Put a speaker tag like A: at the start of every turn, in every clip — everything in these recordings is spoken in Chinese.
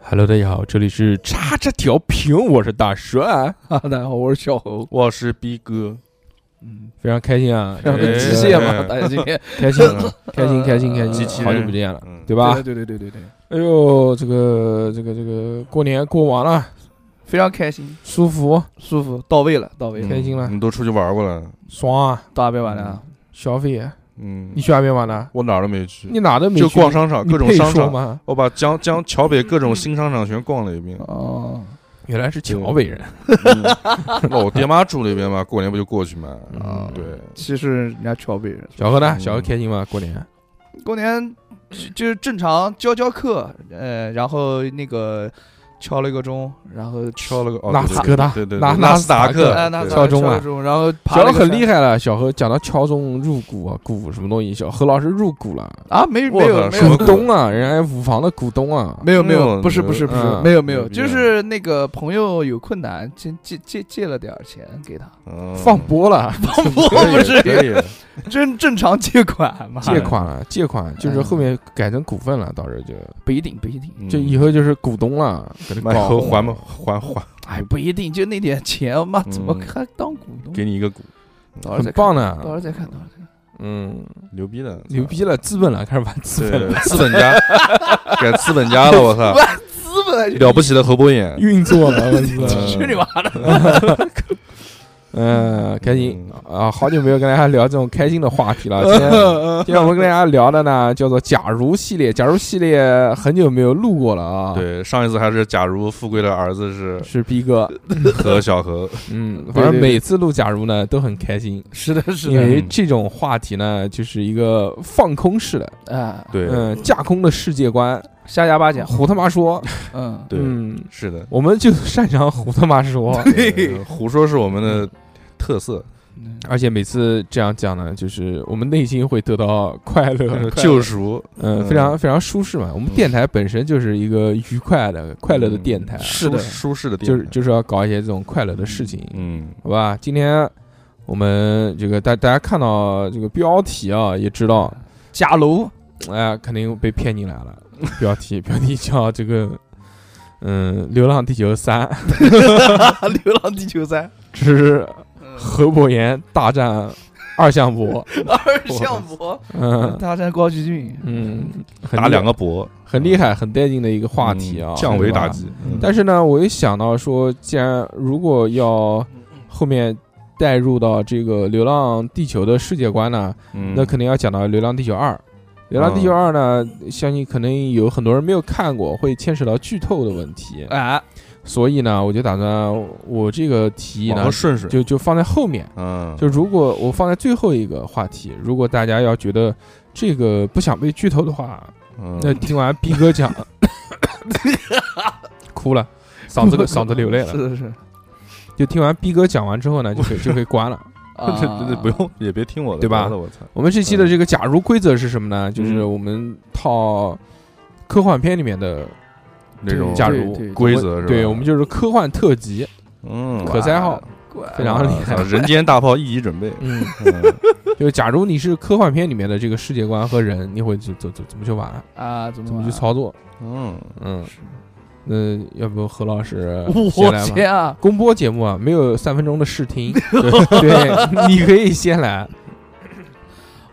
A: Hello，大家好，这里是叉叉调频，我是大帅，
B: 啊， 大家好，我是小侯。
C: 我是逼哥，
B: 嗯，
A: 非常开心啊，
B: 非常的
C: 哎
B: 机 械嘛，
C: 哎
B: 大家今 天
A: 开心
C: 嗯
A: 啊，开 心，开心，开
B: 机
A: 心，
B: 器
A: 好久
C: 人
A: 不见了，
C: 嗯，
A: 对吧？
B: 对对对对对，
A: 哎呦，这个这个这个过年过完了，
B: 非常开心，
A: 舒服，
B: 舒服，到位了，到位
A: 开
B: 了，
A: 心了
C: 嗯你们都出去玩过了，
A: 爽啊！
B: 大家别玩了啊，。
A: 消费啊，
C: 嗯
A: 你，去哪边玩了？
C: 我哪儿都没去，
A: 你哪都没
C: 就
A: 去
C: 逛商场，
A: 你
C: 各种
A: 配
C: 商
A: 说
C: 场，
A: 吗？
C: 我把江江桥北各种新商场全逛了一遍啊
B: 哦，
A: 原来是桥北人，
C: 嗯那我爹妈住那边嘛，过年不就过去嘛？啊
A: 嗯
C: 对，
B: 其实人家桥北人，
A: 小何呢？
C: 嗯
A: 小何开心吗？过年
B: 过年就就是正常教教课，呃，然后那个敲了一个钟，然后
C: 敲了个哦
A: 纳
C: 对
A: 斯科达
C: 对对，
A: 纳
C: 对
A: 纳
C: 纳
A: 斯
C: 斯
A: 达
C: 达克
A: 克
B: 哎，那
C: 对
A: 敲钟啊
B: 了钟，然后爬
A: 小
B: 了
A: 何
B: 个
A: 很
B: 山
A: 厉害了，小何讲到敲钟入股啊，股什么东西？小何老师入股了，
B: 啊，没没有
C: 我操
B: 没
C: 什
B: 有
C: 么
A: 股东啊，人家五房的股东啊，
B: 没有没
C: 那
B: 有，
C: 种
B: 不是不是不是，
A: 嗯
B: 没有没有，
C: 牛逼
B: 就
C: 啊
B: 是那个朋友有困难，借借借借了点儿钱给他，
C: 嗯
A: 放播了，
B: 我
C: 可以
B: 不是
C: 可以，
B: 真正常借款嘛，
A: 借款了，借
C: 哎
A: 款就是
B: 嗯
A: 后面改成股份了，到时候就
B: 不一定不一定，
C: 嗯
A: 就以后就是股东了，给他
C: 买以
A: 搞
C: 后还吧，还还
B: 哎，不一定，就那点钱嘛，怎么
C: 嗯
B: 还当股东？
C: 给你一个股，
B: 到时候
A: 很
B: 再
A: 棒啊
B: 看，到时
A: 呢
B: 候，再看，到时候再看。
A: 嗯，
C: 牛逼的，啊
A: 牛逼了，资本了，开始玩资本
C: 对
A: 了，，
C: 资 本家改资本家了，我操，
B: 玩资本
C: 了不起的侯博远，
A: 运作了，我 操
C: 嗯
B: 去你妈的！
A: 嗯，开心
C: 嗯
A: 啊，好久没有跟大家聊这种开心的话题了， 今天。今天我们跟大家聊的呢，叫做“假如”系列，“假如”系列很久没有录过了啊。，
C: 对，上一次还是假如富贵的儿 子是
A: 是逼哥，
C: 和小何，
A: 嗯，
B: 对
A: 反正
B: 对对
A: 每次录“假如”呢都很开心，
B: 是的，是
A: 因
B: 的，
A: 为这种话题呢就是一个放空式的，
B: 啊，
C: 对
A: 嗯，架空的世界观，
B: 瞎哑巴讲，
A: 胡他妈说，
B: 嗯，
C: 对，
A: 嗯，
C: 是的，
A: 我们就擅长胡他妈说，
C: 呃胡说是我们的特色，
B: 嗯
A: 而且每次这样讲呢，就是我们内心会得到快乐，
C: 呃救赎，
A: 嗯，
C: 嗯
A: 非常非常舒适嘛。我们电台本身就是一个愉快的、快乐的电台，啊
B: 是的
C: 舒舒嗯适的电
A: 就
C: 台，
A: 是就是要搞一些这种快乐的事情，
C: 嗯，
A: 好吧？今天我们这个大大家看到这个标题啊，也知道，
B: 假如
A: 哎、肯定被骗进来 了。标题标题叫这个，嗯，《流浪地球三》
B: 《流浪地球 三
A: 之何伯言大战二向 箔，》
B: 二向箔
A: 嗯
B: 大战高希俊，
A: 嗯，很
C: 打
A: 厉
C: 两个博
A: 很厉害、很带劲的一个话题啊，
C: 嗯降维
A: 对吧
C: 打。击，嗯
A: 但是呢，我一想到说，既然如果要后面带入到这个《流浪地球》的世界观呢，
C: 嗯
A: 那肯定要讲到《流浪地球二》。《流浪地球二》呢，相信可能有很多人没有看过，会牵扯到剧透的问题，
C: 嗯
B: 哎，
A: 所以呢，我就打算我这个提议
C: 往
A: 呢
C: 后，顺顺，
A: 就就放在后面。
C: 嗯，
A: 就如果我放在最后一个话题，如果大家要觉得这个不想被剧透的话，
C: 嗯
A: 那听完逼哥讲，哭了，嗓子 嗓子流泪了。
B: 是 是是
A: 就听完逼哥讲完之后呢，就可以就可以关了。
B: 啊
C: ，这这这不用，也别听我的，
A: 对吧
C: 完了我操，
A: 我们这期
B: 嗯
A: 的这个假如规则是什么呢？就是
C: 嗯
A: 我们套科幻片里面的
C: 那种
A: 假
B: 对
A: 如
B: 对对
C: 规则是吧？
A: 对，我们就是科幻特辑，
C: 嗯，
A: 可赛号
B: 乖，
A: 非常厉害
C: 啊人间大炮一级准备，
A: 嗯，
C: 嗯
A: 就是假如你是科幻片里面的这个世界观和人，你会怎怎怎怎么去玩，
B: 啊，怎
A: 怎
B: 么
A: 么去
B: 玩？
A: 操作？
C: 嗯，
A: 嗯，那要不何老师先来
B: 我
A: 吧？
B: 天啊！
A: 公播节目啊，没有三分钟的试 听，对，你可以先来。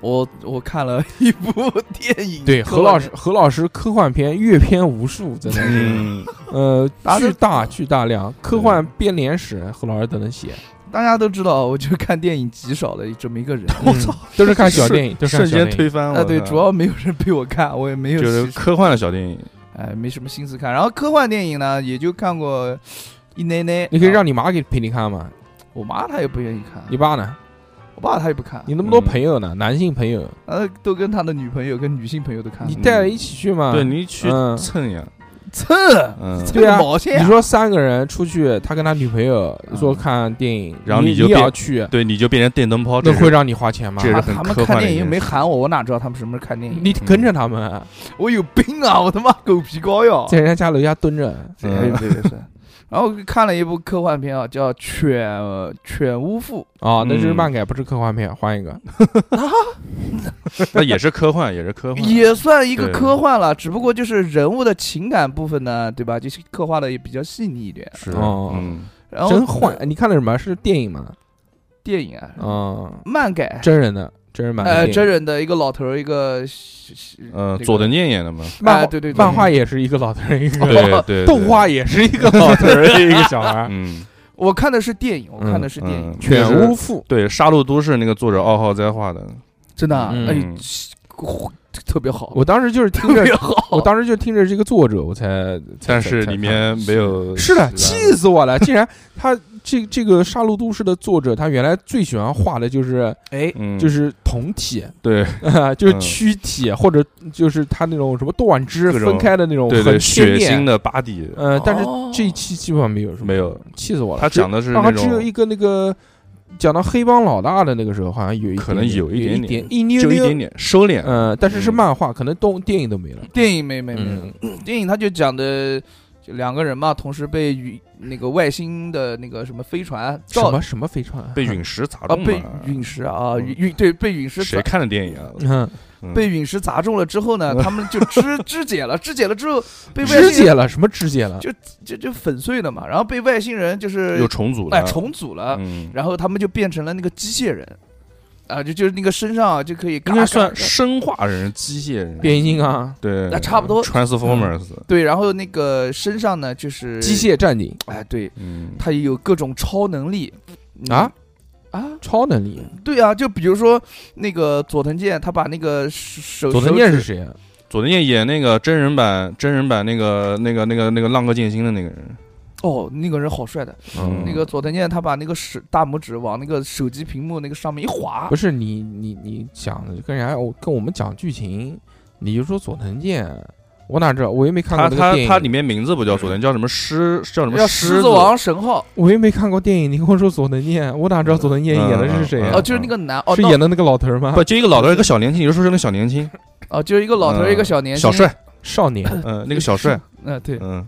B: 我我看了一部电影，
A: 对，
B: 科
A: 何
B: 幻
A: 老师，何老师科幻片阅片无数，真的是，
C: 嗯，
A: 呃，
B: 大家都
A: 巨大巨大量，科幻编年史，何老师都能写。
B: 大家都知道，我就看电影极少的这么一个人。
A: 我操，嗯都是 看小电影，都是看
C: 瞬
A: 小
C: 间
A: 电影
C: 推翻
B: 啊，
C: 我，
B: 对，
C: 操
B: 主要没有人陪我看，我也没有
C: 就是
B: 心思，
C: 科幻的小电影，
B: 哎，没什么心思看。然后科幻电影呢，也就看过一奶奶。
A: 你可以让
B: 啊
A: 你妈给陪你看吗？
B: 我妈，她也不愿意看，
A: 你爸呢？
B: 我爸他也不看，
A: 你那么多朋友呢？男性朋友，
B: 呃，都跟他的女朋友跟女性朋友都看了。
A: 你带了一起去吗？
C: 嗯对你去
A: 嗯
C: 蹭呀，
B: 蹭
C: 嗯，
B: 蹭
A: 对啊
B: 个毛线
A: 你
B: 啊！
A: 说三个人出去，他跟他女朋友
B: 嗯
A: 说看电影，
C: 然后
A: 你
C: 你就
A: 也
C: 变
A: 要去，
C: 对，你就变成电灯泡，
A: 那
C: 这是
A: 会让你花钱吗
C: 这？是
B: 啊
C: 很
B: 他们
C: 科
B: 看
C: 幻的
B: 电
C: 一
B: 影
C: 件
B: 没喊我，我哪知道他们什么时候看电影？
A: 你跟着他
C: 嗯
A: 们，
B: 我有病啊！我他妈狗皮膏药！
A: 在人家家楼下蹲着，
C: 嗯
B: 对对对，是。 然后看了一部科幻片啊，叫《犬呃犬巫妇
A: 啊，那就是
C: 嗯
A: 漫改，不是科幻片，换一个。
C: 那也是科幻，也是科》， 幻。
B: 也算一个
C: 对
B: 科幻了，只不过就是人物的情感部分呢，对吧？就是刻画的也比较细腻一点。
C: 是，
A: 哦
C: 嗯，
B: 然后
A: 真坏！你看的什么是电影吗？
B: 电影啊，
A: 嗯，
B: 漫改，
A: 真人的真人版的
B: 呃，
A: 电影
B: 真人的一个老头儿，一个
C: 呃，
B: 这个
C: 佐藤健演的嘛，
A: 漫画
B: 哎对对对
A: 漫画也是一个老头儿一
C: 对
A: 个，
C: 对，对
A: 动画，也是一个老头儿一个小孩儿。
C: 嗯，
B: 我看的是电影，我看的是电影，
C: 嗯，
A: 犬
C: 就是
A: 巫妇
C: 对《杀戮都市》那个作者奥浩哉画的，
B: 真的啊，
A: 嗯
B: 哎，特别好，
A: 我当时就是听
B: 特
A: 着
B: 别，好
A: 我，当时就听着这个作者，我才，才
C: 但是
A: 才
C: 里面没有。
A: 是的，
C: 其
A: 气
C: 他
A: 死我了！竟然他这这个《杀戮都市》的作者，他原来最喜欢画的就是
B: 哎，
C: 嗯，
A: 就是酮体，
C: 对
A: 就是
C: 嗯
A: 躯体，或者就是他那种什么断肢
C: 各种
A: 分开的那种
C: 对对，
A: 很
C: 血
A: 鲜
C: 腥
A: 艳。
C: 的巴底，
A: 呃，但是
B: 哦
A: 这一期基本上没有什么，
C: 没有，
A: 气死我了。
C: 他
A: 只
C: 讲的是
A: 啊他
C: 那
A: 只有
C: 种
A: 一个那个讲到黑帮老大的那个时候，好像有一
C: 可能
A: 点
C: 有一
A: 点
C: 点
A: 一
C: 点
A: 一妞
C: 就一
A: 妞
C: 点点收敛，
A: 嗯，但是是
C: 嗯
A: 漫画，可能动电影都没了。
B: 电影没没没
A: 嗯，
B: 电影他就讲的就两个人嘛，同时被陨那个外星的那个什么飞船
A: 什
B: 照
A: 么什么飞船啊？
C: 被陨石砸
B: 啊
C: 中
B: 被
C: 了。
B: 陨石啊
C: 嗯
B: 陨陨对被陨石
C: 谁
B: 砸
C: 看的电影啊？
A: 嗯，
C: 嗯
B: 被陨石砸中了之后呢，他们就肢肢解了，肢解了之后被外
A: 肢
B: 星
A: 解
B: 人
A: 了什么肢解了？
B: 就就粉碎了嘛，然后被外星人就是
C: 又重组了，
B: 哎重组了，
C: 嗯，
B: 然后他们就变成了那个机械人。啊，就就是那个身上啊就可以嘎
C: 应
B: 嘎
C: 该算
B: 嘎
C: 生化人、机械人，
A: 变形金刚、啊
C: 对，
B: 那差不
C: 嗯
B: 多
C: Transformers，
B: 对，然后那个身上呢就是
A: 机，械战警、
B: 哎，对，
C: 嗯，
B: 他也有各种超能力嗯
A: 啊
B: 啊，
A: 超能力。
B: 对啊，就比如说那个佐藤健，他把那个手
A: 佐藤
B: 手
A: 健
B: 指
A: 是谁啊？
C: 佐藤健演那个真人版真人版那个那个那个那个浪客剑心的那个人，
B: 哦，那个人好帅的，
A: 嗯
B: 那个佐藤健他把那个手大拇指往那个手机屏幕那个上面一划
A: 不，是你你你讲的跟人家我跟我们讲剧情，你就说佐藤健，啊我哪知道？我又没看过那
C: 他
A: 个
C: 他
A: 电
C: 他里
A: 影，
C: 面名字不叫佐藤，叫什么狮，叫什么
B: 叫
C: 狮
B: 狮子王神号
A: 我又没看过电影。你跟我说佐藤健，啊我哪知道佐藤健演的是谁
C: 嗯
A: 啊
B: 哦，？就是那个男哦，
A: 是
B: 那
A: 演的那个老头儿吗
C: 不？就一个老头儿一个小年轻，你就说是那个小年轻，
B: 哦，就是一个老头儿
C: 嗯
B: 一个小年
C: 小
B: 轻
C: 帅，，
A: 少年，
C: 嗯，那个小帅，
B: 嗯， 对，
C: 嗯，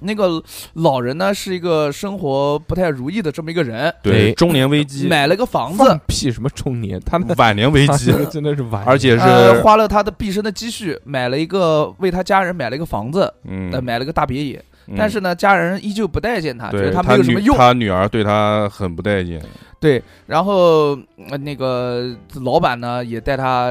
B: 那个老人呢是一个生活不太如意的这么一个人，
A: 哎
C: 对，中年 危机，
B: 买了个房子
A: 放，屁什么中年？他那
C: 晚年危
A: 他
C: 机
A: 这，个真的是完，
C: 而且
B: 呃，
C: 是
B: 花了他的毕生的积蓄买了一个为他家人买了一个房子，
C: 嗯
B: 呃，，买了个大别野，
C: 嗯
B: 但是呢，家人依旧不待见他，觉
C: 对
B: 得他
C: 他
B: 没有什么
C: 女
B: 用。
C: 他女儿对他很不待见，
B: 对，然后、呃那个老板呢也带他，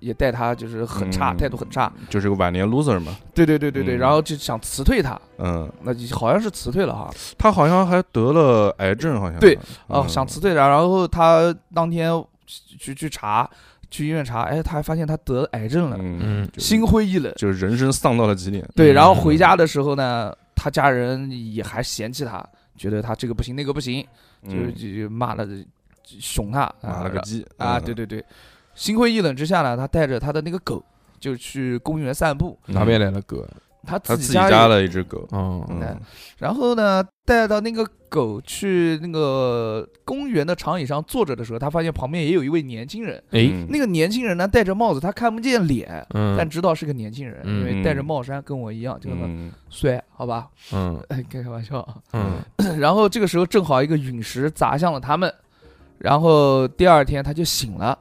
B: 也带他就是很差，
C: 嗯
B: 态度很差。
C: 就是个晚年 loser 嘛，
B: 对对对对对，
C: 嗯
B: 然后就想辞退他，
C: 嗯，
B: 那就好像是辞退了哈。
C: 他好像还得了癌症，好像
B: 对，
C: 嗯
B: 哦，想辞退他，然后他当天去去去查，去医院查，哎，他还发现他得癌症了，
C: 嗯，
A: 嗯，
B: 心灰意冷。
C: 就是人生丧到了极点，
B: 对，然后
A: 嗯
B: 回家的时候呢，他家人也还嫌弃他，觉得他这个不行那个不行，就是
C: 嗯
B: 就就骂了，就熊他，
C: 妈
B: 啊
C: 嗯了个鸡
B: 啊，对，对对，心灰意冷之下呢，他带着他的那个狗就去公园散步，
C: 嗯
A: 哪边来了哥？
B: 他自
C: 他自己
B: 家
C: 家
B: 里，
C: 的一只狗，
A: 哦，
C: 嗯，
B: 然后呢，带到那个狗去那个公园的长椅上坐着的时候，他发现旁边也有一位年轻人，
A: 哎，
C: 嗯
B: 那个年轻人呢戴着帽子，他看不见脸。但
A: 嗯
B: 知道是个年轻人，因为
C: 嗯
B: 戴着帽衫跟我一样，就那么
C: 嗯
B: 帅，好吧？
A: 嗯
B: 开开玩笑啊。
A: 嗯，
B: 然后这个时候正好一个陨石砸向了他们，然后第二天他就醒了，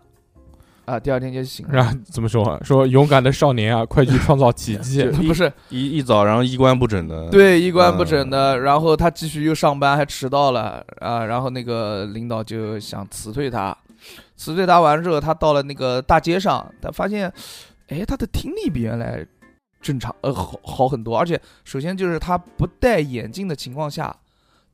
B: 啊，第二天就醒了，
A: 然后怎么说啊？说勇敢的少年啊，快去创造奇 迹！
C: 就
B: 不是
C: 一一早，然后衣冠不整
A: 嗯
C: 的，，
B: 对一官不整的，然后他继续又上班，还迟到了啊，然后那个领导就想辞退他，辞退他完之后，他到了那个大街上，他发现，哎，他的听力比原来正常，呃，好好很多，而且首先就是他不戴眼镜的情况下，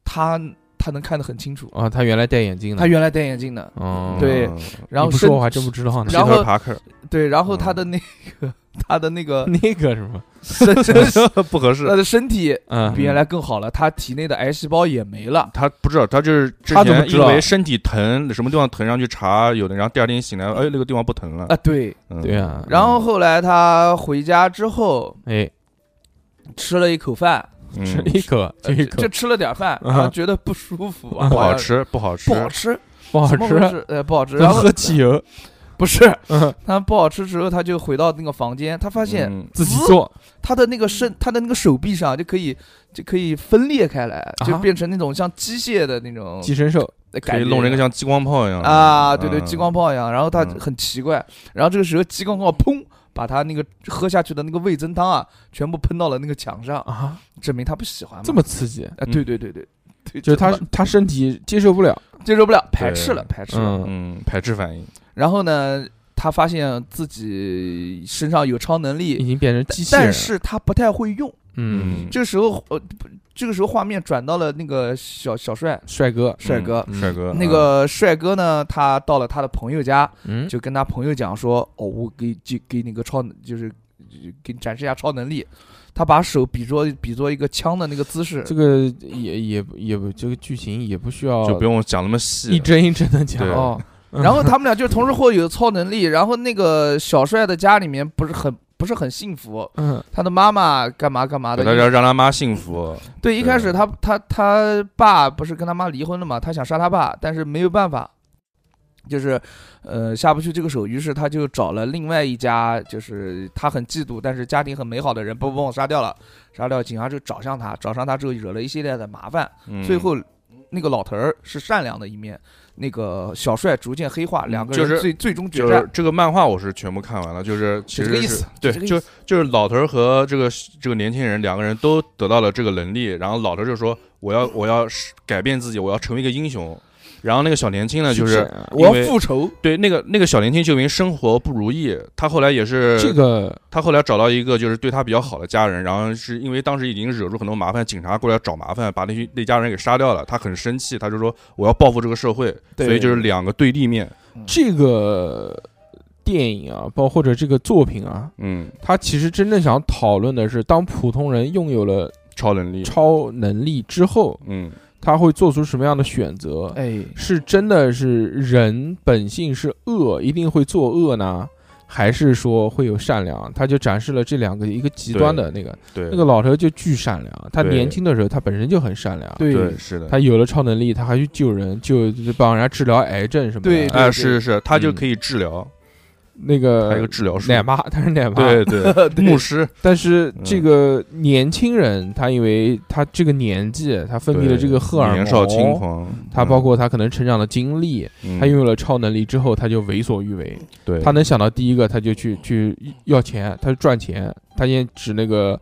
B: 他他能看得很清楚，
A: 啊，他原来戴眼镜的
B: 他，原来戴眼镜的，
A: 哦，
B: 对
C: 嗯，
B: 然后
A: 你不
B: 身
A: 说我还真不知道呢。
C: 皮
B: 然后
C: 特帕克
B: 对，然后
C: 嗯
B: 他的那个、 他的 那个
A: 那个什么，
B: 身身
C: 不合
B: 他
C: 适，
B: 的身体
A: 嗯
B: 比原来更好了，他体内的癌细胞也没了。
C: 他不知道，他就是之
A: 他怎么
C: 前
A: 知
C: 因
A: 道
B: 啊
C: 为身体疼，什么地方疼，然后去查有的，然后第二天醒来，哎，那个地方不疼了
B: 啊，，对，
C: 嗯
A: 对啊
B: 然后后来他回家之后
A: 哎，
B: 吃了一口饭，
C: 嗯
A: 吃一口，
B: 呃
A: 这一
B: 就
A: 口
B: 就吃了点饭，
A: 啊
B: 然后觉得不舒服，
A: 啊
C: 不好
B: 像
C: 吃，不好吃啊
B: 不，好吃，
A: 不好
B: 怎么回
A: 吃，
B: 事，呃，不好吃。
A: 能
B: 然后
A: 喝汽油。
B: 不是，他不好吃之后，他就回到那个房间，他发现
C: 嗯
A: 自己做，
B: 他的那个身，他的那个手臂上就可以就可以分裂开来，就
A: 啊
B: 变成那种像机械的那种
A: 寄生兽，
C: 可
B: 感
C: 以
B: 觉，
C: 弄成一个像激光炮一样的
B: 啊，对对，
C: 嗯
B: 激光炮一样。然后他
C: 嗯
B: 很奇怪，然后这个时候激光炮砰，把他那个喝下去的那个味增汤啊，全部喷到了那个墙上，
A: 啊，
B: 证明他不喜欢嘛。
A: 这么刺激，
B: 啊，对对对对，对
A: 嗯就是他
B: 这么
A: 他身体接受不了，
B: 接受不了，排斥了，排斥了。
A: 嗯，
C: 嗯，排斥反应，
B: 然后呢，他发现自己身上有超能
A: 已
B: 力，
A: 经变成机器人，
B: 但是他不太会用。
A: 嗯，
B: 这个时候，呃，不这个时候画面转到了那个小小帅
A: 帅哥，
B: 帅哥。
C: 嗯帅哥，
B: 那个帅哥呢，他到了他的朋友家，
A: 嗯，
B: 就跟他朋友讲说：“哦，我给给给你个超能，就是给你展示一下超能力。”他把手比作比作一个枪的那个姿势
A: 这，个也也不也不这个剧情也不需要
C: 嗯就不用讲那么细
A: 一，帧一帧的讲
C: 对
B: 哦，然后他们俩就同时会有超能 力。然后那个小帅的家里面不是很不是很幸福，
A: 嗯
B: 他的妈妈干嘛干嘛
C: 对他
B: 的。
C: 要让他妈幸福，
B: 对，一开始他他他爸不是跟他妈离婚了嘛，他想杀他爸，但是没有办法，就是呃下不去这个手，于是他就找了另外一家，就是他很嫉妒，但是家庭很美好的人，不不把我杀掉了，杀掉警察就找上他，找上他之后惹了一系列的麻烦，
C: 嗯
B: 最后。那个老头儿是善良的一面，那个小帅逐渐黑化，两个
C: 嗯就
B: 人
C: 是
B: 最最终决
C: 就
B: 战
C: 是，这个漫画我是全部看完了，就是其
B: 就这个
C: 实
B: 意
C: 是
B: 思就
C: 对，
B: 这个意
C: 就
B: 思
C: 就是老头儿和这个这个年轻人两个人都得到了这个能力，然后老头儿就说我要我要是改变自己，我要成为一个英雄，然后那个小年轻呢就
A: 不
C: 是
A: 啊
B: 我
C: 因为
B: 要复仇，
C: 对那个那个小年轻就因为生活不如意，他后来也是
A: 这个
C: 他后来找到一个就是对他比较好的家人，然后是因为当时已经惹出很多麻烦，警察过来找麻烦，把那些那家人给杀掉了。他很生气，他就说我要报复这个社会，
A: 对
C: 所以就是两个对立面。
A: 这个电影啊，包括或者这个作品啊，
C: 嗯，
A: 他其实真正想讨论的是，当普通人拥有了
C: 超能力。
A: 超能力之后，
C: 嗯，
A: 他会做出什么样的选择？
B: 哎，
A: 是真的是人本性是恶，一定会作恶呢？还是说会有善良？他就展示了这两个一个极端的那个，
C: 对，
A: 那个老头就巨善良。他
C: 对
A: 年轻的时候，他本身就很善良，
C: 对是的。
A: 他有了超能力，他还去救人，救帮人家治疗癌症什么的。
B: 对
C: 哎，
B: 对
C: 是是是，他就可以治疗，
A: 那
C: 还有个
A: 个
C: 治疗术。
A: 嗯呃奶妈， 他是奶妈。
C: 对对， 牧师，
A: 但是
C: 嗯
A: 这个年轻人，他因为他这个年纪，他分泌了
C: 对
A: 这个荷尔
C: 年少轻
A: 蒙，
C: 狂，
A: 他包括他可能成长的经历，
C: 嗯
A: 他拥有了超能力之后，他就为所欲为。
C: 对
A: 他能想到第一个，他就去去要钱，他就赚钱，他先指那个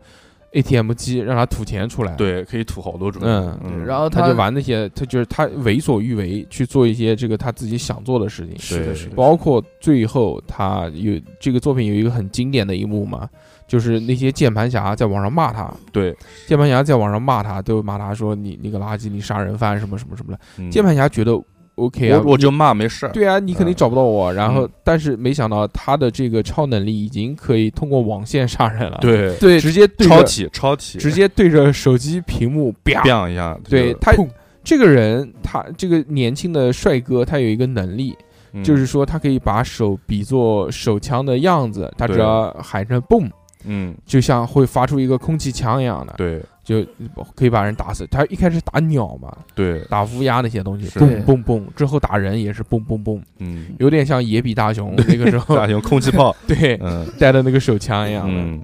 A: ATM 机让他吐钱出来，，
C: 对可以吐好多种。
A: 嗯
C: 嗯，
B: 然后
A: 他就玩那些，他就是他为所欲为去做一些这个他自己想做的事情，
B: 是的
C: 对
B: 是的，
A: 包括最后他有这个作品有一个很经典的一幕嘛，就是那些键盘侠在网上骂他，
C: 对，
A: 键盘侠在网上骂他，都骂他说你你个垃圾，你杀人犯什么什么什么的，
C: 嗯
A: 键盘侠觉得 OK 啊
C: 我，我就骂没事儿。
A: 对啊，你肯定
C: 嗯
A: 找不到我。然后
C: 嗯，
A: 但是没想到他的这个超能力已经可以通过网线杀人了，，
C: 对，
B: 对
A: 直接对
C: 超
A: 着
C: 体超体，
A: 直接对着手机屏幕啪，
C: biang 一下。
A: 对
C: 就
A: 他这个人，他这个年轻的帅哥，他有一个能力，
C: 嗯
A: 就是说他可以把手比作手枪的样子，他只
C: 对
A: 要喊一声嘣，
C: 嗯，
A: 就像会发出一个空气枪一样的，
C: 对
A: 就可以把人打死。他一开始打鸟嘛，
C: 对，
A: 打乌鸦那些东西，
C: 是
A: 嘣嘣嘣，之后打人也是嘣嘣嘣，
C: 嗯，
A: 有点像野比大雄那个时候，
C: 大型空气 炮，
A: 对，
C: 嗯
A: 带的那个手枪一样的。
C: 嗯，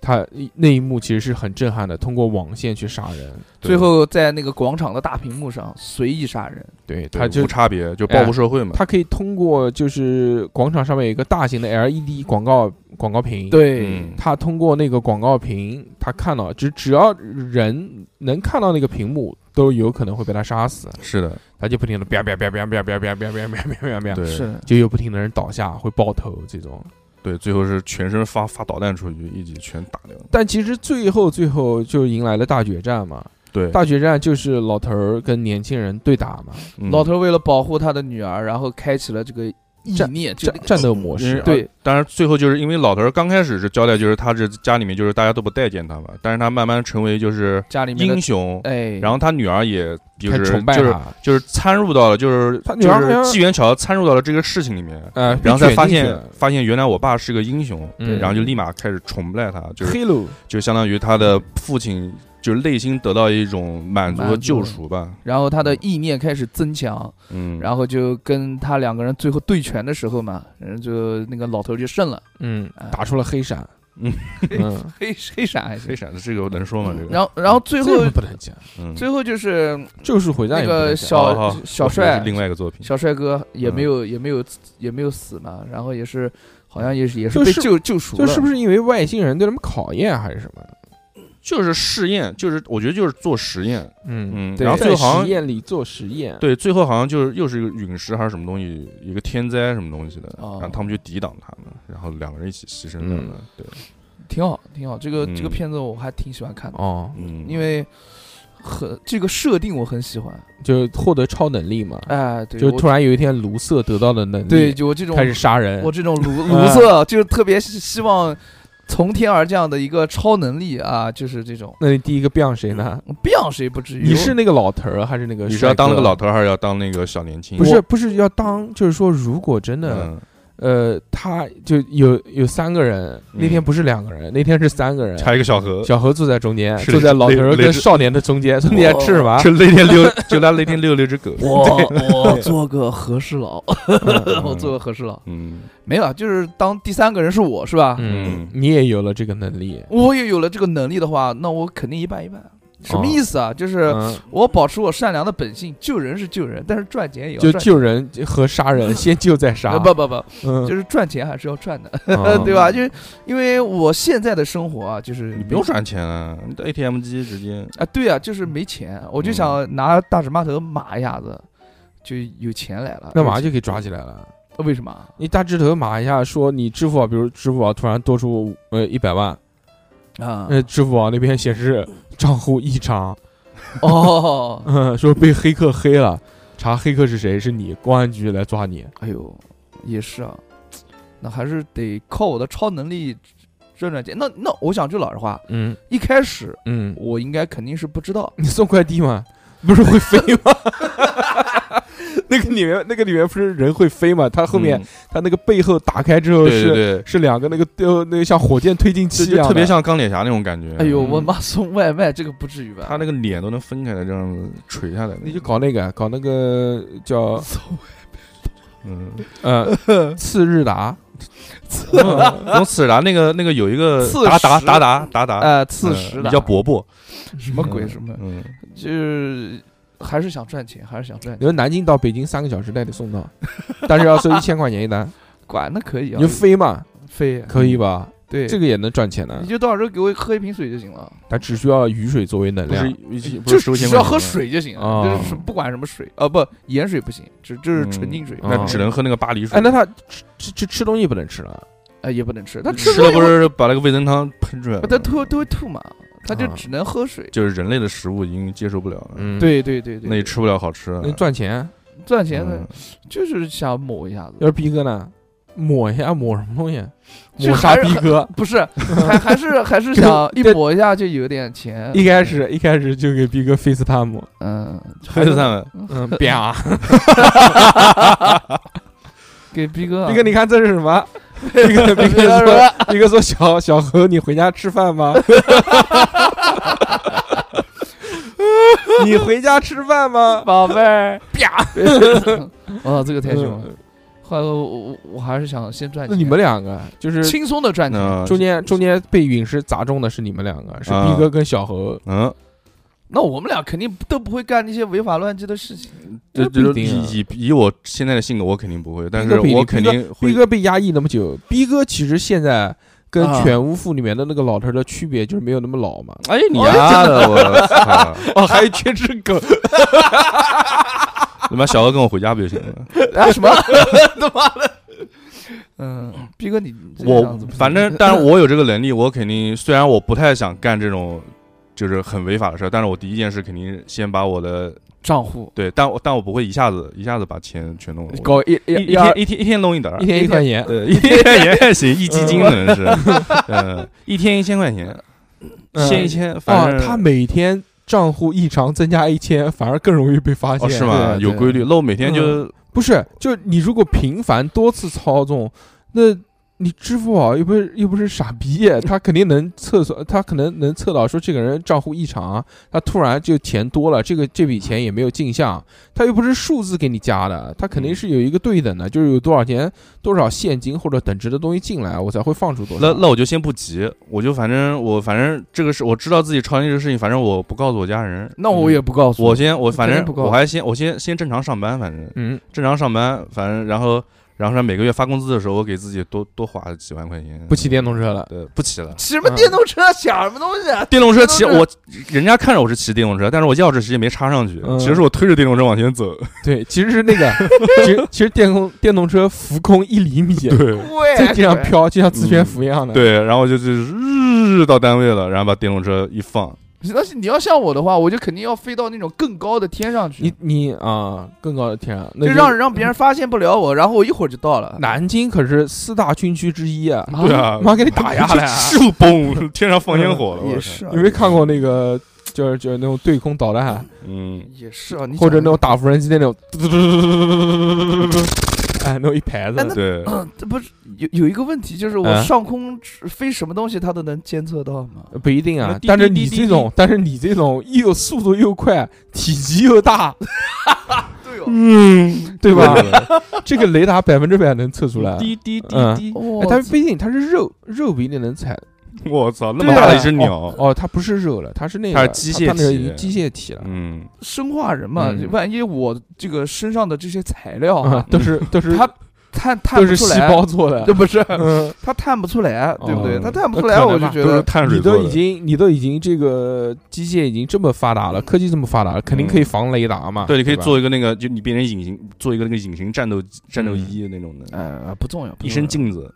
A: 他那一幕其实是很震撼的，通过网线去杀人，
C: 对
B: 最后在那个广场的大屏幕上随意杀人，
A: 对，
C: 对
A: 他就哎
C: 无差别就报复社会嘛，
A: 他可以通过就是广场上面有一个大型的 LED 广告广告屏，，
B: 对，
C: 嗯
A: 他通过那个广告屏，他看到只只要人能看到那个屏幕，都有可能会被他杀死，
C: 是的，
A: 他就不停的啪啪啪啪啪啪啪啪啪啪啪啪啪，
C: 对
B: 是的
A: 就有不停的人倒下会爆头这种。
C: 对，最后是全身发发导弹出去，一起全打掉了，
A: 但其实最后最后就迎来了大决战嘛，
C: 对，
A: 大决战就是老头儿跟年轻人对打嘛，
C: 嗯
B: 老头为了保护他的女儿，然后开启了这个意念，就
A: 战
B: 那个
A: 战斗模
C: 因为
A: 式，
C: 啊
B: 对
C: 当然最后就是因为老头儿刚开始是交代，就是他这家里面就是大家都不待见他嘛，但是他慢慢成为就是
B: 家里面的
C: 英雄，
B: 哎，
C: 然后他女儿也就
A: 很
C: 是
A: 崇拜
C: 就是
A: 他。
C: 就是参入到了就是
A: 他女
C: 就
A: 儿好像
C: 是机缘巧合参入到了这个事情里面，
A: 呃，
C: 然后
A: 被卷
C: 才发
A: 进去
C: 现
A: 了
C: 发现原来我爸是个英雄，
A: 嗯
C: 然后就立马开始崇拜他，就是
A: Halo，
C: 就相当于他的父亲就是内心得到一种满足和
B: 满足
C: 救赎吧。
B: 然后他的意念开始增强，
C: 嗯，
B: 然后就跟他两个人最后对拳的时候嘛，然后就那个老头就胜了，
A: 嗯
B: 啊，
A: 打出了黑闪，
C: 嗯
A: 嗯，
B: 黑黑闪还
C: 黑
B: 是。
C: 闪的这个能说吗？这
B: 嗯
C: 个
B: 然后，然后最
A: 这
B: 后
A: 个不能讲，
C: 嗯，
B: 最后就是
A: 咒术回战嗯
B: 那
A: 也不啊能
B: 个
A: 讲
C: 好好
B: 小
C: 好
B: 小
C: 我觉得
B: 帅
C: 是另外一个作品，
B: 小帅哥也没有也没有也没有死嘛，然后也是好像也是也是被
A: 就是
B: 救救赎
A: 就
B: 了，
A: 是不是因为外星人对他们考验还是什么？
C: 就是试验，就是我觉得就是做实验，
A: 嗯
C: 嗯，
A: 对
C: 然后最后
A: 在
C: 好
A: 实
C: 像
A: 验里做实验，
C: 对，最后好像就是又是一个陨石还是什么东西，一个天灾什么东西的，
B: 哦
C: 然后他们就抵挡他们，然后两个人一起牺牲掉
A: 嗯
C: 了，对，
B: 挺好挺好。这个这个
C: 嗯
B: 片子我还挺喜欢看的，
A: 哦，
C: 嗯，
B: 因为很这个设定我很喜欢。
A: 就获得超能力嘛，
B: 哎，对，
A: 嗯就
B: 我
A: 突然有一天卢瑟得到了能力，
B: 对，就我这种
A: 开始嗯杀人
B: 我，这种卢卢瑟就是特别希希望从天而降的一个超能力啊，就是这种。嗯
A: 那你第一个 biang 谁呢？
B: 不要谁不至于，
A: 你是那个老头儿还是那个？
C: 你是要当那个老？头儿还是要当那个小年轻？
A: 不是不是要当，就是说，如果真的，
C: 嗯，
A: 呃，他就有有三个人，
C: 嗯
A: 那天不是两个人，那天是三个人，
C: 还有一个小何，
A: 哎小何坐在中间，
C: 呃是
A: 坐在老头儿
C: 类类
A: 跟
C: 似
A: 少年的中间，说你在吃什么？
C: 就那天 遛，就他那天遛了一只 狗，
B: 我 我做个和事佬，
A: 嗯
B: 我做个和事佬，
C: 嗯
B: 没有，啊，就是当第三个人是我是吧？
A: 嗯
C: 嗯，
A: 你也有了这个能力，
B: 我也有了这个能力的话，那我肯定一半一半。什么意思啊？就是
A: 嗯
B: 我保持我善良的本性，救人是救人，但是赚钱也要
A: 就
B: 赚钱。
A: 救人和杀人，先救再杀
B: 呃，不不不，
A: 嗯
B: 就是赚钱还是要赚的，
A: 哦
B: 对吧？就是因为我现在的生活啊，就是
A: 嗯
C: 你不用赚钱啊，你的 ATM 机直接
B: 啊，对啊，就是没钱，我就
A: 嗯
B: 想拿大指码头码一下子，就有钱来了。
A: 那马上就可以抓起来了。
B: 为什么啊？
A: 你大指头码一下，说你支付宝，比如支付宝突然多出呃一百万，
B: 啊，
A: 呃，支付宝那边显示账户异常，
B: 哦，
A: 嗯，说被黑客黑了，查黑客是谁，是你，公安局来抓你。
B: 哎呦，也是啊，那还是得靠我的超能力赚赚钱。那那我想句老实话，
A: 嗯
B: 一开始
A: 嗯，
B: 我应该肯定是不知道，
A: 你送快递吗？不是会飞吗？ 那个里面那个里面不是人会飞吗？它后面、
C: 嗯
A: 它那个背后打开之后是
C: 对对对，
A: 是两个那个呃那个像火箭推进器
C: 就
A: 一
C: 就
A: 样的，
C: 特别像钢铁侠那种感觉。
B: 哎呦，
A: 嗯
B: 我妈送外卖这个不至于吧？
C: 他那个脸都能分开的，这样子垂下来的。
A: 你就搞那个搞那个叫
C: 嗯，
A: 呃 次日达，
C: 嗯从此达那个那个有一个
B: 刺
C: 达达
B: 史
C: 达达达达，
B: 呃，刺史
C: 你
B: 的
C: 叫伯伯，
B: 什么鬼什么，
C: 嗯，
B: 就是还是想赚钱，还是想赚
A: 你
B: 钱，
A: 说南京到北京三个小时带你送到，但是要 收一千块钱一单，
B: 管那可以
A: 你
B: 啊
A: 就，飞嘛，
B: 飞
C: 嗯
A: 可以吧？
B: 对
A: 这个也能赚钱的
B: 你，就到时候给我喝一瓶水就行了，
A: 它只需要雨水作为能
C: 不是
A: 量，
C: 不是不
B: 就是
C: 收钱
B: 只
C: 罐
B: 要
C: 头
B: 喝
C: 吗，
B: 水就行
A: 哦
B: 了，就是什不管什么水，呃，不盐水不行，只就是
C: 嗯
B: 纯净水，
A: 哦
C: 那只能喝那个巴黎水。嗯
A: 哎，那它吃吃吃吃东西不能吃了，
B: 呃也不能吃，他
C: 嗯吃
B: 东
C: 了
B: 西
C: 不是把那个味噌汤喷出来
B: 不他
C: 了？
B: 吐都会吐嘛，他就
A: 啊
B: 只能喝水。
C: 就是人类的食物已经接受不了了，
A: 嗯，，
B: 对对对对，
C: 那也吃不了好吃的。
A: 那赚钱。
B: 赚钱的
C: 嗯
B: 就是想抹一下子，
A: 要是逼哥呢，抹一下抹什么东西？
B: 就
A: 抹杀
B: 还是
A: 逼哥。
B: 不是，还还是还是想一抹一下就有点钱，
A: 一开始一开始就给逼哥 FaceTime，
B: 嗯，
C: 黑色蛋
A: 嗯，啪，
B: 啊 给逼哥啊，
A: 逼哥你看这是什 么？逼哥逼
B: 逼
A: 哥
B: 哥
A: 说
B: 说
A: 一个说小小何，你回家吃饭 吗？你回家吃饭吗？
B: 宝贝儿，
A: 啪！
B: 哦，这个太凶了。
A: 嗯
B: 后来我我我还是想先赚
A: 那你
B: 钱，
A: 们两个就是
B: 轻松的赚钱。
C: 嗯
A: 中间中间被陨石砸中的是你们两个，是
B: 啊
A: 逼哥跟小何。
C: 嗯，
B: 那我们俩肯定都不会干那些违法乱纪的事情。
C: 这
A: 那不一
C: 就是
A: 定啊
C: 以以以我现在的性格，我肯定不会，但
A: 逼
C: 是
A: 哥不一定
C: 我肯定会
A: 逼哥被压抑那么久，逼哥其实现在跟
C: 啊
A: 《全无妇》里面的那个老头的区别就是没有那么老嘛。
C: 哎，你丫的，我操！
A: 哦，还有缺只 狗，
C: 你妈小何跟我回家不就行了？
B: 啊什么？ 他妈的！嗯，逼哥你这个样
C: 我
B: 子不行
C: 反正，但是我有这个能力，我肯定虽然我不太想干这种就是很违法的事儿，但是我第一件事肯定先把我的
B: 账户
C: 对，但我但我不会一下子一下子把钱全弄了，我
A: 搞一一
C: 一一
A: 一
C: 天一天一天弄一点儿
A: 一。天一块钱，
C: 呃，一天也还行，一基金可能是，嗯，一天一千块钱，
A: 嗯
C: 先一千，反
A: 哦，
C: 正
A: 他每天账户异常增加一千，反而更容易被发现，
C: 哦是吗？
B: 对
C: 有
B: 对嗯
C: 规律，那我每天就
A: 不是，就你如果频繁多次操纵，那你支付宝又不是又不是傻 逼，他肯定能测算，他可能能测到说这个人账户异常，他突然就钱多了，这个这笔钱也没有进项，他又不是数字给你加的，他肯定是有一个对等的，就是有多少钱多少现金或者等值的东西进来，我才会放出多
C: 那
A: 少。
C: 那我就先不急，我就反正我反正这个是我知道自己超龄这个事情，反正我不告诉我家人。
B: 那我也不告诉
C: 我先我反
B: 肯
C: 正
B: 定不告诉
C: 我还先我先先正常上班，反正
A: 嗯，
C: 正常上班，反正然后然后他每个月发工资的时候，我给自己多多花了几万块钱。
A: 不骑嗯电动车了，
C: 对，不骑了。
B: 骑 什么电动车，想什么东西啊？
C: 电动车骑
B: 电动车
C: 我，人家看着我是骑电动车，但是我钥匙直接没插上去，
A: 嗯
C: 其实是我推着电动车往前走。
A: 对，其实是那个，其实其实电空电动车浮空一厘米，
C: 对
B: 对，
A: 在地上 飘，就像磁悬浮一样的。，
C: 对，然后我就就日到单位了，然后把电动车一放，
B: 要是你要像我的话，我就肯定要飞到那种更高的天上去，
A: 你你啊，更高的天啊，那嗯
B: 就让让别人发现不了我，然后我一会儿就到了。
A: 南京可是四大军区之一啊，
C: 对啊，
A: 妈给你打压 来啊！
C: 就嘣，天上放烟火了，
B: 也
C: 我
B: 是
C: 操，
B: 啊，
A: 你没看过那个，就是就是那种对空导弹，
C: 嗯，
B: 也是啊，你
A: 或者那
B: 讲
A: 种打无人机的那种，嘟嘟嘟嘟嘟嘟嘟嘟嘟哎，那种一 排
B: 哎那
A: 子，
C: 对，
B: 的， 这不是有有一个问题，就是我
A: 嗯
B: 上空飞什么东西，它都能监测到吗？
A: 不一定
C: 那
A: 啊
C: 滴。滴
A: 但是
C: 滴
A: 你
C: 滴
A: 这
C: 滴
A: 种，但是你这种又速度又快，体积又大，
B: 对
A: 哦
C: 嗯，
A: 对吧？这个雷达百分之百能测出来。
C: 滴滴
A: 嗯
C: 滴滴，
A: 哎
B: 哦，
A: 但是不一定，它是肉，肉不一定能采。
C: 我操，那
B: 对
C: 么
B: 啊
C: 大的一只鸟，
A: 哦，它不是肉了，它是那个，
C: 它是机械
A: 它那个
C: 体
A: 已经机械体了，
C: 嗯，
B: 生化人嘛，
A: 嗯
B: 万一我这个身上的这些材料
A: 啊
B: 啊，
A: 都是都是
B: 它探探
A: 都
B: 不
A: 是
B: 出
A: 细
B: 来，
A: 胞做的
B: 这。不是
A: 嗯，
B: 它探不出来，对不对？
A: 哦
B: 它探不出
A: 那
B: 来，
A: 可能
B: 我就
A: 吧
B: 觉
C: 都是
B: 得
C: 碳水
A: 你都
C: 做
A: 已
C: 的，
A: 经，你都已经这个机械已经这么发达了，科技这么发达了，肯定可以防雷达嘛。
C: 嗯对，你可以
A: 吧
C: 做一个那个，就你变成隐形，做一个那个隐形战斗战斗衣那种的，
B: 呃不重要，不重
C: 一
B: 要
C: 身，镜子，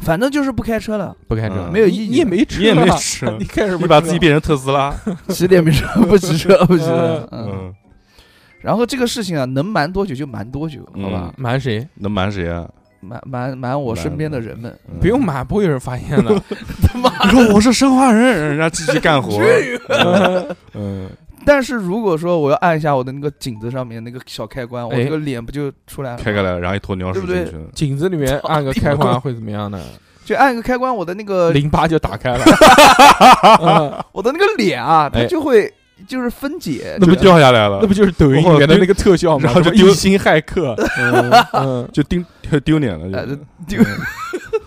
B: 反正就是不开车了，
A: 不开车
C: 嗯
B: 没有
A: 你
B: 意义
A: 你也没吃，
C: 你也没，吃，
A: 你开什么？啊
C: 你把自己变成特斯拉，
B: 骑电瓶车 不骑车不骑车，嗯。
C: 嗯，
B: 然后这个事情啊，能瞒多久就瞒多久，
A: 嗯
B: 好
C: 嗯
B: 吧？
A: 瞒谁？
C: 能瞒谁啊？
B: 瞒瞒瞒我身边的人们，
C: 嗯
A: 不用，瞒，不会有人发现 的。
C: 你说我是生化人，人家继续干活，嗯嗯，
B: 但是如果说我要按一下我的那个颈子上面那个小开关，我
A: 哎
B: 这个脸不就出来了吗？
C: 开开来，然后一坨鸟
B: 对
C: 屎
B: 不对
C: 进去了，
A: 颈子里面按个开关会怎么样呢？
B: 就按一个开关，我的那
C: 呃
B: 个
A: 淋巴就打 开了，嗯
B: 我的那个脸啊，它
A: 哎
B: 就会就是分解，
C: 那不掉下来了
A: 那，不就是抖音里面的那个特效吗？
C: 然后就
A: 什么
C: 丢
A: 一星骇 客，嗯嗯，
C: 就丢丢脸了，
B: 呃
C: 就
B: 丢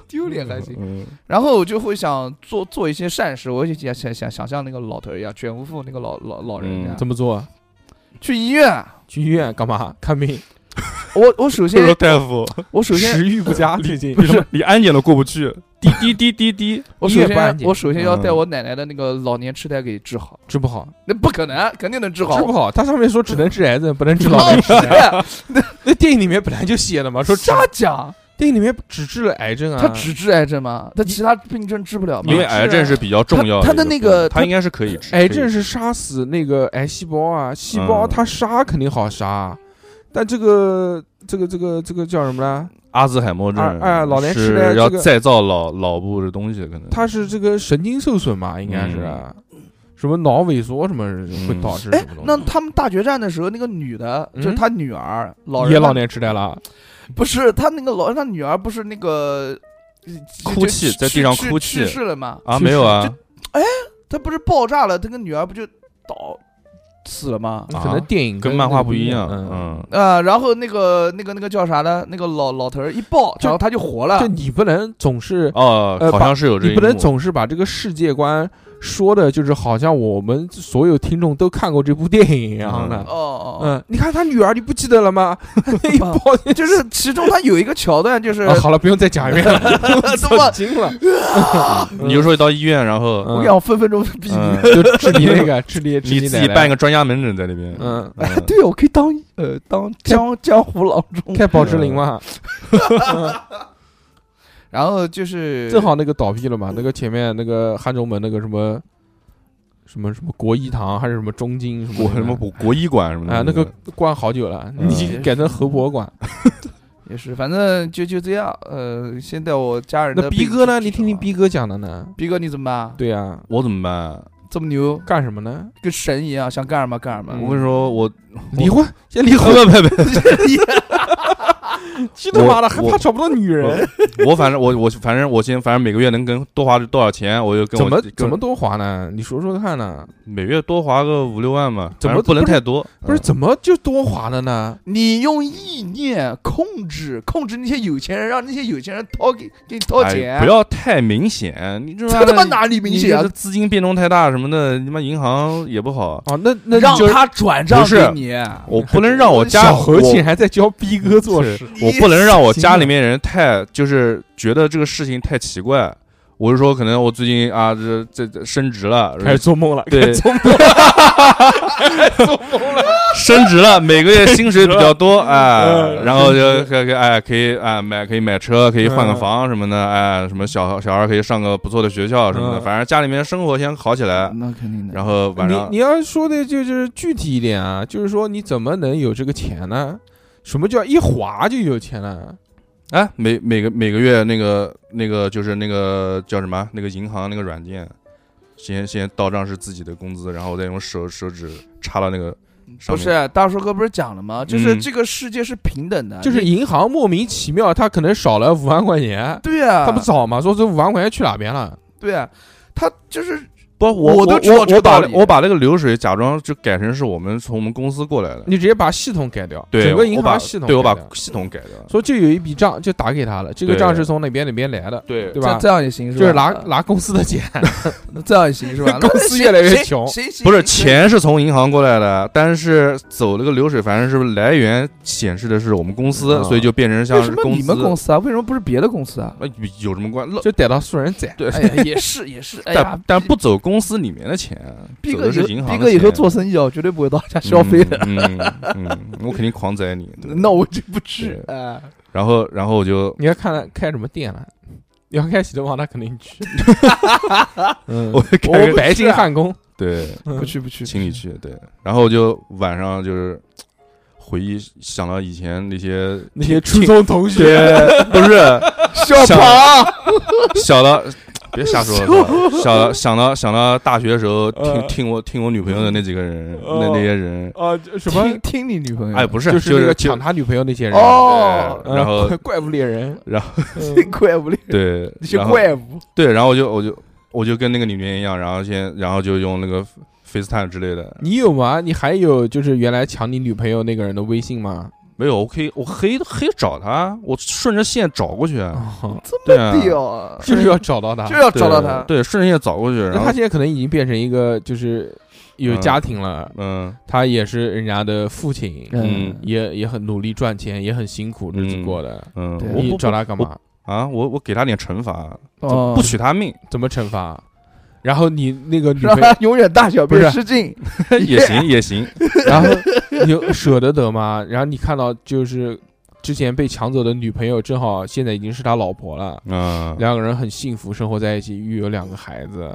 B: 丢脸还行。
C: 嗯
B: 然后我就会想做做一些善事，我就想想想想像那个老头儿一样，卷无妇那个老老老人
C: 嗯
B: 家、
A: 怎么做？啊
B: 去医院。
A: 去医院干嘛？看病，
B: 我我首
C: 这时候
B: 先
C: 大夫，
B: 我首先
A: 食欲不啊佳，滤镜
C: 为 什么你安检都过不去？滴滴滴滴滴，
B: 我
A: 医
B: 首
A: 院不
B: 先
A: 安检
B: 我首先要
C: 嗯
B: 带我奶奶的那个老年痴呆给治好，
A: 治不好，
B: 那不可能，啊肯定能治
A: 治
B: 好。
A: 不好。它上面说只能治癌症，不能治 老年痴
B: 哦
A: 呆。
B: 是
A: 那电影里面本来就写了嘛，说只
B: 瞎讲，
A: 电影里面只治了癌症啊，
B: 他只治癌症吗？他其他病症治不了吗？
C: 嗯因为癌症是比较重要
B: 他他的
C: 一
B: 那
C: 部分
B: 个
C: 他应该是可以治。
A: 癌症
C: 可以
A: 哎是杀死那个癌细胞啊，细胞
C: 嗯
A: 它杀肯定好杀，但这个这个这个这个叫什么呢？
C: 阿兹海默症
A: 啊，啊老年痴呆
C: 是要
A: 这个
C: 再造脑脑部的东西，可能
A: 它是这个神经受损嘛，应该是
C: 嗯
A: 什么脑萎缩什么会导致
B: 哎
A: 什么东西？，
B: 那他们大决战的时候，那个女的，就是
A: 嗯
B: 他女儿，老人
A: 也
B: 她
A: 老年痴呆了，啊
B: 不是他那个老他女儿不是那个就
C: 哭泣
B: 就
C: 在地上
B: 去
C: 哭
B: 去
C: 泣
B: 世了吗？
C: 啊
A: 去世
C: 没有啊
B: 就，他不是爆炸了，他跟女儿不就倒死了吗？
A: 可能电影
C: 跟
A: 那
C: 漫
A: 个
C: 画
A: 不
C: 不一
A: 样
C: 样，。
A: 嗯，
C: 嗯，
B: 啊，然后那个那个那个叫啥呢？那个老老头儿一抱，
A: 就
B: 然后他就活了
A: 就。你不能总是
C: 哦
A: 呃，
C: 好像是有这一
A: 你
C: 幕，
A: 不能总是把这个世界观说的就是好像我们所有听众都看过这部电影一样的
C: 嗯。
B: 哦哦
A: 嗯，你看他女儿，你不记得了 吗？哎那一抱
B: 哦，就是其中他有一个桥段，就是
A: 啊，好了，不用再讲一遍了， 我操惊了。
C: 你就说到医院，然后
B: 我
A: 嗯
B: 跟你讲，分分钟毙
C: 嗯
B: 命。
A: 就治理那 个，治理治
C: 你
A: 理
C: 自
A: 奶
C: 己
A: 奶
C: 办一个专家门诊在那边，
A: 嗯，
B: 哎， 对，我可以当呃当江江湖郎中。
A: 开保芝林嘛，
B: 然后就是
A: 正好那个倒闭了嘛，那个前面那个汉中门那个什么什么什么国医堂还是什么中经什么
C: 国什么国国医馆什么的
A: 啊，那个关好久了，
C: 嗯
A: 你改成侯博馆。
B: 也是，反正就就这样。呃，现在我家人
A: 那
B: 的
A: 逼
B: 病
A: 哥呢？
B: 治
A: 你听听
B: 好
A: 逼哥讲的呢？
B: 逼哥你怎么办？啊
A: 对呀，
C: 我怎么办啊？
B: 这么牛，
A: 干什么呢？
B: 跟神一样，想干什么干什么。
A: 嗯
C: 我跟你说，我
A: 离婚，先离
C: 不
A: 婚。
C: 不不不，
A: 鸡他妈的
C: 我
A: 还怕找不到女人，
C: 我反正我我反正我先反正每个月能跟多花多少钱，我就跟
A: 怎
C: 我
A: 么
C: 跟
A: 怎么多划呢？你说说看呢？
C: 每月多花个五六万嘛，
A: 怎么
C: 反正不能太多？嗯
A: 不是怎么就多划了呢？
B: 你用意念控制控制那些有钱人，让那些有钱人掏给给你掏
C: 哎
B: 钱，啊
C: 不要太明显。你这
B: 这他妈
C: 的
B: 哪里明显
C: 你这
B: 啊？
C: 资金变动太大什么的，你妈银行也不好。
A: 啊，那那
B: 让
A: 就是
B: 他转账
C: 不是
B: 给你，
C: 我 不能让我家
A: 小何
C: 我
A: 竟然在教逼哥做事，
C: 是我不能让我家里面人太就是觉得这个事情太奇怪。我是说，可能我最近啊，这这这升职了，
A: 开始做梦了，
C: 对，做梦了， 升职了，每个月薪水比较多，哎，
A: 嗯
C: 然后就可以哎可以啊买可以买车，可以换个
A: 嗯
C: 房什么的，哎，什么小小孩可以上个不错的学校什么的，
A: 嗯
C: 反正家里面生活先好起来，
B: 那肯定的。
C: 然后晚
A: 你
C: 上
A: 你要说的就就是具体一点啊，就是说你怎么能有这个钱呢？什么叫一划就有钱了？
C: 哎每每个每个月那个那个就是那个叫什么那个银行那个软件，先先到账是自己的工资，然后我再用手手指插到那个上
B: 不
C: 面，
B: 是大叔哥不是讲了吗？就是
C: 嗯
B: 这个世界是平等的，
A: 就是
B: 你
A: 银行莫名其妙，他可能少了五万块钱，
B: 对啊，
A: 他不找吗？说这五万块钱去哪边了？
B: 对啊，他就是
C: 不，我
B: 我都知道
C: 我
B: 这个
C: 我把
B: 道理
C: 我把那个流水假装就改成是我们从我们公司过来的，
A: 你直接把系统改掉，
C: 对，
A: 整个银
C: 我把
A: 行系统改
C: 对
A: 掉，
C: 我把系统改掉，
A: 说这有一笔账就打给他了，这个
C: 对
A: 账是从哪边哪边来的，
C: 对
A: 对
B: 这
A: 吧？嗯
B: 这样也行是吧？
A: 就是拿拿公司的钱，？
B: 那这样也行是吧
A: 公司越来越穷
B: 谁
C: 不是钱是从银行过来的，但是走那个流水，反正是来源显示的是我们公司，
A: 啊
C: 所以就变成像
B: 嗯为
C: 是
B: 什么
C: 公司。
B: 你们公司啊？为什么不是别的公司 啊？
C: 呃有什么关？那
A: 就逮到素人宰。
C: 对，
B: 哎呀，也是也是，哎呀
C: 但，但不走公司里面的钱，
B: 逼
C: 走
B: 哥
C: 的
B: 以
C: 是
B: 后
C: 银行的
B: 逼哥以后
C: 钱
B: 做生意啊，我绝对不会到人家 消费的，
C: 嗯嗯嗯，我肯定狂宰 你。对
B: 那我就不去
C: 嗯对
B: 啊。
C: 然后然后我就
A: 你要看他开什么店了，你要开喜德旺，他肯定去。 嗯，
C: 我
A: 我
C: 开始
A: 白金汉宫，
C: 对
A: 嗯
B: 不去不去，
C: 请你去，对，然后就晚上就是回忆想到以前那些
A: 那 些初中同学，啊
C: 对， 不是
B: 小
C: 想
B: 庞，
C: 想到，别瞎说了，想到想到想到大学的时候听
A: 呃
C: 听我听我女朋友的那几个人，那
A: 哦
C: 那些人，
A: 啊，什么
B: 听？听你女朋友？
C: 哎，不是，
A: 就是是那个
C: 就
A: 抢他女朋友那些人，
B: 哦，
A: 嗯
C: 然后
A: 怪怪物猎人，
C: 然
A: 后
B: 这 怪物猎人，
C: 对，
B: 你是
C: 然后
B: 怪物，
C: 对，然后我就我就我就跟那个女人一样，然后先然后就用那个 FaceTime 之类的，
A: 你有吗？你还有就是原来抢你女朋友那个人的微信吗？
C: 没有，我可以我黑黑找他，我顺着线找过去，
A: 哦
C: 对啊，
B: 屌啊，
A: 就是 要找到他
B: 就。要
C: 对
B: 找到他。
C: 对，顺着线找过去，
A: 那
C: 然
A: 他
C: 后
A: 现在可能已经变成一个就是有家庭了，
C: 嗯
A: 他也是人家的父亲，
C: 嗯
A: 也也很努力赚钱，也很辛苦日子过的。
C: 嗯
B: 对，
C: 我
A: 你
C: 不
A: 找他干嘛？
C: 啊，我我给他点惩罚，
B: 哦
C: 不许 他命
A: 怎么惩罚？然后你那个女
B: 让
A: 朋友
B: 他，永远大小
A: 不是
B: 便失禁，
C: 也行也行，
A: 然后你有舍得得吗？然后你看到就是之前被抢走的女朋友，正好现在已经是他老婆了，
C: 嗯，
A: 两个人很幸福，生活在一起，育有两个孩子。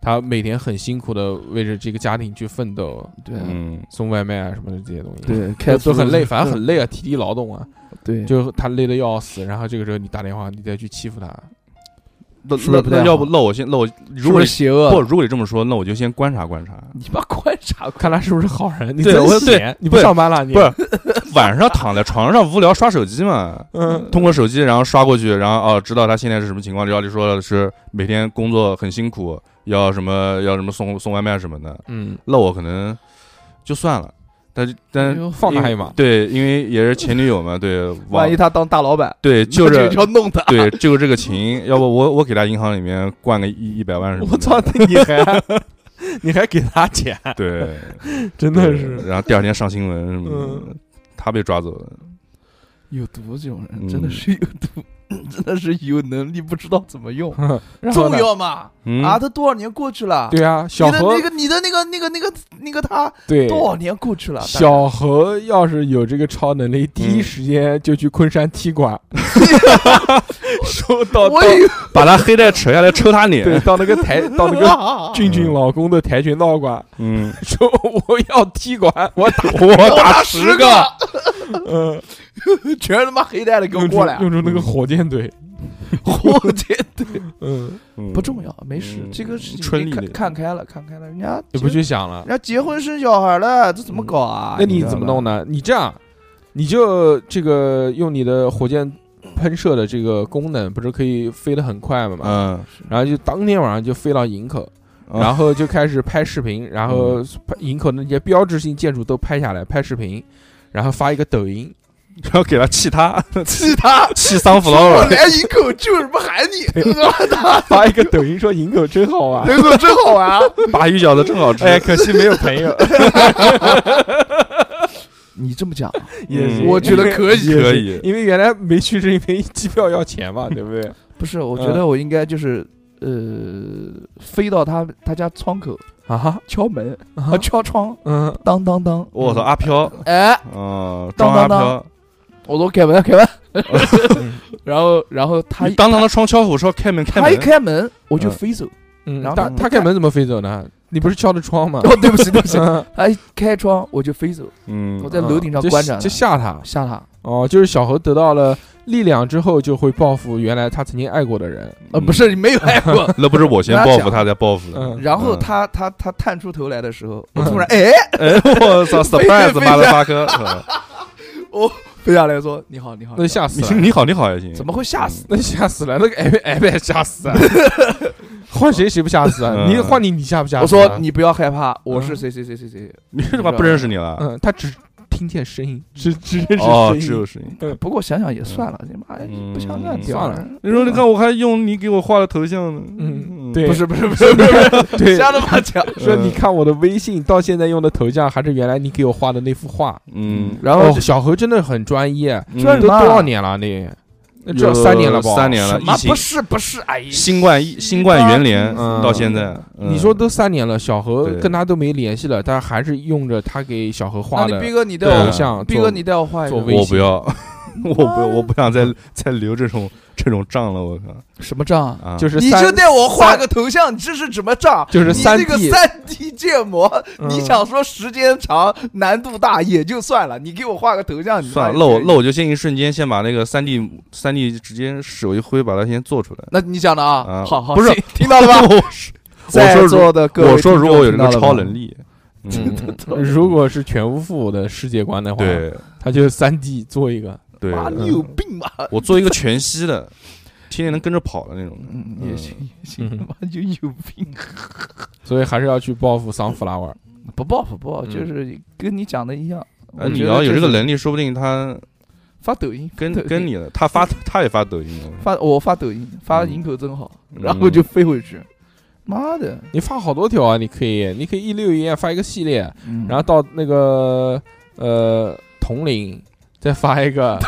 A: 他每天很辛苦的为着这个家庭去奋斗，
B: 对
C: 嗯，
A: 送外卖啊什么的这些东西，
B: 对，
A: 都，
B: 开
A: 啊都很累，反正很累啊，体力劳动啊，
B: 嗯对，
A: 就他累的要死。然后这个时候你打电话，你再去欺负他，
C: 那
B: 是不是
C: 那
B: 不太
C: 那要
B: 好
C: 不那我先那我
B: 是
C: 如
B: 不
C: 果
B: 是
C: 你
B: 邪恶？
C: 不如果你这么说，那我就先观察 观察。
B: 你妈观察过，
A: 看他是不是好人。你
C: 对
A: 真
C: 我
A: 闲
C: 对
A: 你不
C: 对
A: 上班了，你
C: 不是晚上躺在床上无聊刷手机嘛，
A: 嗯，
C: 通过手机然后刷过去，然后哦知道他现在是什么情况，照理说的是每天工作很辛苦，要什么要什么送送外卖什么的，
A: 嗯，
C: 那我可能就算了。但是
B: 哎
C: 但
B: 呦
A: 放他一马。
C: 对，因为也是前女友嘛，对，网
B: 万一他当大老 板，
C: 对就
B: 那
C: 是
B: 就要弄他。
C: 对就这个情，要不我我给他银行里面灌个一一百万什么的，
A: 我操， 你还你还给他钱，
C: 对，
A: 真的是。
C: 然后第二天上新闻什么的
A: 嗯，
C: 他被抓走了。
B: 有毒啊这种人
C: 嗯
B: 真的是有毒，真的是有能力不知道怎么用，
A: 然后
B: 重
A: 呢
B: 要吗？
C: 嗯
B: 啊，，都多少年过去了，
A: 对啊，小
B: 你的
A: 何
B: 那个你的那个那个那个那个他
A: 对
B: 多少年过去了？
A: 小何要是有这个超能力，第一时间就去昆山踢馆，说
B: 大
A: 到
B: 哥我
A: 到
B: 以为
C: 把他黑带扯下来抽他
A: 对
C: 脸。
A: 到那个台到那个
B: 啊
A: 俊俊老公的跆拳道馆，
C: 嗯，
A: 说我要踢馆，我 打
C: 我打
B: 十
C: 十
B: 个
C: 个，
A: 呃，
B: 全是他妈黑带的给我
A: 用出
B: 过来啊，
A: 用出那个火箭队，
B: 我天，
A: 嗯，
B: 不重要，没事，
C: 嗯
B: 这个事
C: 春
B: 情
C: 丽
B: 你
C: 的
B: 看看开了，看开了，人家
A: 你不
B: 结
A: 去想了
B: 人，家结婚生小孩了，这怎么搞啊？
A: 那你
B: 知道
A: 怎么
B: 吧
A: 弄？呢？你这样，你就这个用你的火箭喷射的这个功能，不是可以飞得很快嘛？
C: 嗯，
A: 然后就当天晚上就飞到营口，
C: 嗯
A: 然后就开始拍视频，然后拍营口那些标志性建筑都拍下来，拍视频，然后发一个抖音。
C: 然后给他气他，
B: 气他！
C: 气桑弗劳
B: 我
C: 尔，
B: 来营口就是不喊你，饿他，
A: 发一个抖音说营口真好啊玩，
B: 营口真好玩。
C: 鲅鱼饺子真好吃。
A: 哎，可惜没有朋友。
B: 你这么讲，
A: 也
C: 嗯
A: 是
B: 我觉得可以
A: 也是
C: 可以
A: 因为原来没去是因为机票要钱嘛，对不对？
B: 不是？我
A: 嗯
B: 觉得我应该就是呃，飞到他他家窗口
A: 啊哈，
B: 敲门
A: 啊
B: 啊，
A: 哈
B: 敲窗，
A: 嗯，
B: 当当当，
C: 我操，阿飘，
B: 哎，
C: 嗯，
B: 当
C: 装阿
B: 当
C: 飘，
B: 我说开门开门，然后然后他
C: 你当当的双敲虎说开门开
B: 他一
C: 门，
B: 开门我就
C: 嗯
B: 飞走。
A: 嗯，
B: 然后
A: 他
B: 呢
A: 他开门怎么飞走呢？你不是敲的窗 吗？
B: 哦，对不起对不起，
A: 嗯
B: 他一开窗我就飞走，
C: 嗯
B: 我，在楼顶上观察
A: 就吓他
B: 吓他。
A: 哦，就是小猴得到了力量之后，就会报复原来他曾经爱过的人。
B: 呃，不，是没有挨过，
C: 那不是我先
B: 跟他
C: 报复
B: 讲
C: 他再报复的，
A: 嗯
B: 然后
C: 嗯
B: 他他他探出头来的时候，我
A: 嗯
B: 突然哎，
C: 哎，我操，surprise
B: 飞
C: m o t h e r f
B: 飞下来说你好你好，
A: 那
B: 你好
A: 吓死
C: u
A: 了，
C: 你好，你好也行，
B: 怎么会吓死？
A: 那吓死了，那个挨挨被吓死 啊！换谁谁不吓死啊？
C: 嗯
A: 你换你你吓不吓
B: 我
A: 死啊？
B: 说你不要害怕，我是
A: 嗯
B: 谁谁谁谁谁。
C: 你他妈不认识你了？
A: 嗯，他只听见声音，只只认识
C: 哦，
A: 声
C: 只有
A: 音。
C: 声音。
B: 不过想想也算了，你妈
C: 嗯
B: 不想干
A: 算了
C: 你说你看，我还用你给我画的头像呢。
A: 嗯对
B: 不是不是不是不是，
A: 对，
B: 瞎他妈讲。
A: 说
C: 嗯
A: 你看我的微信到现在用的头像还是原来你给我画的那幅画。
C: 嗯，
B: 然
A: 哦
B: 后，
A: 小何真的很专业，
C: 嗯
B: 这
A: 都多
B: 妈
A: 少年了？你那至少三年了吧？
C: 有三年了，
B: 什么
C: 疫情
B: 不，是不是，哎呀，
C: 新冠疫新冠元年
A: 嗯
C: 到现在，嗯
A: 你说都三年了，小何
C: 对
A: 跟他都没联系了，但还是用着他给小何
B: 那
A: 画
B: 你
A: 的
B: 逼哥你带
A: 头
C: 对
B: 我，
A: 像。
B: 逼哥你带我画一
A: 做
B: 个
A: 微
C: 我
A: 信
C: 不要， 我不我不想再再留这种这种账了，我靠
B: 什么账啊？
C: 啊！
A: 就是
B: 你
A: 三
B: 就带我画个头像，你这是什么账？
A: 就是
B: 你
A: 三
B: 这个
A: D，
B: 三 D 建模，
A: 嗯
B: 你想说时间长、难度大也就算了，你给我画个头像，你
C: 算了，那
B: 漏
C: 我那我就先一瞬间先把那个三 D 三 D 直接手一挥把它先做出来。
B: 那你讲的啊，
C: 啊
B: 好好，
C: 不是
B: 行听到了吧？
C: 我是 我
B: 在
C: 说如
B: 座的各位
C: 我说如果我有这个
B: 听众
C: 超
B: 听
C: 能力，嗯，
A: 嗯如果是全无父的世界观的话，
C: 对
A: 他就三 D 做一个，
C: 对
B: 到，了吧，妈，
A: 嗯
B: 你有病吧？
C: 我做一个全息的，天天能跟着跑的那种的。
B: 嗯，也行也行，
A: 嗯
B: 他妈就有病，
A: 所以还是要去报复桑弗拉尔。
B: 不报不报，
C: 嗯
B: 就是跟你讲的一样。
C: 呃，
B: 嗯我
C: 你
B: 觉得
C: 要有
B: 就
C: 这个
B: 是
C: 能力，说不定他
B: 发抖音，
C: 跟
B: 发抖音
C: 跟你的，他发他也发抖音，
B: 发我发抖音，发
C: 嗯
B: 营口真好，
C: 嗯
B: 然后就飞回去，妈的，
A: 你发好多条啊，你可以，你可以一六一夜啊发一个系列，
B: 嗯
A: 然后到那个呃铜陵再发一 个，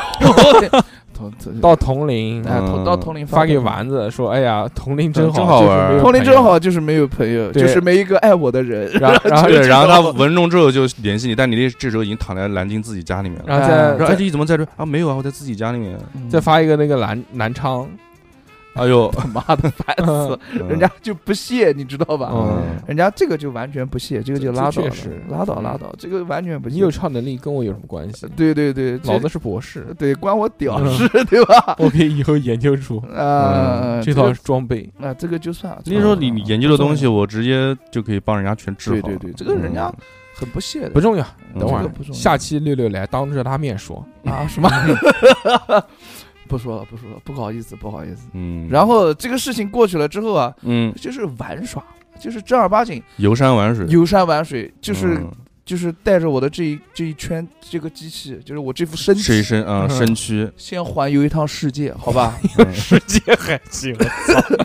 B: 同同
A: 到铜陵
B: 哎同到
C: 嗯
B: 同龄
A: 发给
B: 抖音
A: 丸子说：“哎呀，铜铃
C: 真
A: 好，
C: 好玩儿
B: 同龄
A: 铃
B: 真。好，就是没有朋友，
A: 对
B: 就是没一个爱我的人。
A: 然后，然 后，
C: 对，然后他
A: 然后
C: 文中之后就联系你，但你这这时候已经躺在南京自己家里面了。
A: 然后再
B: 哎
C: 说
A: 再
C: 哎，你怎么在这啊？没有啊，我在自己家里面。
B: 嗯
A: 再发一个那个南南昌，
C: 哎呦，
B: 他妈 的烦死，
C: 嗯
B: 人家就不屑，你知道吧？
A: 嗯
B: 人家这个就完全不屑，这个就拉倒
A: 这
B: 了
A: 确实，嗯
B: 拉倒拉倒，这个完全不屑。
A: 你有超能力跟我有什么关系？
B: 对对对，这
A: 老子是博士，
B: 对关我屌
A: 嗯
B: 事，对吧？
A: 我可以以后研究出
B: 啊，
A: 这套装备。
B: 个啊，这个就算了。
C: 那时候你你研究的东西，我直接就可以帮人家全治好
B: 对
C: 了。
B: 对对，这个人家很不屑的。
A: 嗯不重要，
C: 嗯
A: 等会
B: 这
A: 儿
B: 个不重要
A: 下期六六来当着他面说。
B: 啊什么？ 不说了不说了，不好意思不好意思。
C: 嗯，嗯，
B: 然后这个事情过去了之后啊，
C: 嗯，
B: 就是玩耍，就是正儿八经
C: 游山玩水，
B: 游山玩水，就是、
C: 嗯
B: 就是带着我的这一这一圈这个机器，就是我这副身
C: 这一
B: 体，
C: 身啊
A: 嗯
C: 身躯，
B: 先环游一趟世界，好 吧？
C: 嗯
A: 世界还行，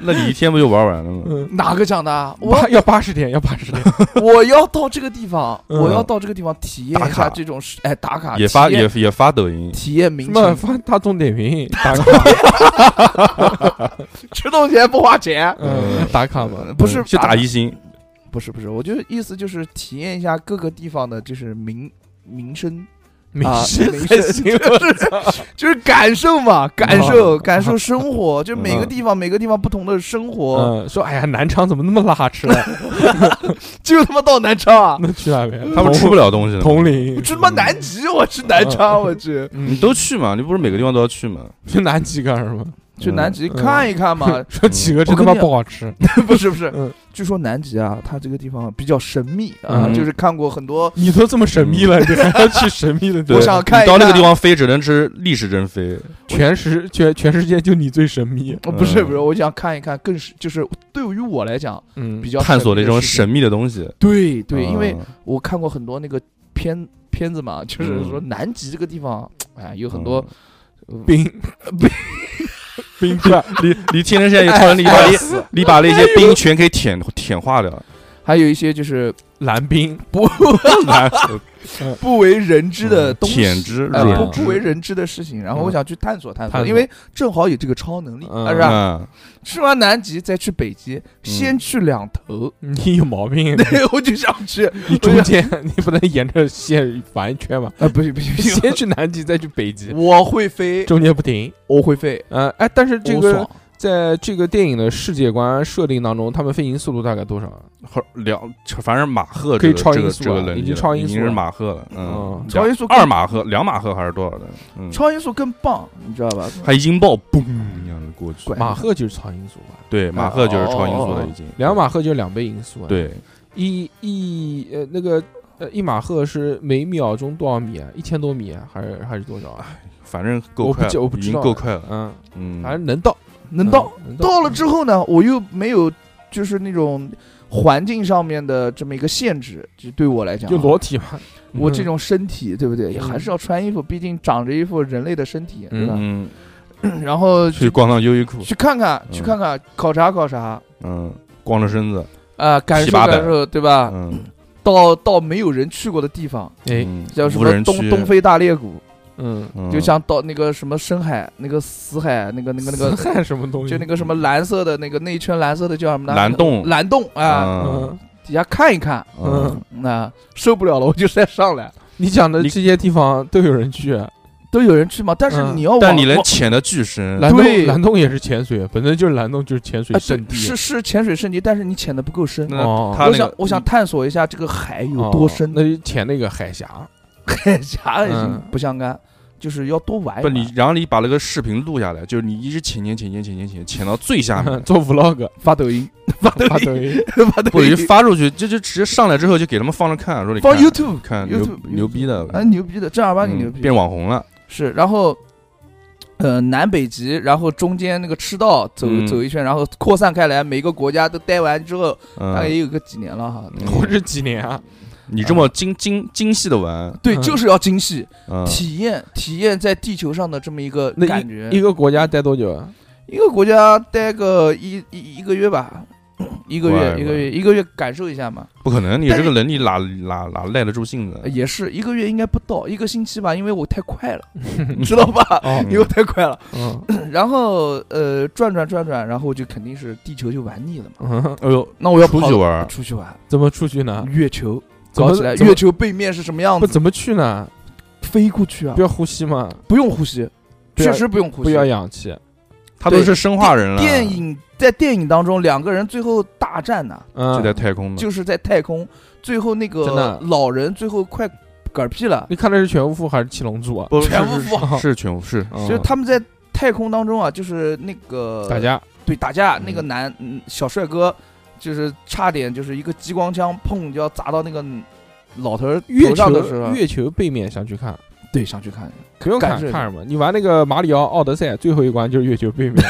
C: 那你一天不就玩完了吗？
A: 嗯，
B: 哪个讲的啊？ 我
A: 八要八十天，要八十天。
B: 我要到这个地方，
A: 嗯
B: 我要到这个地方体验
C: 打
B: 一下
C: 卡
B: 这种事，哎，打卡
C: 也发
B: 体验
C: 也也发抖音，
B: 体验民
A: 什么
B: 情，
A: 发大众点评打 卡？
B: 吃东西还不花钱。
A: 嗯，打卡嘛
B: 呃。不是
C: 去打
B: 卡
C: 一，星，
B: 不是不是，我就意思就是体验一下各个地方的，就是民民生，
A: 没
B: 啊
A: 事
B: 没
A: 没
B: 事
A: 事，我操
B: 就是感受嘛，感受
A: 嗯
B: 感受生活，就每个
C: 嗯
B: 地方每个地方不同的生活，
A: 嗯，说哎呀，南昌怎么那么拉吃呢？
B: 就他妈到南昌啊，
A: 那去哪边？
C: 他们吃不了东西的。
A: 铜陵
B: 我，去他妈南极，我去南昌，我去。
A: 嗯
C: 你都去嘛？你不是每个地方都要去嘛？
A: 去南极干什么？
B: 去南极
A: 嗯。
B: 看一看嘛
A: 说企鹅真
B: 嗯
A: 他
B: 我跟
A: 妈
B: 你
A: 不好吃，
B: 不是不是
A: 嗯，
B: 据说南极啊，它这个地方比较神秘啊，
A: 嗯
B: 就是看过很多
A: 你都这么神秘了，你还要去神秘的地方？
C: 对
B: 我想看一
C: 你到那个
B: 看
C: 地方飞，只能吃历史真飞。
A: 全世全全世界就你最神秘，
B: 哦，不是
C: 嗯
B: 不是，我想看一看，更是就是对于我来讲
A: 嗯
B: 比较
C: 探索的一种神
B: 神秘
C: 秘的东西。
B: 事情。对对，
C: 嗯
B: 因为我看过很多那个片片子嘛，就是
C: 嗯
B: 说南极这个地方，哎，有很
A: 嗯
B: 多
A: 冰冰冰块，
C: 离离天
B: 哎
C: 人现在也超人，你把你你把那些冰全可以舔舔 化掉。
B: 还有一些就是
A: 蓝冰，
B: 不不为人知的东西，
C: 哎舔汁
B: 呃
C: 软
B: 不
C: 汁
B: 不为人知的事情。然后
A: 嗯
B: 我想去探索探
A: 探索
B: 索，因为正好有这个超能力，
A: 嗯
B: 啊是吧？
C: 嗯，
B: 去完南极再去北极，先去两头。
A: 你有毛病，啊
B: 对，啊我就想去
A: 你中间你不能沿着线反一圈吗？
B: 啊！不行不行不行，
A: 先去南极，再去北极，
B: 我会飞，
A: 中间不停。
B: 我会飞，
A: 呃，哎，但是这
B: 我
A: 个
B: 爽
A: 在这个电影的世界观设定当中，他们飞行速度大概多少啊？
C: 好两，反正马赫
A: 可
C: 这
A: 以
C: 个
A: 超
C: 这
A: 音
C: 个
A: 速
C: 这个
A: 了
C: 能
A: 已
C: 力
A: 经
C: 了
A: 超音
C: 已经
A: 速
C: 是
A: 了
C: 马赫了。嗯
A: 嗯，
C: 两
B: 超音速
C: 二马赫，两马赫还是多少的？嗯，
B: 超音速更棒，你知道吧？
C: 还一音爆，嘣一样的过去。
B: 拐
A: 马赫就是超音速吧，
C: 对，马赫就是超音速
A: 哦哦
C: 了
A: 哦
C: 已经。
A: 两马赫就是两倍音速啊。，
C: 对，
A: 一一呃那个呃一马赫是每秒钟多少米啊？一千多米啊，还是还是多少 啊？
C: 反正
A: 我
C: 够
A: 不
C: 快
A: 知
C: 了，
A: 我不
C: 已
A: 知
C: 经
A: 道
C: 够快了。
A: 嗯，
C: 嗯，
A: 反正能到，
B: 能到
A: 嗯能
B: 到了之后呢，我又没有就是那种环境上面的这么一个限制，就对我来讲啊，
A: 嗯就裸体嘛。
B: 我
A: 嗯
B: 这种身体，对不对？也
A: 嗯
B: 还是要穿衣服，毕竟长着一副人类的身体，对吧？
C: 嗯，
B: 然后
C: 去
B: 去
C: 逛趟优衣库，
B: 去看看，
C: 嗯
B: 去看看，考察考察，
C: 嗯，光着身子，
B: 啊，感
C: 洗
B: 受
C: 八百
B: 感受，对吧？
C: 嗯，
B: 到到没有人去过的地方，
A: 哎，
C: 嗯
B: 叫什
C: 无
B: 么
C: 人
B: 东
C: 区
B: 东，非大裂谷，
A: 嗯，
C: 嗯
B: 就像到那个什么深海、那个死海、那个那个 那 个，
A: 看什么东西？
B: 就那个什么蓝色的那个那一圈蓝色的叫什么呢？
C: 蓝洞
B: 蓝洞啊，
C: 嗯
A: 嗯，
B: 底下看一看，
C: 嗯，
B: 那受不了了，我就再上来。
A: 你讲的
C: 你
A: 这些地方都有人去，啊
B: 都有人去吗？但是
A: 嗯
B: 你要往，
C: 但你能
B: 往
C: 潜的巨深，
A: 蓝洞
B: 嗯对
A: 蓝洞也是潜水，本身就是蓝洞就是潜水
B: 啊，
A: 圣
B: 对，
A: 地。
B: 是是潜水圣地，但是你潜的不够深。
C: 那
A: 哦
C: 他
B: 我
C: 那
B: 想
C: 个，嗯哦
B: 我想探索一下这个海有多深。
A: 那就潜那个海峡，
B: 海峡已经
A: 嗯
B: 不相干，就是要多玩一
C: 不
B: 玩。
C: 你，然后你把那个视频录下来，就是你一直潜潜潜潜潜潜潜潜到最下面，
A: 做 vlog
B: 发抖 音，发抖
A: 发
B: 音，
A: 抖音，
B: 发抖
C: 不
B: 音
C: 就，发出去，就就直接上来之后就给他们放着看，说你
B: 放
C: 看
B: YouTube，
C: 看牛
B: YouTube
C: 牛逼的，
B: 啊，牛逼的，正儿八经
C: 嗯
B: 牛逼
C: 变。网红了，
B: 是，然后。呃，南北极，然后中间那个赤道走、
C: 嗯
B: 走一圈，然后扩散开来，每个国家都待完之后，大概
C: 嗯，
B: 也有个几年了哈。
C: 嗯
A: 我这几年啊，
C: 你这么精精精细的玩，
B: 对，
A: 嗯
B: 就是要精细，
C: 嗯，
B: 体验体验在地球上的这么一个
A: 那
B: 感觉。
A: 一个国家待多久啊？
B: 一个国家待个一一一个月吧，一个
C: 乖
B: 月一个月一个月感受一下嘛，
C: 不可能，你
B: 但
C: 这
B: 是
C: 个能力哪哪哪耐得住性子
B: 呃？也是一个月应该不到一个星期吧，因为我太快 了，你知道吧？
A: 哦，
B: 因为我太快了，
A: 嗯
B: 然后呃转转转转，然后就肯定是地球就玩腻了 嘛。
A: 嗯，
C: 哎呦，
B: 那我要
C: 出
B: 跑
C: 去玩儿，
B: 出去玩，
A: 怎么出去呢？
B: 月球
A: 啊怎
B: 搞
A: 么
B: 起来，
A: 怎么
B: 月球背面是什么样
A: 不
B: 子？
A: 怎么去呢？
B: 飞过去啊
A: 不，要呼吸吗？
B: 不用呼吸，
A: 不要
B: 确实不用呼
A: 不
B: 吸
A: 要。氧气，
C: 他都
B: 对
C: 是生化人了，
B: 电影在电影当中，两个人最后大战呐，
A: 嗯
C: 就，在太空呢，
B: 就是在太空，最后那
A: 真的
B: 个老人最后快嗝屁了，
A: 你看的是全无负还是七龙珠啊？
C: 不
B: 全
C: 是
B: 部
C: 是
B: 放
C: 是全部是
A: 嗯
B: 就是他们在太空当中啊，就是那个
A: 打，架，
B: 对打架
A: 嗯，
B: 那个男嗯小帅哥，就是差点就是一个激光枪，砰就要砸到那个老头儿
A: 月
B: 头上的时
A: 球
B: 候，
A: 月球背面想去看，
B: 对想去看，
A: 不用看
B: 感受一下
A: 看什么，你玩那个马里奥奥德赛最后一关就是月球背面，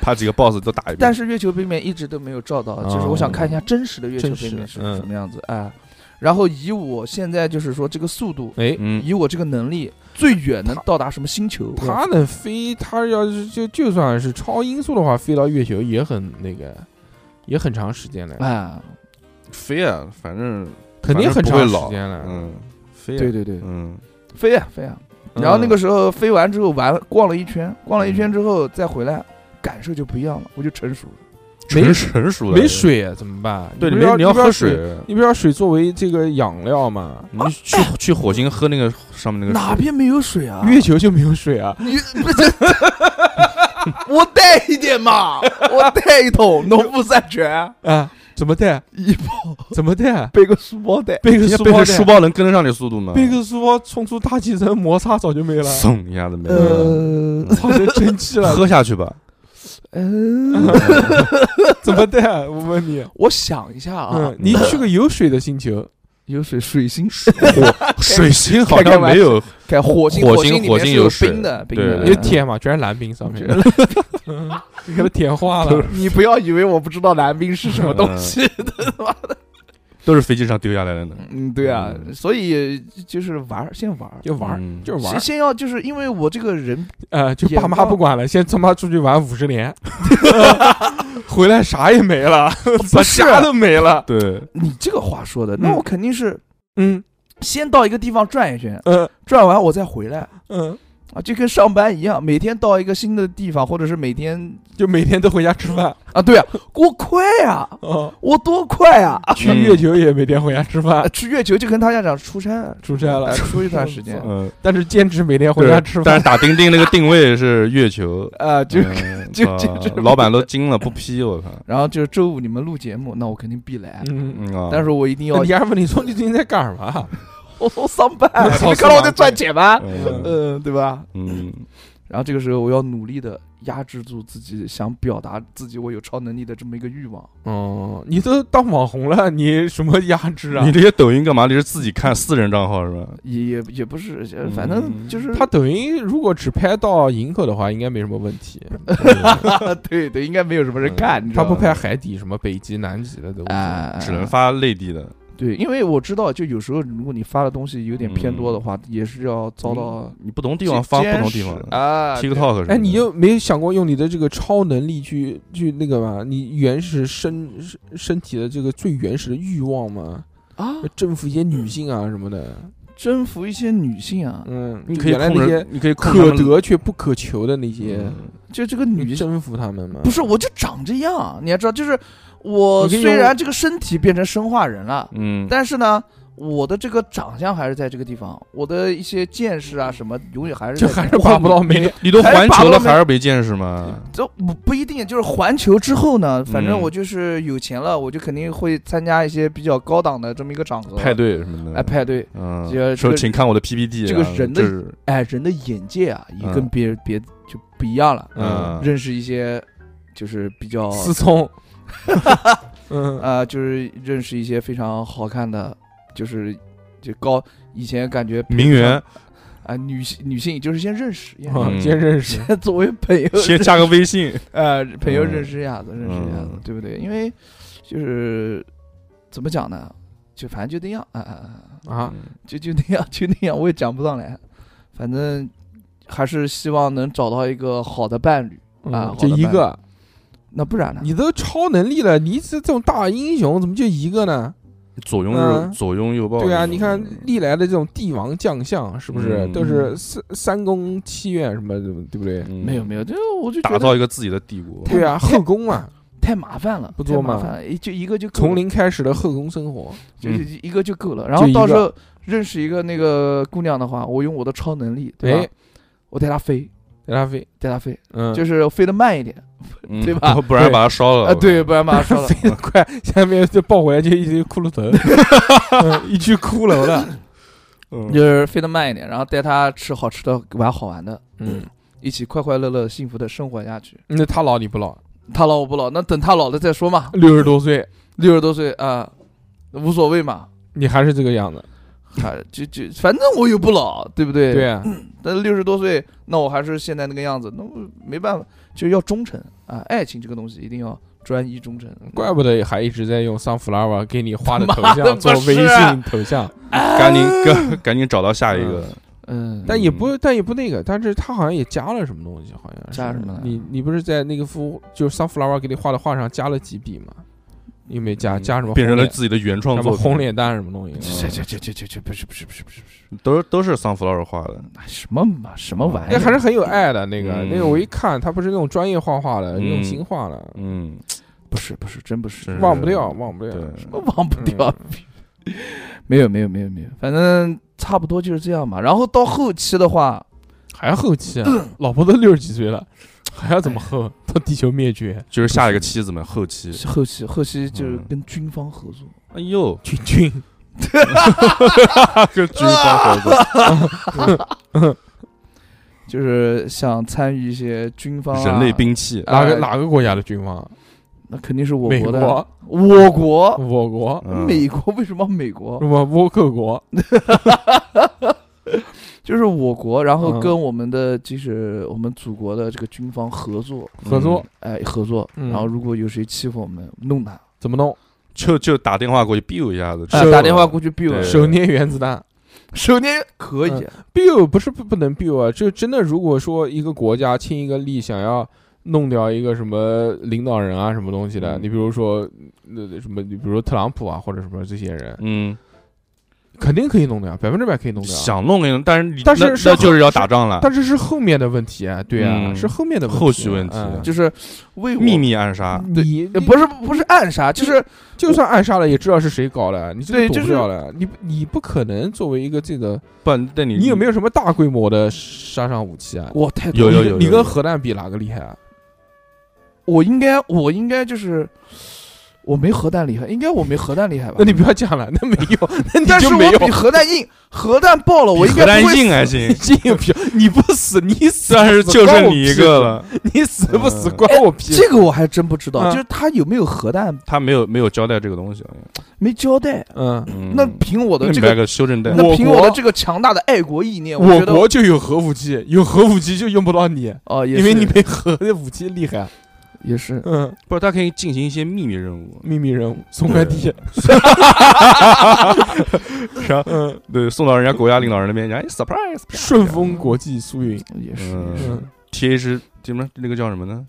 C: 他几个 boss 都打一遍，
B: 但是月球背面一直都没有照到，就是我想看一下真实的月球
A: 哦真
B: 背面
A: 实
B: 是
A: 嗯
B: 什么样子啊。然后以我现在就是说这个速度，
A: 哎，
C: 嗯，
B: 以我这个能力，最远能到达什么星球？
A: 他能飞，他要是就就算是超音速的话，飞到月球也很那个，也很长时间了，
B: 啊，
C: 飞啊，反正
A: 肯定很
C: 反正不
A: 长
C: 会
A: 时
C: 老，
A: 间了。
C: 嗯，飞
B: 哎
C: 啊，
B: 对对对，
C: 嗯，
B: 飞呀、飞呀、
A: 嗯
B: 然后那个时候飞完之后玩逛了一圈，逛了一圈之后再回来，感受就不一样了，我就成熟了。
A: 没
C: 成成熟了，
A: 没，水啊怎么办？
C: 对，
A: 你
C: 你
A: 不
C: 没
A: 是要
C: 你要
A: 不是
C: 喝
A: 水，
C: 水，
A: 你不是要水作为这个养料吗？
C: 你去去火星喝那个上面那个
B: 哪
C: 水
B: 边没有水啊？
A: 月球就没有水啊！
B: 你 不是 我带一点嘛，我带一桶农夫山泉，
A: 啊，怎么带？
B: 一包
A: 怎么带？
B: 背个书包带，
A: 背个
C: 人家
A: 书
C: 背
A: 包
C: 着
A: 带
C: 书包能跟得上你速度吗？
A: 背个书包冲出大气层，摩擦早就没了，
C: 嗖一下子没了，
B: 呃
A: 操，成蒸汽 了，
C: 喝下去吧。
B: 呃，
A: 怎么带？我问你，
B: 我想一下啊
A: 嗯，，你去个有水的星球，
B: 有水水星水，
C: 火水星好像没有，
B: 看火星，
C: 火
B: 星
C: 星
B: 里
C: 火
B: 面是
C: 星
B: 有
C: 有水
B: 冰的，冰
C: 对
B: 的
C: 对
A: 有
C: 对
A: 舔嘛，全是蓝冰上面
B: 全是，
A: 嗯给它舔化 了。
B: 你不要以为我不知道蓝冰是什么东西，
C: 都是飞机上丢下来的呢。
B: 嗯，对啊，
C: 嗯
B: 所以就是玩儿，先玩儿，
A: 就玩儿，
C: 嗯
A: 就玩
B: 先
A: 儿，
B: 先要就是因为我这个人，
A: 呃，就
B: 眼
A: 爸妈
B: 光
A: 不管了，先他妈出去玩五十年，回来啥也没了，把
B: 是
A: 家都没了。
C: 对，
B: 你这个话说的，那
A: 嗯
B: 我肯定是
A: 嗯
B: 先到一个地方转一圈，
A: 嗯
B: 转完我再回来
A: 嗯，
B: 啊，就跟上班一样，每天到一个新的地方，或者是每天
A: 就每天都回家吃饭。
B: 啊，对啊，我快啊，
A: 哦，
B: 我多快啊！
A: 去月球也每天回家吃
B: 啊
C: 嗯
A: 饭，
B: 去月球就跟大家讲出差，
A: 出差了
B: 啊，出一段时间
C: 嗯，
A: 但是坚持每天回家吃饭
C: 但是。打钉钉那个定位是月球，
B: 啊，就
C: 嗯
B: 就
C: 操
B: 就就
C: 老板都惊了，不批我靠。
B: 然后就是周五你们录节目，那我肯定必来，
A: 嗯，
C: 嗯啊，
B: 但是我一定
A: 那
B: 要
A: 你还问你说你最近在干什么啊？
B: 我我上班，
A: 我操
B: 你看到我在赚钱吗？
C: 嗯
B: 嗯，对吧？
C: 嗯
B: 然后这个时候我要努力的压制住自己想表达自己我有超能力的这么一个欲望。
A: 哦，你都当网红了，你什么压制啊
C: 你？这些抖音干嘛？你是自己看私人账号是吧？
B: 也也也不是，呃
C: 嗯
B: 反正就是
A: 他抖音如果只拍到营口的话，应该没什么问题。
B: 他 对对，应该没有什么人看，你知
A: 他
B: 道
A: 不
B: 吗？
A: 拍海底、什么北极、南极的都无所谓
B: 啊，
C: 只能发内地的。
B: 对，因为我知道，就有时候如果你发的东西有点偏多的话，也是要遭到
C: 你不嗯同地方发不同地方
B: 监视
C: 的
B: 啊。
C: ，TikTok 什么的
A: 哎，你有没有想过用你的这个超能力去去那个嘛？你原始身身体的这个最原始的欲望嘛？
B: 啊，
A: 征服一些女性啊什么的。
B: 征服一些女性啊，
A: 嗯，
C: 你
A: 就
C: 可以
A: 原来那
C: 控制
A: 些，
C: 你可以控制
A: 可
C: 他们
A: 得却不可求的那些，
C: 嗯
B: 就这个
A: 你
B: 女性
A: 征服他们嘛？
B: 不是，我就长这样，你要知道，就是我
A: 你可以
B: 虽
A: 用
B: 然这个身体变成生化人了，
C: 嗯，
B: 但是呢，我的这个长相还是在这个地方，我的一些见识啊什么，永远还是
A: 这
B: 在
A: 还是
B: 这个
A: 拔不到 眉
C: 你。你都
B: 还
C: 环
B: 把
C: 球
B: 我
C: 了，
B: 们
C: 还是没见识吗？
B: 这不不一定，就是环球之后呢，反正
C: 嗯
B: 我就是有钱了，我就肯定会参加一些比较高档的这么一个场合
C: 派，对什么的，
B: 哎，派对，
C: 嗯
B: 这个，
C: 说请看我的 PPT 啊。
B: 这个人的
C: 就是
B: 哎，人的眼界啊，也跟
C: 嗯
B: 别人别就不一样了，
C: 嗯，
B: 认识一些就是比较
A: 思 聪，嗯，
B: 呃，就是认识一些非常好看的，就是就高以前感觉
C: 名媛
B: 啊，女性女性就是先认识，先
A: 啊
C: 嗯
A: 先认识，
B: 作为朋友
C: 先加个 微信，
B: 呃，朋友
C: 嗯
B: 认识一下子，认识一下子，
C: 嗯
B: 对不对？因为就是怎么讲呢，就反正就那样啊啊啊，啊
A: 啊，
C: 嗯
B: 就就那样， 就那样，我也讲不上来。反正还是希望能找到一个好的伴侣，啊
A: 嗯
B: 好
A: 就
B: 的
A: 一
B: 办
A: 个，
B: 那不然呢？
A: 你都超能力了，你这这种大英雄怎么就一个呢？
C: 左拥
A: 嗯
C: 右左拥右抱。
A: 对啊，你看历来的这种帝王将相，是不是
C: 嗯
A: 都是三三宫七院什么的，对不对？
C: 嗯
B: 没有没有，就我就觉
C: 打
B: 得
C: 造一个自己的帝国。
A: 对 啊，
B: 太
A: 后宫嘛，
B: 太麻烦了，
A: 不
B: 太
A: 做
B: 麻
A: 吗
B: 烦了，一就一个就够
A: 从
B: 了，
A: 零开始的后宫生活，
B: 就
C: 嗯
B: 就一个就够了。然后
A: 就一
B: 到时
A: 个
B: 候认识一个那个姑娘的话，我用我的超能力，对
A: 哎
B: 吧？，我带她飞，
A: 带他飞，
B: 带她飞，
A: 嗯，
B: 就是飞得慢一点
C: 嗯
B: 对吧？
C: 不然把它烧了
B: 啊，对，，不然马上说 了。
A: 飞得快，下面就抱回来就一堆骷髅 头，嗯一具骷髅了，
C: 嗯
B: 就是飞得慢一点，然后带她吃好吃的，玩好玩的，
A: 嗯，
B: 一起快快乐乐、幸福的生活下去。
A: 那他老你不老？
B: 他老我不老，那等他老了再说嘛。
A: 六十多岁，
B: 六十多岁啊、无所谓 嘛，
A: 你还是这个样子，
B: 还就就反正我又不老，对不对？
A: 对。啊，
B: 但六十多岁，那我还是现在那个样子，那我没办法，就要忠诚啊！爱情这个东西一定要专一忠诚。
A: 怪不得还一直在用 sunflower 给你画的头
B: 妈的
A: 像
B: 不
A: 做微
B: 是啊
A: 信头像，
C: 赶紧赶赶紧找到下一个。
B: 嗯，
A: 但也不，但也不那个，但是他好像也加了什么东西，好像是
B: 加什么了
A: 你你不是在那个幅就是 sunflower 给你画的画上加了几笔吗？有没有加加什么
C: 变成了
A: 红
C: 自己的原创
A: 脸什
C: 作
A: 么
C: 品？
A: 红脸蛋什么东西？
B: 嗯
A: 啊
B: 这这这这这这不是不是不是不是不是
C: 都是都是桑弗劳尔画的，
B: 哎什么嘛什么玩意
A: 那
B: 儿？
A: 还是很有爱的那个，
C: 嗯
A: 那个我一看，他不是那种专业画画的，
C: 嗯
A: 用心画的，
C: 嗯，
B: 不是不是真不是
C: 是
A: 忘不掉，忘不掉嗯
C: 对。，
B: 我忘不掉。没有没有没有没有，反正差不多就是这样嘛。然后到后期的话，
A: 还后期啊，老婆都六十几岁了，还要怎么喝到地球灭绝？
C: 就是下一个妻子们后期。
B: 后期后期就是
C: 嗯
B: 跟军方合作，
C: 哎呦，
A: 君君，
C: 跟军方合作，
B: 就是想参与一些军方、啊
C: 人类，兵器，
A: 哪个
B: 哎
A: 哪个国家的军方？啊
B: 那肯定是我
A: 美
B: 国的，
A: 国、
B: 我国。
A: 我国、
C: 嗯
B: 美国 为什么美国
A: 什？么倭寇国，
B: 就是我国，然后
A: 嗯
B: 跟我们的就是我们祖国的这个军方合作，
A: 合作
C: 嗯
B: 哎，合作。
A: 嗯
B: 然后如果有谁欺负我们，弄他，
A: 怎么弄？
C: 就就打电话过去 biu 一下子，
A: 哎
B: 哎，打电话过去逼我
C: 对，
A: 手捏原子弹。
B: 手捏可以
A: 嗯，biu 不是不不能 biu 啊，就真的如果说一个国家倾一个力想要弄掉一个什么领导人啊什么东西的，
C: 嗯
A: 你比如说那什么，你比如说特朗普啊或者什么这些人，
C: 嗯，
A: 肯定可以弄掉，百分之百可以弄
B: 嗯
A: 掉。
C: 想弄一弄，但是你
A: 但是
C: 那
A: 是
C: 那就是要打仗了，
A: 但这是后面的问题啊，对啊，
C: 啊嗯
A: 是后面的问题啊
C: 后续问题
A: 嗯
B: 就是为我
C: 秘，密暗杀，
A: 你
B: 呃不是不是暗杀，就是
A: 就算暗杀了，也知道是谁搞的，你这
B: 对
A: 个躲
B: 就
A: 不
B: 是
A: 掉了。你你不可能作为一个这个，
C: 不然那你
A: 你有没有什么大规模的杀伤武器啊？
B: 我太
C: 有有
A: 你
C: 有
A: 你跟核弹比哪个厉害啊？
B: 我应该我应该就是我没核弹厉害，应该我没核弹厉害吧
A: 那？你不要讲了，那没有，那你
B: 啊但是
A: 就没有，
B: 我比核弹硬，核弹爆了我应该
C: 核弹
B: 不会
C: 硬啊
B: 死
C: 还行
A: 你有病，你不死，你死
C: 但是就剩你一个，
A: 关我
C: 了，
A: 屁事 你死不死
C: 嗯
A: 关我屁事。
B: 哎这个我还真不知道，
A: 嗯
B: 就是他有没有核弹
C: 他没有没有交代这个东西，
B: 没交代。
A: 嗯，
C: 嗯
B: 那凭我的这
C: 那买
B: 个，
C: 个修正带，
B: 那凭我
A: 我
B: 的
A: 国
B: 这个强大的爱国意念，我
A: 我
B: 觉得
A: 国就有核武器，有核武器就用不到你，
B: 哦，也
A: 因为
B: 是
A: 你没核的武器厉害。啊
B: 也是
A: 嗯，
C: 不是他可以进行一些秘密任务，
A: 秘密任务送快递，
C: 然后
A: 嗯，
C: 对送到人家国家领导人那边，人家哎 surprise
A: 顺丰国际苏运，
B: 也是
C: 嗯
B: 也是，
A: 嗯，
C: T H 什么那个叫什么呢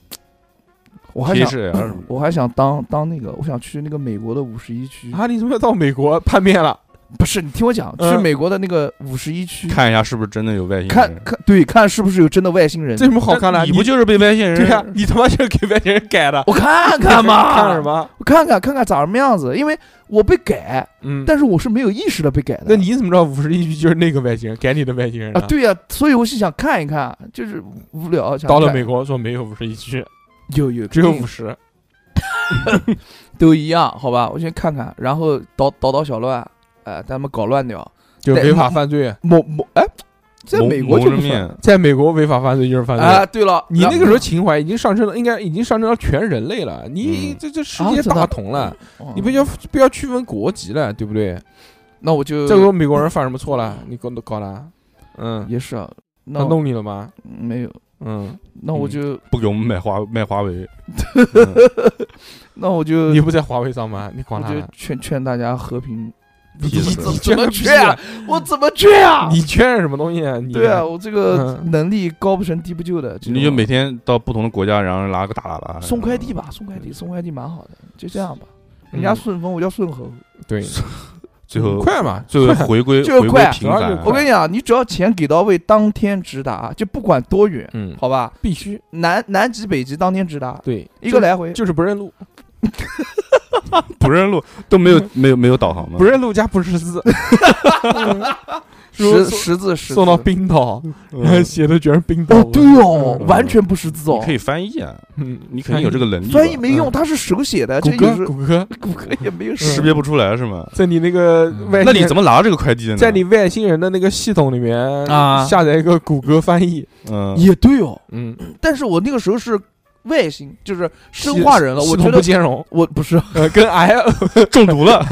B: 我还
C: ？T
B: 想
C: H L 什么的？
B: 我还想当当那个，我想去那个美国的五十一区，
A: 啊，你怎么要到美国叛变了？
B: 不是你听我讲，
A: 嗯
B: 去美国的那个五十一区
C: 看一下是不是真的有外星
B: 嗯看
C: 人？
B: 看对看是不是有真的外星人
A: 这，有什么好看的？
C: 你不就是被外星人
A: 对呀？你他妈就是给外星人改 的？
B: 我看 看嘛，
A: 看什？么？
B: 我看看看看长什么样子，因为我被改，
A: 嗯，
B: 但是我是没有意识的被改的。
A: 那你怎么知道五十一区就是那个外星人改你的外星人
B: 啊，？对呀、所以我是想看一看，就是无聊。想
A: 到了
B: 看
A: 美国说没有五十一区，
B: 有有
A: 只有
B: 肯定
A: 五十。
B: 都一样，好吧？我先看看，然后捣捣捣小乱，哎、他们搞乱掉。
A: 就是
B: 对
A: 违法犯罪，啊
B: 某某哎，在
C: 蒙
B: 美国就不
C: 蒙着
B: 算
C: 面，
A: 在美国违法犯罪就是犯罪。
B: 啊、对了，
A: 你那
B: 然
A: 个时候情怀已经上升到，应该已经上升到全人类了。你
C: 嗯
A: 这这世
B: 啊
A: 界
B: 真的
A: 大同了，
B: 哦
A: 你不要不要区分国籍了，对不对？
B: 那我就
A: 再说美国人犯什么错了？你搞搞了？嗯，
B: 也是啊，那
A: 他
B: 我
A: 弄你了吗？
B: 没有，
A: 嗯，
B: 那我就、
C: 不给我们买华卖华为，
B: 那我就
A: 嗯你不在华为上班，你管
B: 我
A: 他
B: 就
A: 了？啊
B: 劝劝大家和平。
A: 你
C: 屁
A: 你
C: 事
A: 你
B: 怎
A: 劝
B: 么
A: 个屁
B: 劝
A: 啊
B: 啊！？我怎么劝啊？
A: 你劝什么东西啊？你
B: 对啊，我这个
A: 嗯
B: 能力高不成低不就的，这种
C: 你就每天到不同的国家，然后拿个大喇叭
B: 送快递，吧，送快递，送快递蛮好的，就这样吧。人
A: 嗯
B: 家顺丰，我叫顺猴。
A: 对，
C: 最后
A: 快嘛，
C: 最后
A: 快
C: 回归
B: 就是
C: 回归
B: 快
C: 平
A: 主要就是
C: 凡啊
A: 快。
B: 我跟你讲，你只要钱给到位，当天直达，就不管多远，
A: 嗯，
B: 好吧？
A: 必须
B: 南南极、北极当天直达，
A: 对
B: 一个来回。
A: 就是不认路，
C: 不认路都没有没有没有导航吗？
A: 不认路加不识字，
B: 十
A: 说
B: 十字十字
A: 送到冰岛，
C: 嗯，
A: 写的全是冰岛
B: 哦
A: 文，
B: 对哦，
A: 嗯
B: 完全不识字哦
C: 你。可以翻译啊，
A: 嗯，
C: 你肯定有这个能力吧。
B: 翻译没用，
A: 嗯
B: 它是手写的，
A: 谷
B: 这有
A: 歌，
B: 时候
A: 谷歌，嗯
B: 谷歌也没有
C: 识
B: 识
C: 别不出来是吗？
A: 在你那个外，
C: 嗯那你怎
A: 么
C: 么拿这个快递的呢？
A: 在你外星人的那个系统里面
B: 啊
A: 下载一个谷歌翻译？
C: 嗯，
B: 也对哦。
A: 嗯，
B: 但是我那个时候是外星，就是
A: 系
B: 生化人了，
A: 系
B: 我
A: 统
B: 觉
A: 不
B: 得。
A: 兼 容，
B: 我不是，
A: 呃，跟 i
C: 中毒了，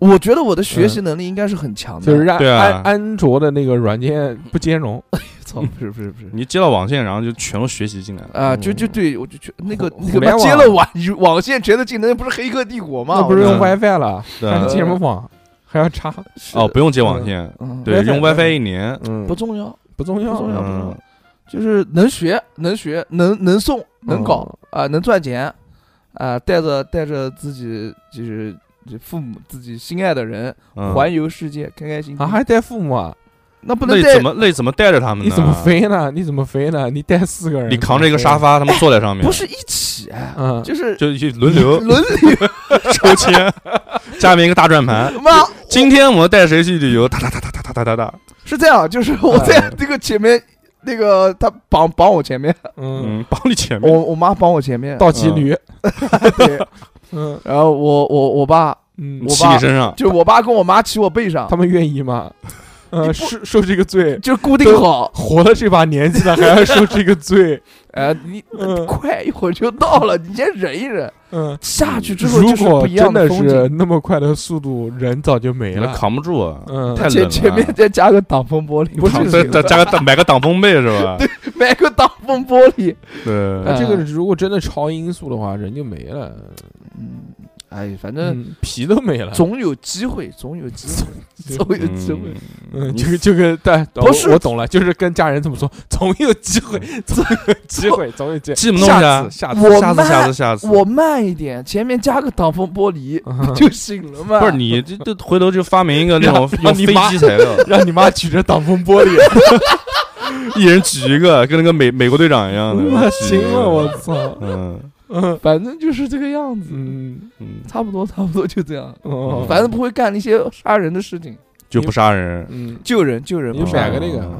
B: 我觉得我的学习能力应该是很强的。
A: 嗯就是让
C: 对啊
A: 安安卓的那个软件不兼容，嗯
B: 操，不是不是不是，
C: 你接到网线，然后就全都学习进来了。
B: 啊，就就
A: 嗯
B: 对，我就觉得那个
A: 互
B: 那个
A: 联网
B: 接了网网线全都进，那不是黑客帝国吗？
A: 那不是
B: 我
A: 用
C: 知道
A: WiFi 了，
C: 对
A: 还
C: 啊
A: 能接什么网？还要插？
B: 操
C: 哦，不，用接网线，
B: 呃嗯，
C: 对，
A: WiFi
C: 用 WiFi 一年。
A: 嗯，
B: 不重要，
A: 不重要，啊
B: 不重要不重
C: 嗯
B: 要，就是能学能学能能送能搞啊，能赚钱啊，带着带着自己就是父母自己心爱的人
C: 嗯，
B: 环游世界，开开心
A: 啊，
B: 心。
A: 还带父母啊？
B: 那不
C: 那
B: 能
C: 你
B: 带
C: 怎么那你怎么带着他们呢？
A: 你怎么？飞呢？你怎么飞呢？你带四个人，
C: 嗯你扛着一个沙，发，他们坐在上面，
B: 不是一起，啊
A: 嗯，
B: 就是
C: 就就 轮流
B: 轮流
C: 抽签，下面一个大转盘。
B: 妈
C: 今天我们带谁去旅游？哒哒哒哒哒哒哒哒哒。
B: 是这样，就是我在这个前面那个他绑绑我前面，
A: 嗯，
C: 嗯，帮你前面
B: 我我妈绑我前面，
A: 倒骑驴，
B: 对，
A: 嗯
B: 然后我我我爸
A: 嗯
C: 你
B: 我，
C: 骑
B: 爸
C: 你身上，
B: 就我爸跟我妈骑我背上
A: 他，们愿意 吗？
B: 你
A: 呃，
B: 不
A: 受受这个罪，
B: 就固定
A: 都
B: 好，
A: 活了这把年纪了还要受这个 罪，
B: 哎，你
A: 嗯
B: 快一会儿就到了，你先忍一忍，
A: 嗯。
B: 下去之后
A: 如
B: 就是
A: 果
B: 不一样
A: 真的
B: 风
A: 是
B: 景。
A: 那么快的速度，人早就没
C: 你那
A: 了。
C: 扛不住啊，
A: 嗯，
C: 太冷
B: 前
C: 了。
B: 前面再加个挡风玻璃，不
C: 扛
B: 是
C: 再
B: 行
C: 再加个挡买个挡风被是 吧？
B: 买个挡风玻璃。
C: 对
A: 那这个
B: 嗯
A: 如果真的超音速的话，人就没了，
B: 嗯， 哎，反正
A: 嗯，皮都没 了。
B: 总有机会，总有机会，总有机会。
C: 嗯
A: 嗯，
C: 你
A: 这个这个，但
B: 不是
A: 我我懂了，就是嗯跟家人这么说， 总有机会， 总有机 会，总有机会。
C: 记不弄一
A: 下
C: 下啊
A: 次，下次，
B: 我
C: 嗯下次
B: 慢
C: 下次下次，
B: 我慢一点，前面加个挡风玻璃
A: 嗯
B: 就行了嘛。
C: 不是你这这回头就发明一个那种
A: 让
C: 用
A: 让你
C: 飞
A: 妈
C: 机材 料，
A: 让你妈举着 挡风玻璃，
C: 啊 一人举一个，跟那个美美国队长一 样的。举一
A: 行
C: 个
A: 了，我 操，
C: 嗯
A: 嗯
B: 反正就是这个样子，
A: 嗯
C: 嗯，
B: 差不多，差不多就这样。
A: 哦，
B: 反正不会干那些杀人的事情，
C: 就不杀人。
A: 嗯，
B: 救人救人
A: 你
B: 嘛。
A: 买个那
C: 嗯
A: 个，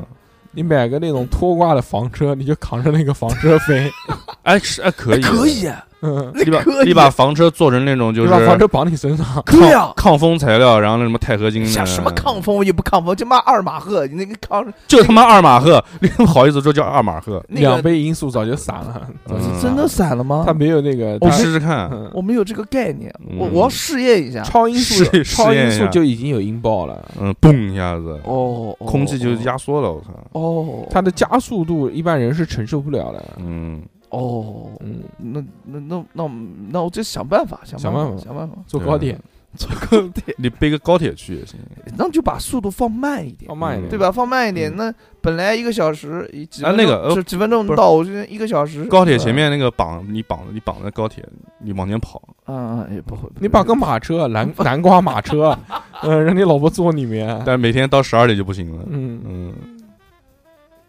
A: 你买个那种拖挂的房车，你就扛着那个房车飞，
C: 哎是哎可以
B: 可以，啊，
A: 嗯，
B: 那
C: 你把
B: 可以
C: 你把房车做成那种就
A: 你
C: 是
A: 把房车绑你身上，
B: 对啊
C: 抗抗风材料，然后那什么钛合金的，
B: 像什么抗风也不抗风，就骂二马赫，你那个抗
C: 就他妈二马赫， 你他妈好意思说叫二马赫？
B: 那
A: 两
B: 个
A: 倍音速早就散了，早就
C: 嗯
A: 散
B: 真的散了吗哦
A: 他？没有那个，
C: 你
A: 他
C: 试试看，
A: 嗯
B: 我没有这个概念，我
C: 嗯
B: 我要试验一下。
A: 超音速
C: 试
A: 超
C: 试验
A: 音
C: 一
A: 速
C: 下
A: 就已经有音爆了。
C: 嗯，嘣一下子，
B: 哦，哦
C: 空气就压缩了，我靠，
B: 哦，
A: 它的加速度一般人是承受不了的。
C: 嗯，
B: 哦，
A: 嗯，
B: 那那那那我那我就想办法，想办
A: 想
B: 想办法，
A: 坐高铁
B: 坐高铁，
C: 你背个高铁去也行。
B: 那就把速度放慢一点
A: 要，慢一点，
B: 对？吧？放慢一点
C: 嗯，
B: 那本来一个小时，一几
C: 啊
B: 分
C: 那
B: 钟
C: 个呃
B: 是几分钟
C: 不是
B: 到，我现在一个小时，
C: 高铁前面那个绑你绑你绑在高铁，你往前跑，
B: 嗯，嗯，也不会，不会
A: 你把个马 车南南瓜马车，嗯，让你老婆坐里面。
C: 但每天到十二点就不行了。
A: 嗯，
C: 嗯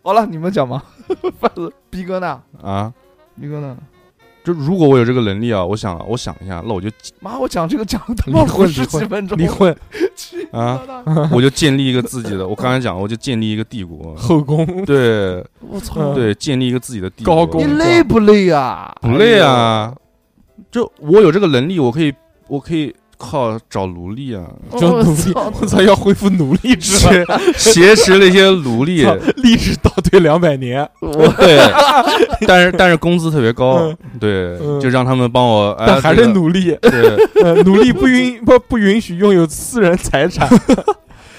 B: 好了，你们讲吧， 反正逼哥呢？
C: 啊，
B: 逼哥呢？
C: 就如果我有这个能力啊，我想我想一下，那我就
B: 妈，我讲这个讲他
A: 离
B: 妈
A: 婚
B: 五
A: 离
B: 十几
A: 婚
B: 分钟，
A: 离婚，
B: 去
C: 啊，我就建立一个自己的。我刚才讲，我就建立一个帝国
A: 后宫
C: 对
B: 我操！
C: 对，建立一个自己的帝
A: 高
C: 国。
A: 公
B: 你累不累啊？
C: 不累啊，就我有这个能力，我可以我可以靠找奴 隶啊，
B: 哎呦！
A: 就
B: 我
A: 奴隶，
B: 操
A: 我操，要恢复奴隶制了，
C: 挟挟持那些奴隶，
A: 操历史倒退两百年，
B: 我
C: 对，但是但是工资特别高
A: 嗯，
C: 对
A: 嗯，
C: 就让他们帮我，哎
A: 但还
C: 这
A: 是
C: 个
A: 奴隶，
C: 对，
A: 呃奴隶不允 不不允许拥有私人财产，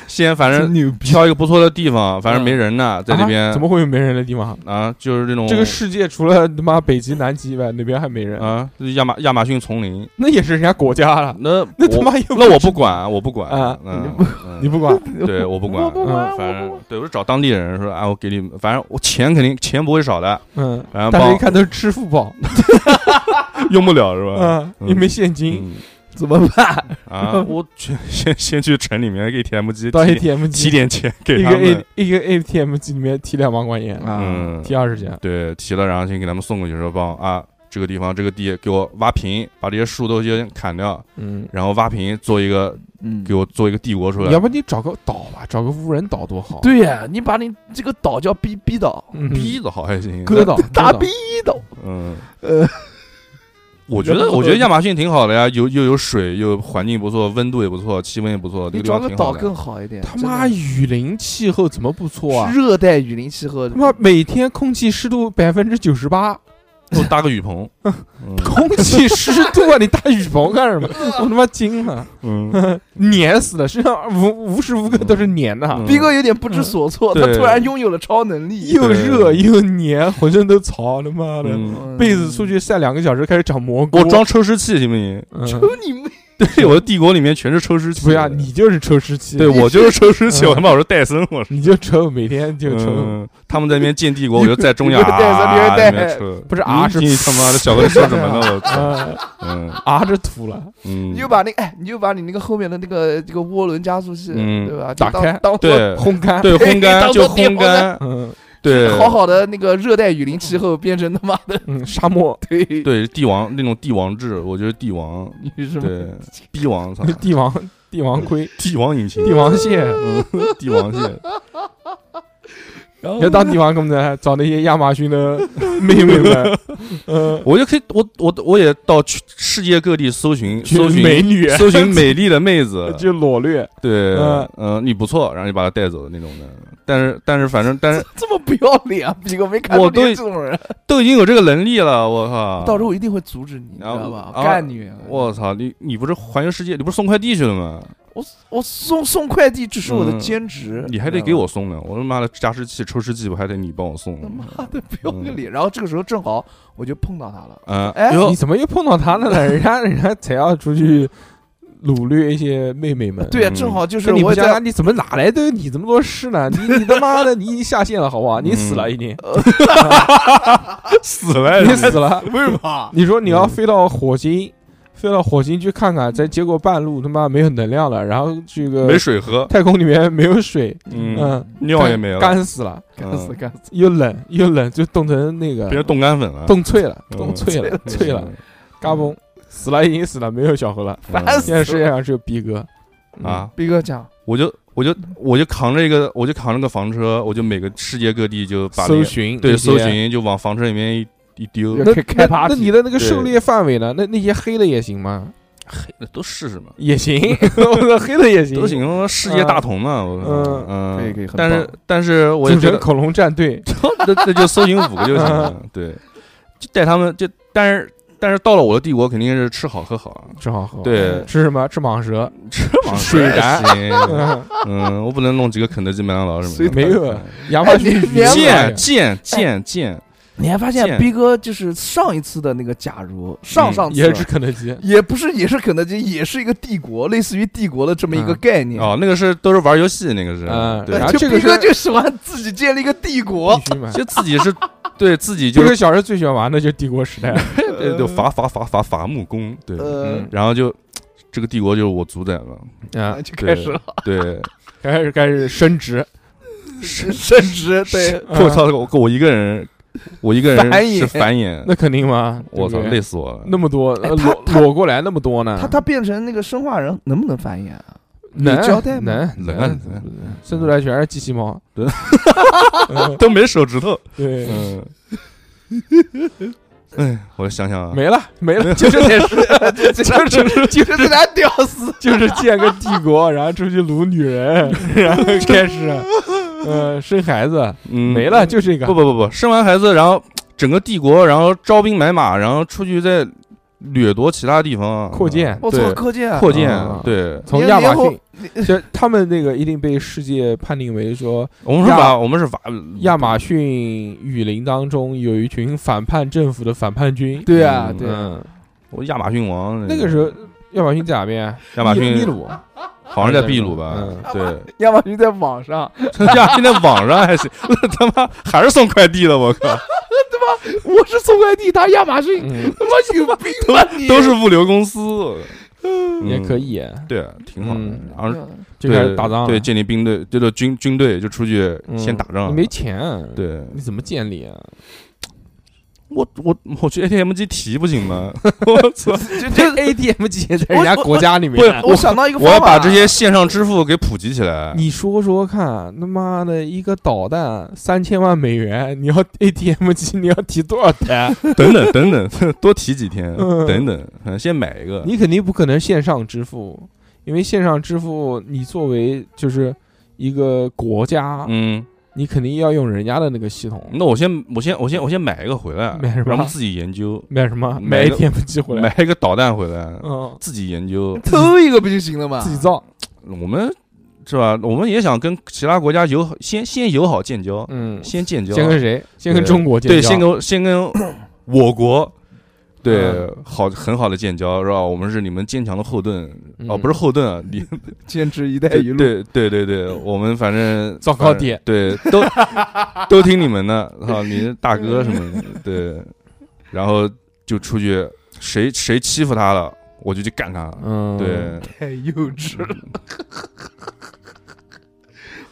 C: 先 反正
A: 牛逼！
C: 挑一个不错的地方，反正
A: 嗯
C: 没人呢，在那
A: 啊
C: 边
A: 怎么会有没人的地方？
C: 啊，就是这种
A: 这个世界除了他妈北极、南极以外，哪边还没人？
C: 啊，亚马亚马逊丛林，
A: 那也是人家国家了，
C: 那
A: 那他
C: 我
A: 妈又 不
C: 那我
A: 是
C: 不管，我不管
A: 啊
C: 嗯，嗯
A: 你不管，
C: 对，我不管，
B: 我不管，
A: 嗯
B: 我
C: 反
B: 不
C: 正
B: 管。
C: 对我就找当地人说，啊，我给你，反正我钱肯定钱不会少的，
A: 嗯，
C: 然后
A: 但是
C: 帮
A: 一看都是支付宝，
C: 用不了是吧？
A: 嗯，也没现金，
C: 嗯
B: 怎么办？
C: 啊，我去先先去城里面给 ATM 机
A: 到
C: 提
A: ATM
C: 提
A: 机，
C: 点钱给
A: 一
C: 他
A: 个 A
C: 们，
A: 一个 ATM 机里面提两万块钱，
B: 啊，
C: 嗯，
A: 提二十钱，
C: 对，提了，然后先给他们送过去，说帮我啊这个地方这个地给我挖平，把这些树都先砍掉，
A: 嗯，
C: 然后挖平做一个
B: 嗯
C: 给，我做一个帝国出来
A: 要。不你找个岛吧，找个无人岛多好，
B: 对呀，你把你这个岛叫逼逼岛，
A: 嗯，
C: 逼的好还行，
A: 割岛，
B: 大
A: 割岛
B: 逼岛，
C: 嗯，
B: 呃，
C: 我觉得我觉
A: 呃
C: 得亚马逊挺好的呀，有又有水，又环境不错，温度也不错，气温也不错，这
B: 你
C: 个地
B: 找
C: 方
B: 个
C: 挺
B: 岛
C: 好的。
B: 更好一点。
A: 他妈
B: 真的
A: 雨林气候怎么不错啊？
B: 热带雨林气候，
A: 他妈每天空气湿度百分之九十八，
C: 我搭个雨棚， 嗯
A: 空气湿度啊，你搭雨棚干什 么？
C: 啊
A: 我他妈惊了，
C: 嗯，
A: 黏死了，身上无无时无刻都是黏的。
C: 嗯
B: 逼哥有点不知所措，他
C: 对
B: 突然拥有了超能力，
A: 又热又黏，浑身都潮，他妈的！
C: 嗯
B: 嗯
A: 被子出。去晒两个小时，开始长蘑菇。
C: 我装抽湿器行不行？
A: 嗯，
B: 抽你妹！
C: 对，我的帝国里面全是抽湿器。
A: 不要，你就是抽湿器，
C: 对我就是抽湿器，
A: 嗯
C: 我他妈我是戴森，我是。
A: 你就抽，每天就抽。
C: 嗯，他们在那边建帝国，我就在中亚
B: 你会戴森你会
C: 啊
B: 戴
C: 那边抽，
A: 不是啊是
C: 你他妈的小哥说什么呢？我操，
A: 啊，
C: 嗯
A: 啊，这土了，
C: 嗯，
B: 你就把那个哎，你就把你那个后面的那个这个涡轮加速器，
C: 嗯
B: 对吧？就
A: 打
B: 当
A: 开
B: 当做
C: 对
A: 烘干。
C: 对烘干
B: 当
C: 就
B: 做帝
C: 烘
B: 国的
C: 干，
A: 嗯
C: 对，
B: 好好的那个热带雨林气候变成他妈的
A: 嗯，沙漠，
B: 对
C: 对帝王那种帝王制，我觉得帝王
B: 女什么
C: 对帝 王操
A: 帝王帝王盔，
C: 帝王引擎
A: 帝王蟹，
C: 嗯帝王蟹，
D: 然后
A: 要当地方工作，找那些亚马逊的妹妹 们，嗯，
C: 我就可以，我我我也到去世界各地搜寻
A: 去
C: 搜寻
A: 美女，，
C: 搜寻美丽的妹子
A: 就裸虐，
C: 对，
A: 嗯
C: 嗯、你不错，然后就把她带走的那种的。但是但是反正但是
B: 这么不要脸，逼哥没看
C: 我
B: 出你
C: 对
B: 是这种人。
C: 都已经有这个能力了，我靠！
B: 到时候我一定会阻止你，你知
C: 然后
B: 道吧？
C: 啊
B: 干你！
C: 我操，你你不是环游世界，你不是送快递去了吗？
B: 我我送送快递只是我的兼职，
C: 嗯你还得给
B: 知道吧。
C: 我送呢，我他妈的加湿器、抽湿器，我还得你帮我送
B: 他。
C: 嗯
B: 妈的，不要个脸！然后这个时候正好我就碰到他了，
C: 嗯，
B: 哎
C: 哟
A: 你怎么又碰到他了 呢？人家人家才要出去掳掠一些妹妹们，
B: 对啊，
C: 嗯
B: 正好就是
A: 跟你
B: 我
A: 不
B: 也
A: 加，
B: 在，
A: 你怎么哪来的你这么多事 呢？你你他妈的，你已经下线了，好不
C: 嗯
A: 好？你死了已经，
C: 死了
A: 你死
C: 哎
A: 了。
B: 为什么？
A: 你说你要飞到火星，飞到火星去看看，在结果半路他妈没有能量了，然后这个
C: 没水喝，
A: 太空里面没有水，
C: 嗯，
A: 嗯，
C: 尿也没了，
A: 干死了，
B: 干死干死！
A: 又冷又冷，就冻成那个
C: 别人冻干粉了，
A: 冻脆了，
C: 嗯
A: 冻脆了，
C: 嗯
A: 脆了，嘎嘣，死了已经死了，没有小何了。
B: 烦
C: 嗯
B: 死
A: 现在世界上只有逼哥，嗯
C: 啊！
B: 逼哥讲，
C: 我就我就我就扛着一个，我就扛着个房车，我就每个世界各地就把那
A: 搜
C: 个
A: 寻
C: 对
A: 这些
C: 搜。寻就往房车里面一一丢，
A: 那
D: 开开
A: 那
D: party
A: 那你的那个
C: 对
A: 狩猎范围呢？那那些黑的也行吗？
C: 嘿，那都试试嘛，
A: 也行， 我说黑的也行，
C: 都行，我说世界大同嘛，我
A: 嗯
C: 嗯，
B: 可以可以很
C: 但是但是我也
A: 组
C: 觉
A: 成
C: 得，
A: 恐龙战队，
C: 那那就搜寻五个就行了，对，就带他们就，但是但是到了我的帝国肯定是吃好喝好啊，
A: 正好喝。，
C: 对，
A: 吃什么？吃蟒蛇。
C: 吃
A: 吃哦水燃
C: 燃，
A: 嗯
C: 嗯，我不能弄几个肯德基、麦当劳什么的，
A: 没有
C: 嗯
A: 亚马逊
B: 哎你
A: 雨林
B: 你
C: 贱贱贱贱，
B: 你还发现
C: 见
B: 逼哥就是上一次的那个假如，上上
C: 嗯
B: 次
A: 也是吃肯德基。
B: 也不是也是肯德基，也是一个帝国，类似于帝国的这么一个
A: 嗯
B: 概念。
C: 哦，那个是都是玩游戏，那个是
A: 嗯，
C: 对
A: 然，后
B: 就
A: 这个
B: 逼哥
A: 是
B: 就喜欢自己建立一个帝国
A: 必，须买。
C: 就自己是。对自己
A: 这
C: 就是呃
A: 个小时候最喜欢玩的就是帝国 时代，
C: 对嗯对伐伐伐伐伐木工，对，
B: 嗯呃，
C: 然后就这个帝国就是我主宰了，
A: 啊，
B: 就开始了，
C: 对，
A: 开始开始升职，
B: 甚至对，
A: 嗯
C: 我操！我我一个人，我一个人
B: 繁衍
C: 是繁衍，
A: 那肯定嘛，
C: 嗯我操，
A: 对不对
C: 累死我了。
A: 那么多
B: 哎
A: 呃
B: 他
A: 裸
B: 他
A: 裸过来那么多呢，
C: 啊
B: 他他变成那个生化人，能不能繁衍啊？
A: 能
B: 有交代吗
A: 能
C: 能啊能啊
A: 生出来全是机器猫，
C: 对
A: 嗯
C: 都没手指头，
A: 对，
C: 嗯，哎，我想想啊，
A: 没了没 了，就这点事，
B: 这这这这这这俩屌丝，
A: 就是建个帝国，然后出去掳女人，然后开始，呃，生孩子，
C: 嗯，
A: 没了，。就这个
C: 不，不不不，生完孩子，然后整个帝国，然后招兵买马，然后出去再掠夺其他地方，
A: 扩建
B: 我操，
C: 对，
B: 柯建，
C: 扩建
A: 啊，
C: 对。
A: 从
B: 你
A: 亚马
B: 连后
A: 逊，其实他们那个一定被世界判定为说
C: 我们是
A: 亚
C: 把我们是把
A: 亚马逊雨林当中有一群反叛政府的反叛军，
B: 对啊
C: 嗯
B: 对啊，
A: 嗯，
C: 我亚马逊王
A: 那个时候亚马逊在哪边？啊
C: 亚马逊
A: 秘鲁，啊
C: 好像在秘鲁吧
A: 嗯？
C: 对，
B: 亚马逊在网上，
C: 亚马逊在网上还行， 那他妈还是送快递的，我靠！
B: 我是送快递，他亚马逊，
A: 嗯，
B: 他妈有病吧你？
C: 都是物流公司，嗯
A: 也可，以，
C: 对，挺好的
A: 嗯。
C: 然后
A: 就开始打仗了，
C: 对，建立兵队，这个军军队就出去
A: 嗯
C: 先打仗
A: 你。没钱，，
C: 对，
A: 你怎么建立啊？
C: 我我我去 ATM 机提不 行吗？我操！
B: 就就
A: ATM 机也在人家国家里面
C: 我，
B: 我想到一个
C: 我
B: 方法，
C: 要把这些线上支付给普及起来。
A: 你说说看，他妈的一个导弹三千万美元，你 要 ATM 机，你要提多少台？
C: 等等等等， 多提几天，
A: 嗯
C: 等等，嗯先买一个。
A: 你肯定不可能线上支付，因为线上支付，你作为就是一个国家，
C: 嗯，
A: 你肯定要用人家的那个系统。
C: 那我先我先我先我先买一个回来，
A: 买什么
C: 然后我们自己研究，
A: 买什么？买
C: 买个
A: ATM 机回来，
C: 买一个导弹回来，
A: 嗯，
C: 自己研究。
B: 偷一个不就行了
C: 啊
B: 吗？
A: 自己造，
C: 我们是吧？我们也想跟其他国家友好，先先友好建交，
A: 嗯，
C: 先建交，
A: 先跟谁？先跟
C: 对
A: 中国建
C: 对，
A: 交
C: 先跟 先跟我国。对
A: 嗯，
C: 好，很好的建交是吧？我们是你们坚强的后盾哦，
A: 嗯
C: 不是后盾 啊，你
B: 坚持“一带
C: 对
B: 一路
C: 对对对对，我们反正
A: 糟糕
C: 反正
A: 点
C: 对， 都都听你们的，操，你是大哥什 么的，对，然后就出去，谁谁欺负他了，我就去干他，
A: 嗯，
C: 对，，”，
B: 太幼稚了。
C: 嗯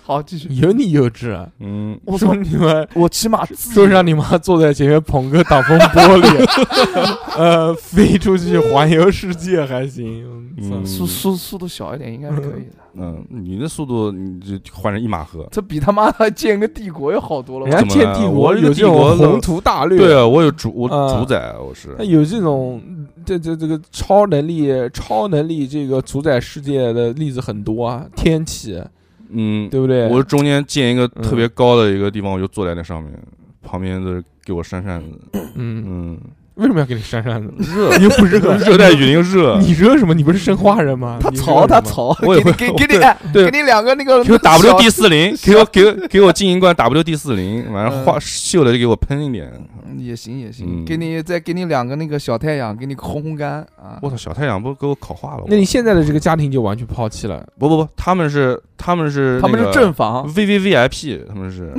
B: 好，继续。
A: 有啊你幼稚，
C: 嗯，
B: 我
A: 说
B: 操，
A: 你们
B: 我起码自
A: 说让你妈坐在前面捧个挡风玻璃， 呃，飞出去环游世界还行。嗯
C: 嗯
B: 速速速度小一点，应该是可以的。
C: 嗯，你的速度你就换成一马赫。
B: 这比他妈的建个帝国要好多了
A: 人
B: 吧。
A: 家
C: 怎么
A: 建
C: 了
A: 帝
C: 我
A: 国
C: 这个
A: 有
C: 帝
A: 这种
C: 国的
A: 宏图大略，
C: 对啊，我有主我
A: 啊
C: 主宰，我是
A: 他有这种嗯这这这个超能力、超能力这个主宰世界的例子很多啊，天启
C: 嗯，
A: 对不对？
C: 我中间建一个
A: 嗯
C: 特别高的一个地方，我就坐在那上面，旁边都是给我扇扇子，
A: 嗯，
C: 嗯，
A: 为什么要给你扇扇子？
C: 热
A: 又不热，
C: 嗯热带雨林热，
A: 你热什么？你不是生化人吗？
B: 他
A: 你热
B: 槽，他
A: 什么，
B: 槽，
C: 我也
B: 给你给
C: 会
B: 给
C: 对
B: 你哎
C: 对
B: 给你两个那个
C: 给我
B: 小
C: WD 四零，给我给我给我进一罐 WD 四零，晚上
B: 嗯
C: 花锈了就给我喷一点。
B: 嗯也行也行，
C: 嗯
B: 给你再给你两个那个小太阳，给你烘烘干啊。
C: 我操，小太阳不给我烤化了？
A: 那你现在的这个家庭就完全抛弃了，
C: 不不不，他们是他们是
B: 他们是正房，
C: V V V I P，他们是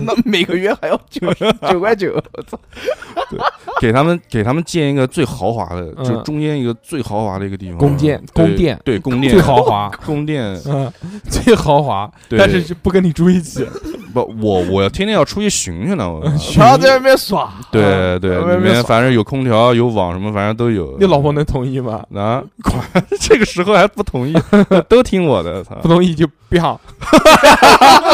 B: 那每个月还要 九九块九，我操！
C: 给他们给他们建一个最豪华的，
A: 嗯
C: 就中间一个最豪华的一个地方，
A: 宫殿
C: 对
A: 宫殿
C: 对宫殿
A: 最豪华，
C: 宫 殿，
A: 嗯，最豪华，
C: 对嗯
A: 但是就不跟你住一起，
C: 不，我我要天天要出去巡去呢，我
A: 巡
B: 然后在外面耍， 啊
C: 对对，
B: 外面
C: 里面
B: 爽
C: 反正有空调有网什么，反正都有。
A: 你老婆能同意吗？
C: 啊，管 这个时候还 不同意，都听我的，操
A: 不，同意就不要，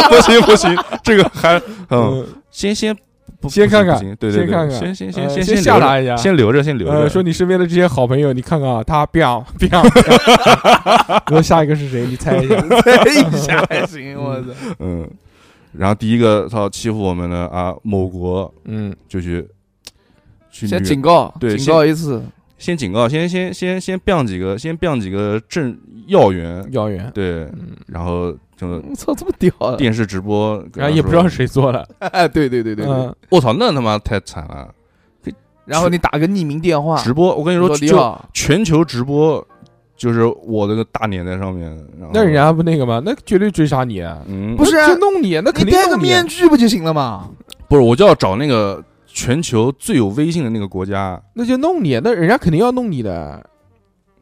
C: 不行不行，这个还嗯，
A: 嗯，
C: 先先不
A: 先
C: 不行
A: 看看
C: 不行对对
A: 先看
C: 对，
A: 看
C: 先先先
A: 呃
C: 先
A: 先
C: 留
A: 吓
C: 着
A: 他一下
C: 先留着先留
A: 呃，
C: 着，
A: 说你身边的这些好朋友，你看看啊，他不要 不 要，不要然后下一个是谁？你猜一下，
B: 一下还行，我操！
C: 嗯，然后第一个操欺负我们的啊，某国
A: 嗯，
C: 就去去
B: 先
C: 虐
B: 警告，
C: 对
B: 警告一次，
C: 先警告，先先先先 biang 几个，先 biang 几个政要员，
A: 要员，
C: 对，
A: 嗯，
C: 然后就
B: 我操，这么屌啊！
C: 电视直播，跟
A: 然后
C: 他
A: 嗯也不知道
C: 说
A: 谁做的，
B: 哎，对对对对对。
A: 嗯，
C: 我操，那他妈太惨了！
B: 然后你打个匿名电话，
C: 直播，我跟你说，
B: 说你
C: 就
B: 好，
C: 全球直播，就是我这个大脸在上面。然后
A: 那人，家不那个吗？那绝对追杀你啊，
C: 嗯，
B: 不是啊
A: 那就弄你，那肯
B: 你
A: 定
B: 戴个
A: 弄你啊
C: 啊
B: 面具不就行了嘛？
C: 不是，我就要找那个全球最有威信的那个国家。
A: 那就弄你，那人家肯定要弄你的，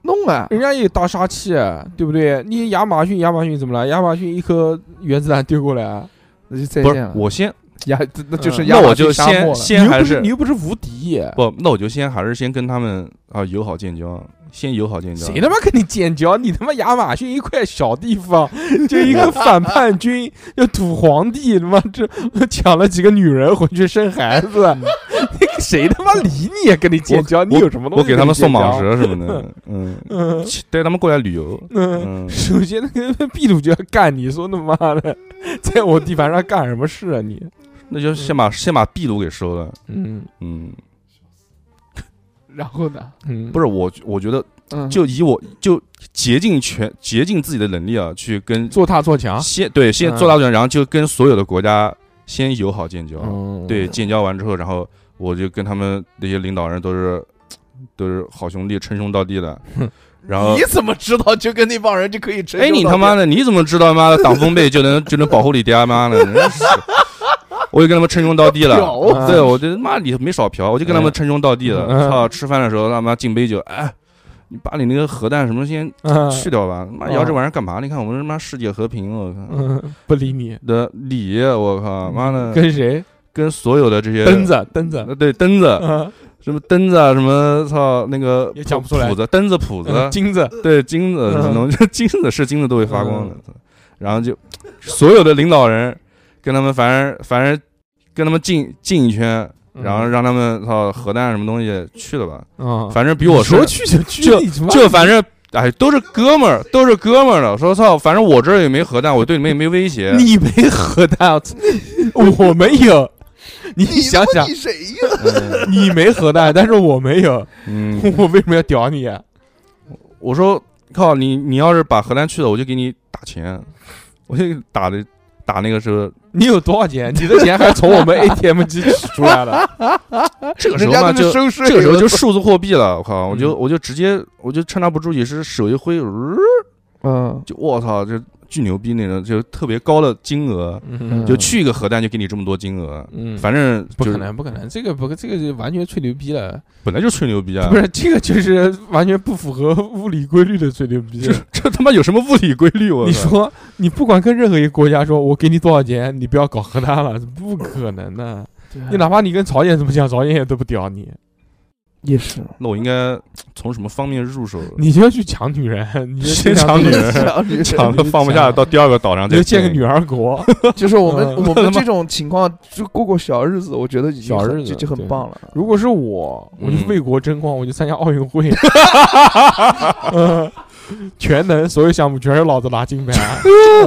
B: 弄啊！
A: 人家也大杀器，对不对？你亚马逊，亚马逊怎么了？亚马逊一颗原子弹丢过来，
B: 那就再
C: 不
B: 见
C: 是
B: 了，。
C: 我先
B: 呀，这那就是
A: 嗯
B: 亚
C: 那我
B: 马逊
C: 就
B: 沙
C: 先
B: 漠了
C: 先
A: 你又
C: 还
A: 不
C: 是
A: 你又不是无敌，
C: 不，那我就先还是先跟他们啊友好建交，先友好建交。
A: 谁他妈跟你建交？你他妈亚马逊一块小地方， 就一个反叛军，就土皇帝，他妈这抢了几个女人回去生孩子，那个谁他妈理你？啊跟你建交，你有什么东西？
C: 我给他们送蟒。蛇什 么的，嗯，
A: 嗯
C: 带他们过来旅游。
A: 嗯，
C: 嗯，
A: 首先那个 秘鲁就要干你，说他妈的，在我地盘上干什么事啊你？
C: 那就先把先把秘鲁给收了。
A: 嗯
C: 嗯，
B: 然后呢？
A: 嗯，
C: 不
A: 是
C: 是我，我觉得
B: 嗯，
C: 就以我就竭尽全竭尽自己的能力啊，去跟
A: 做大做强。
C: 先对先
A: 嗯
C: 做大转，然后就跟所有的国家先友好建交。
A: 嗯，
C: 对，建交完之后，然后我就跟他们那些领导人都是都是好兄弟，称兄道弟的。然后
B: 你，怎么知道就跟那帮人就可以成？
C: 哎，你他妈的，你怎么知道妈的党风被就能就能保护你爹啊妈呢？真是我也跟他们称兄道弟了。
B: 屌！
A: 嗯
C: 对，我就妈你没少嫖，我就跟他们称兄道弟了。
A: 嗯
C: 操，吃饭的时候他妈敬杯酒，哎，你把你那个核弹什么先
A: 嗯
C: 去掉吧，妈
A: 嗯
C: 要这玩意儿干嘛？你看我们他妈世界和平，我靠
A: 嗯， 不理你。
C: 的礼，我靠，妈的，
A: 嗯跟谁？
C: 跟所有的这些
A: 蹬，子，蹬子。
C: 呃对灯子，
A: 嗯，
C: 什么灯子啊，什么操那个
A: 也讲不出来
C: 谱子，灯子谱子，
A: 金子。
C: 对金子，
A: 嗯
C: 能金子是金子都会发光的，然后就所有的领导人跟他们反正反正跟他们进进一圈，然后让他们操核弹什么东西去了吧，
A: 嗯，
C: 反正比我
A: 说
C: 是
A: 去就去，
C: 就
A: 你他妈
C: 就反正哎，都是哥们儿，都是哥们儿了。说操，反正我这儿也没核弹，我对你们也没威胁。
A: 你没核弹， 我操我没有。你
B: 你
A: 想想，
B: 你谁呀？
C: 嗯
A: 你没核弹，但是我没 有，
C: 嗯，
A: 我为什么要屌你？啊
C: 我说靠你，你要是把核弹去了，我就给你打钱，我就打的打那个时候，
A: 你有多少钱？你的钱还从 我们 ATM 机取出来了？
C: 这个时
B: 人
C: 候
B: 家
C: 嘛
B: 都是
C: 就。
B: 收税，
C: 这个时候就数字货币了，我靠！我就
A: 嗯
C: 我就直接我就趁他不注意时手一挥，呃
B: 嗯，
C: 就我操，就巨牛逼那种，就特别高的金额，
A: 嗯
C: 就去一个核弹就给你这么多金额，
A: 嗯，
C: 反正
A: 不
C: 就
A: 可
C: 是
A: 能，不可能，这个不，这个就完全吹牛逼了，
C: 本来就吹牛逼啊！
A: 不是这个就是完全不符合物理规律的吹牛逼
C: 这。这他妈有什么物理规律？我
A: 你
C: 靠
A: 说你不管跟任何一个国家说，我给你多少钱，你不要搞核弹了，不可能的。
B: 对啊
A: 你哪怕你跟朝鲜怎么讲，朝鲜也都不屌你。
B: 也是
C: 那我应该从什么方面入手？
A: 你就去抢女人，你就
C: 先
A: 抢
C: 抢女 人
B: 抢女人
C: 抢的放不下，到第二个岛上
A: 你
C: 再
A: 就建个女儿国。
B: 就是我们
A: 嗯
B: 我们这种情况就过过小日子，我觉得已经
A: 小
B: 很
A: 日子
B: 就就很
A: 对
B: 棒了。
C: 啊
A: 如果是我，我就
C: 嗯
A: 为国争光，我就参加奥运 会，嗯全能所有项目全是老子拿金牌。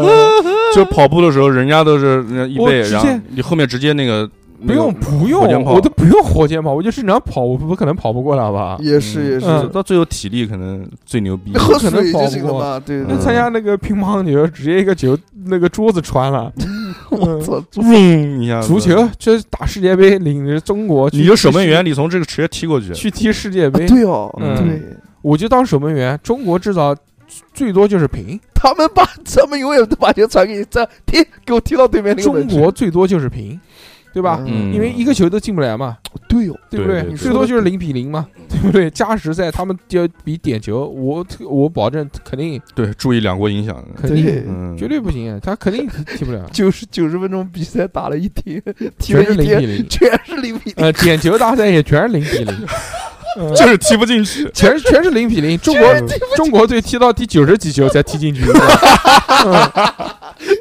A: 嗯
C: 就跑步的时候，人家都是人家一
A: 我
C: 倍，
A: 直
C: 然后
A: 接
C: 你后面直接那个
A: 不用不用
C: 火箭，炮
A: 我都不用火箭炮，我就正常跑，我不可能跑不过他吧？
B: 也
C: 嗯
B: 是也是，
C: 那个
A: 嗯
C: 到最后体力可能最牛 逼。
B: 喝
A: 可能
B: 水
A: 跑
B: 就
A: 不
B: 行了
A: 过
B: 嘛，对
A: 那
B: 对
C: 嗯
A: 参加那个乒乓球，直接一个球那个桌子穿了。嗯
B: 对，做
C: 嗡一下子
A: 足球这打世界杯，领着中国去
C: 你就守门员，你从这个直接踢过去。
A: 去踢世界杯，
B: 对哦，
C: 嗯
B: 对，
A: 我就当守门员。中国制造最多就是平，
B: 他们把 他们永远都把球传给你，再踢给我踢到对面哎那个
A: 中
B: 门去
A: 国最多就是平，对吧？
C: 嗯
A: 因为一个球都进不来嘛，
B: 对哦，
A: 对不对
C: 对对？对
A: 最多就是零比零嘛，
B: 嗯
A: 对不对？加时赛他们就比点球，我我保证肯定
C: 对，注意两国影响，
A: 肯定
B: 对，，
C: 嗯，
A: 绝对不行，啊他肯定踢踢不了
B: 九十九十分钟比赛打了一天，踢了
A: 全是
B: 一
A: 零
B: 天，
A: 比零。
B: 全是零比零，
A: 呃，点球大赛也全是零比 零，嗯
C: 就是踢不进去。
A: 全全是零比零。中国中国队踢到第九十几球才踢 进去一个。